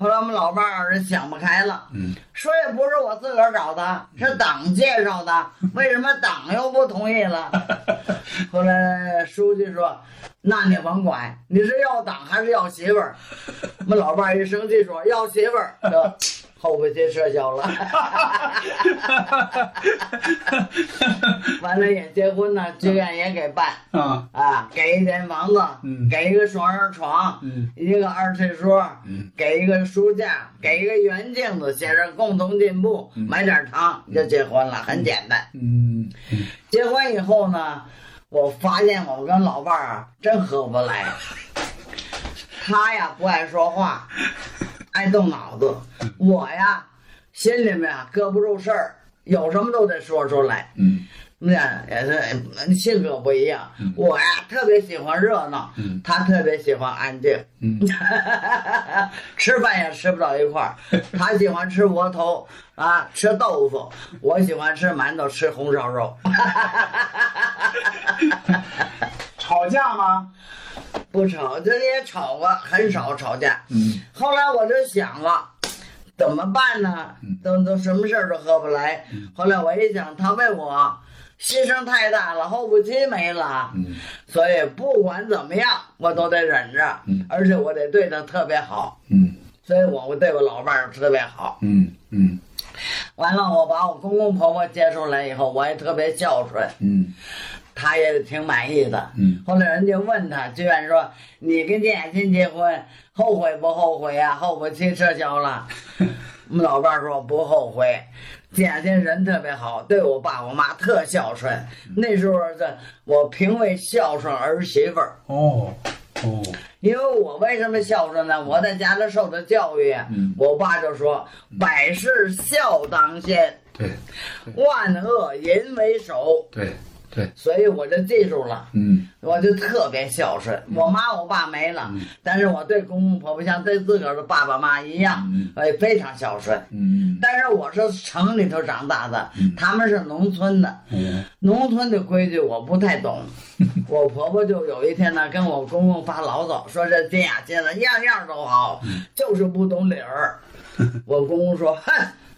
Speaker 1: 后来我们老伴儿人想不开了，
Speaker 2: 嗯
Speaker 1: 说也不是我自个儿找的，是党介绍的，为什么党又不同意了？ <laughs> 后来书记说：“那你甭管，你是要党还是要媳妇儿？”我们老伴儿一生气说：“要媳妇儿。”
Speaker 2: <laughs>
Speaker 1: 这后备军撤销了，完了也结婚呢，剧院也给办
Speaker 2: 啊
Speaker 1: 啊，给一间房子，
Speaker 2: 嗯
Speaker 1: 给一个双人床，
Speaker 2: 嗯
Speaker 1: 一个二次桌，
Speaker 2: 嗯
Speaker 1: 给一个书架，给一个圆镜子，写着“共同进步”，买点糖就结婚了，很简单。
Speaker 2: 嗯
Speaker 1: 结婚以后呢，我发现我跟老伴儿啊真合不来，他呀不爱说话，爱动脑子，我呀心里面啊搁不住事儿，有什么都得说出来。
Speaker 2: 嗯
Speaker 1: 那也是嗯性格不一样，我呀特别喜欢热闹，
Speaker 2: 嗯
Speaker 1: 他特别喜欢安静。
Speaker 2: 嗯
Speaker 1: <laughs> 吃饭也吃不到一块儿，
Speaker 2: <laughs>
Speaker 1: 他喜欢吃窝头啊，吃豆腐，我喜欢吃馒头，吃红烧肉。
Speaker 2: <laughs> 吵架吗？
Speaker 1: 不吵，这也吵过，很少吵架。
Speaker 2: 嗯
Speaker 1: 后来我就想了，怎么办呢？
Speaker 2: 嗯
Speaker 1: 都都什么事儿都合不来。后来我一想，他为我牺牲太大了，后不期没了，
Speaker 2: 嗯
Speaker 1: 所以不管怎么样，我都得忍着，
Speaker 2: 嗯
Speaker 1: 而且我得对他特别好，
Speaker 2: 嗯
Speaker 1: 所以我我对我老伴儿特别好。
Speaker 2: 嗯嗯
Speaker 1: 完了，我把我公公婆婆接出来以后，我也特别孝顺，
Speaker 3: 嗯
Speaker 1: 他也挺满意的。
Speaker 3: 嗯
Speaker 1: 后来人家问他，居然说你跟聂雅欣结婚后悔不后悔呀、后悔期撤销了。我们老伴儿说不后悔，聂雅欣人特别好，对我爸我妈特孝顺。那时候这我评为孝顺儿媳妇儿。
Speaker 15: 어,
Speaker 3: 哦哦，
Speaker 1: 因为我为什么孝顺呢？我在家里受的教育，
Speaker 3: 嗯
Speaker 1: 我爸就说百事孝当先，
Speaker 3: 对
Speaker 1: 万恶淫为首，
Speaker 3: 对对，
Speaker 1: 所以我就记住了。
Speaker 3: 嗯
Speaker 1: 我就特别孝顺，我妈我爸没了，但是我对公公婆婆像对自个儿的爸爸妈一样，哎，非常孝顺。
Speaker 3: 嗯
Speaker 1: 但是我是城里头长大的，他们是农村的，
Speaker 3: 嗯
Speaker 1: 农村的规矩我不太懂。我婆婆就有一天呢，跟我公公发牢骚，说这金雅金了样样都好，就是不懂理儿。我公公说：“哼，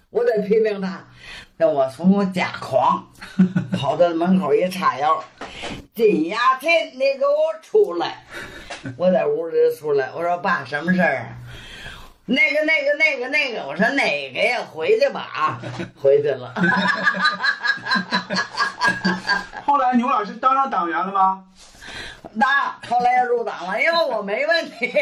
Speaker 1: 我得批评他。”那我从我假狂，跑到门口一叉腰，
Speaker 9: <laughs>
Speaker 1: 金雅琴，你给我出来！我在屋里就出来，我说爸，什么事儿啊？那个、那个、那个、那个，我说哪个呀？回去吧啊，回去了。
Speaker 2: 后来牛老师当上党员了吗？
Speaker 1: 那后来又入党了，因为我没
Speaker 2: <laughs>
Speaker 1: 问题。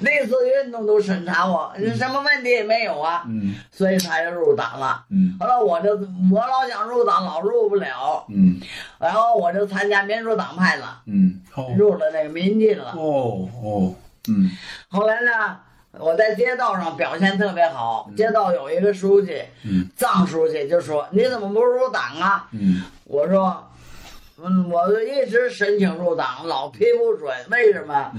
Speaker 1: 那次运动都审查我，什么问题也没有啊，
Speaker 3: 嗯
Speaker 1: 所以他就入党了。
Speaker 3: 嗯
Speaker 1: 后来我就我老想入党，老入不了，
Speaker 3: 嗯
Speaker 1: 然后我就参加民主党派了，
Speaker 3: 嗯，哦
Speaker 1: 入了那个民进了。
Speaker 3: 哦哦，嗯
Speaker 1: 后来呢，我在街道上表现特别
Speaker 2: 嗯
Speaker 1: 好，街道有一个书记，
Speaker 3: 嗯
Speaker 1: 藏书记就说：“你怎么不入党啊？”
Speaker 3: 嗯
Speaker 1: 我说，嗯，我就一直申请入党，老批不准，为什么？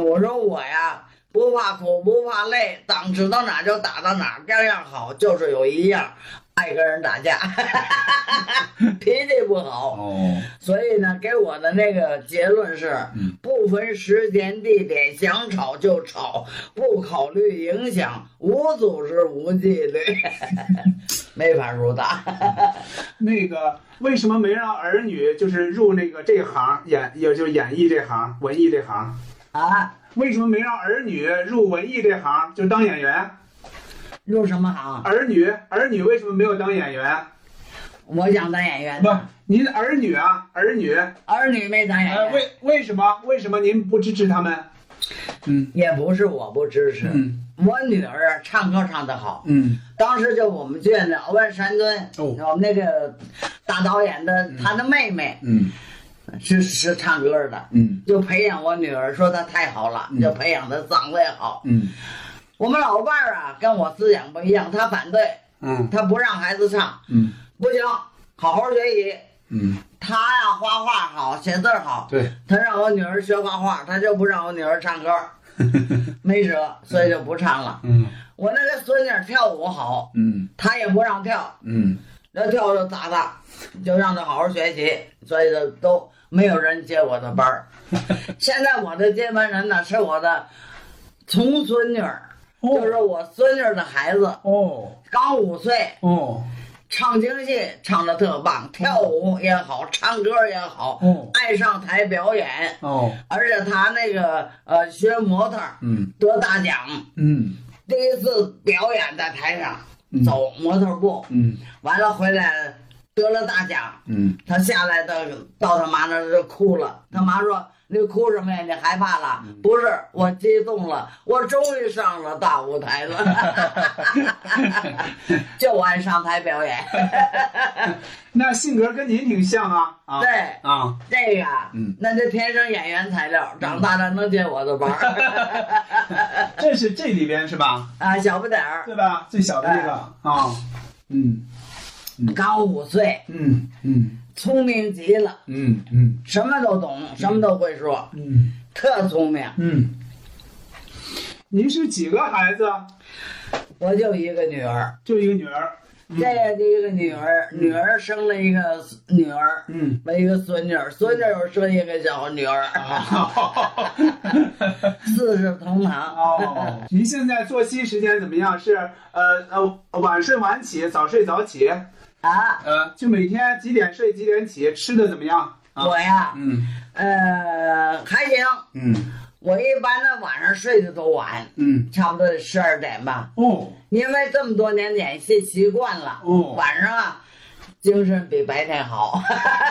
Speaker 1: 我说我呀，不怕苦，不怕累，党指到哪儿就打到哪儿，样样好，就是有一样爱跟人打架， <laughs> 脾气不好。
Speaker 3: 哦
Speaker 1: 所以呢，给我的那个结论是，不分时间地点，想吵就吵，不考虑影响，无组织无纪律， <laughs> 没法入党。
Speaker 2: 那个为什么没让儿女就是入那个这行演，也就是演艺这行、文艺这行
Speaker 1: 啊？
Speaker 2: 为什么没让儿女入文艺这行，就当演员？
Speaker 1: 入什么行？
Speaker 2: 儿女，儿女为什么没有当演员？
Speaker 1: 我想当演员。
Speaker 2: 不，您的儿女啊，儿女，
Speaker 1: 儿女没当演员。
Speaker 2: 呃、为为什么？为什么您不支持他们？
Speaker 3: 嗯，
Speaker 1: 也不是我不支持。
Speaker 3: 嗯
Speaker 1: 我女儿啊唱歌唱得好，
Speaker 3: 嗯
Speaker 1: 当时就我们院的敖文山尊，
Speaker 3: 哦
Speaker 1: 我们那个大导演的他的妹妹
Speaker 3: 嗯
Speaker 1: 是是唱歌的，
Speaker 3: 嗯
Speaker 1: 就培养我女儿，说她太好了，
Speaker 3: 嗯
Speaker 1: 就培养她嗓子也好。
Speaker 3: 嗯
Speaker 1: 我们老伴儿啊，跟我思想不一样，他反对，
Speaker 3: 嗯
Speaker 1: 他不让孩子唱，
Speaker 3: 嗯
Speaker 1: 不行，好好学习。
Speaker 3: 嗯，
Speaker 1: 他呀，画画好，写字儿好，
Speaker 3: 对，
Speaker 1: 他让我女儿学画画，他就不让我女儿唱
Speaker 3: <laughs>
Speaker 1: 歌，没辙，所以就不唱了。
Speaker 3: 嗯
Speaker 1: 我那个孙女儿跳舞好，
Speaker 3: 嗯
Speaker 1: 她也不让跳，
Speaker 3: 嗯
Speaker 1: 那跳就砸她，就让她好好学习，所以就都没有人接我的班儿。现在我的接班人呢是我的重孙女儿，就是我孙女儿的孩子，
Speaker 2: 哦，
Speaker 1: 刚五岁，
Speaker 2: 哦，
Speaker 1: 唱京戏唱的特棒，跳舞也好，唱歌也好，
Speaker 3: 哦
Speaker 1: 爱上台表演，
Speaker 3: 哦
Speaker 1: 而且她那个呃学模特儿
Speaker 3: 嗯
Speaker 1: 得大奖，
Speaker 3: 嗯
Speaker 1: 第一次表演在台上
Speaker 3: 嗯
Speaker 1: 走模特步，
Speaker 3: 嗯
Speaker 1: 完了回来得了大奖，
Speaker 3: 嗯
Speaker 1: 他下来到到他妈那儿就哭了，他妈说。你哭什么呀？你害怕了？
Speaker 2: 嗯
Speaker 1: 不是，我激动了，我终于上了大舞台
Speaker 2: <laughs>
Speaker 1: 了，就爱上台表演。
Speaker 2: <laughs> 那性格跟您挺像啊啊！
Speaker 1: 对
Speaker 2: 啊，
Speaker 1: 这个，
Speaker 2: 嗯，
Speaker 1: 那就天生演员材料，长大了能接我的班儿
Speaker 2: 这是这里边是吧？
Speaker 1: 啊，小不点儿，
Speaker 2: 对吧？最小的这个啊，
Speaker 3: 嗯
Speaker 1: 刚五岁，
Speaker 3: 嗯嗯
Speaker 1: 聪明极了，
Speaker 3: 嗯嗯
Speaker 1: 什么都懂，什么都会说，
Speaker 3: 嗯
Speaker 1: 特聪明。
Speaker 3: 嗯
Speaker 2: 您是几个孩子？
Speaker 1: 我就一个女儿，
Speaker 2: 就一个女儿。嗯
Speaker 1: 这一个女儿，女儿生了一个女儿，
Speaker 2: 嗯，
Speaker 1: 没一个孙女儿，孙女儿又生一个小女儿，
Speaker 2: 啊
Speaker 1: <laughs> 四世同堂。
Speaker 2: 哦，您现在作息时间怎么样？是呃呃晚睡晚起，早睡早起
Speaker 1: 啊？
Speaker 2: 呃，就每天几点睡几点起？吃的怎么样？啊
Speaker 1: 我呀
Speaker 3: 嗯
Speaker 1: 呃，还行，
Speaker 3: 嗯
Speaker 1: 我一般的晚上睡得都晚，
Speaker 2: 嗯，
Speaker 1: 差不多得十二点吧。
Speaker 2: 哦，
Speaker 1: 因为这么多年演戏习惯了，
Speaker 2: 哦
Speaker 1: 晚上啊，精神比白天好， <laughs>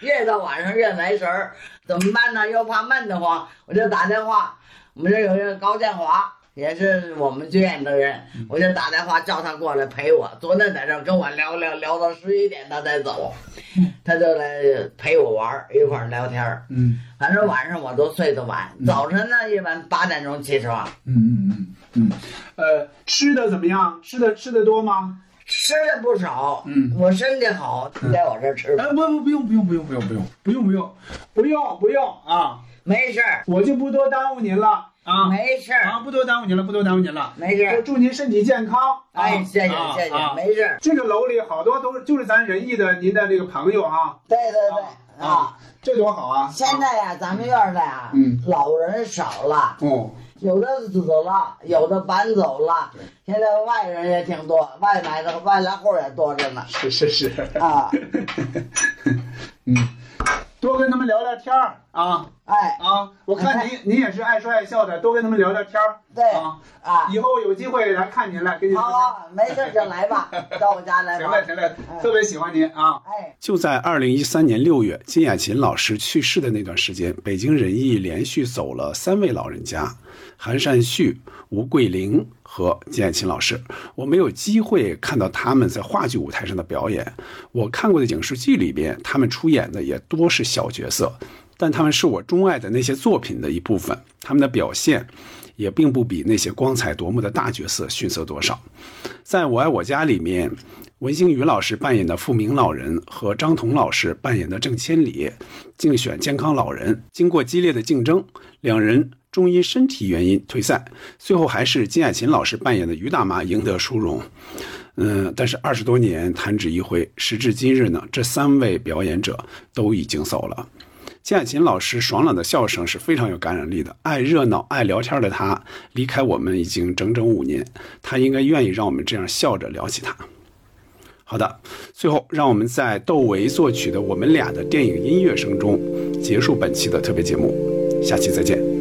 Speaker 1: 越到晚上越来神儿。怎么办呢？又怕闷得慌，我就打电话。我们这有一个高建华，也是我们剧院的人，
Speaker 2: 嗯
Speaker 1: 我就打电话叫他过来陪我。昨天在这儿跟我聊聊聊到十一点，他才走，他就来陪我玩儿，一块儿聊天儿。
Speaker 2: 嗯
Speaker 1: 反正晚上我都睡得晚，早晨呢一般八点钟起床，
Speaker 2: 嗯嗯嗯嗯，呃，吃的怎么样？吃的吃的多吗？
Speaker 1: 吃的不少，嗯，我身体好，在我这儿吃。
Speaker 2: 哎，不不不用不用不用不用不用不用不用不用不用啊，
Speaker 1: 没事儿，
Speaker 2: 我就不多耽误您了啊，
Speaker 1: 没事儿
Speaker 2: 啊，不多耽误您了，不多耽误您了，
Speaker 1: 没事儿
Speaker 2: 我祝您身体健康。啊
Speaker 1: 哎谢谢
Speaker 2: 啊
Speaker 1: 谢谢
Speaker 2: 啊
Speaker 1: 没事儿
Speaker 2: 这个楼里好多都是就是咱仁义的您的这个朋友啊，
Speaker 1: 对对对。
Speaker 2: 啊，这多好啊！
Speaker 1: 现在呀、咱们院儿里啊，
Speaker 2: 嗯
Speaker 1: 老人少了，
Speaker 2: 哦，嗯
Speaker 1: 有的死了，有的搬走了，现在外人也挺多，外来的外来户儿也多着呢。
Speaker 2: 是是是 <laughs> 嗯
Speaker 1: 啊，
Speaker 2: 多跟他们聊聊天儿啊，
Speaker 1: 哎
Speaker 2: 啊，我看您您也是爱说爱笑的，多跟他们聊聊天儿，
Speaker 1: 对
Speaker 2: 啊
Speaker 1: 啊，
Speaker 2: 以后有机会来看您来，跟您
Speaker 1: 好啊，没事儿就来吧，到我家来
Speaker 2: <laughs> 行
Speaker 1: 吧。嗯哎
Speaker 2: 了行了，特别喜欢您啊，
Speaker 3: 就在二零一三年六月，金雅琴老师去世的那段时间，北京人艺连续走了三位老人家：韩善旭、吴桂玲和金雅琴老师。我没有机会看到他们在话剧舞台上的表演，我看过的影视剧里边，他们出演的也多是小角色，但他们是我钟爱的那些作品的一部分，他们的表现也并不比那些光彩夺目的大角色逊色多少。在《我爱我家》里面，文星宇老师扮演的富明老人和张彤老师扮演的郑千里竞选健康老人，经过激烈的竞争，两人终因身体原因退赛，最后还是金雅琴老师扮演的于大妈赢得殊荣。嗯，但是二十多年弹指一挥，时至今日呢，这三位表演者都已经走了。金雅琴老师爽朗的笑声是非常有感染力的。爱热闹、爱聊天的她，离开我们已经整整五年。她应该愿意让我们这样笑着聊起她。好的，最后让我们在窦唯作曲的《我们俩》的电影音乐声中结束本期的特别节目，下期再见。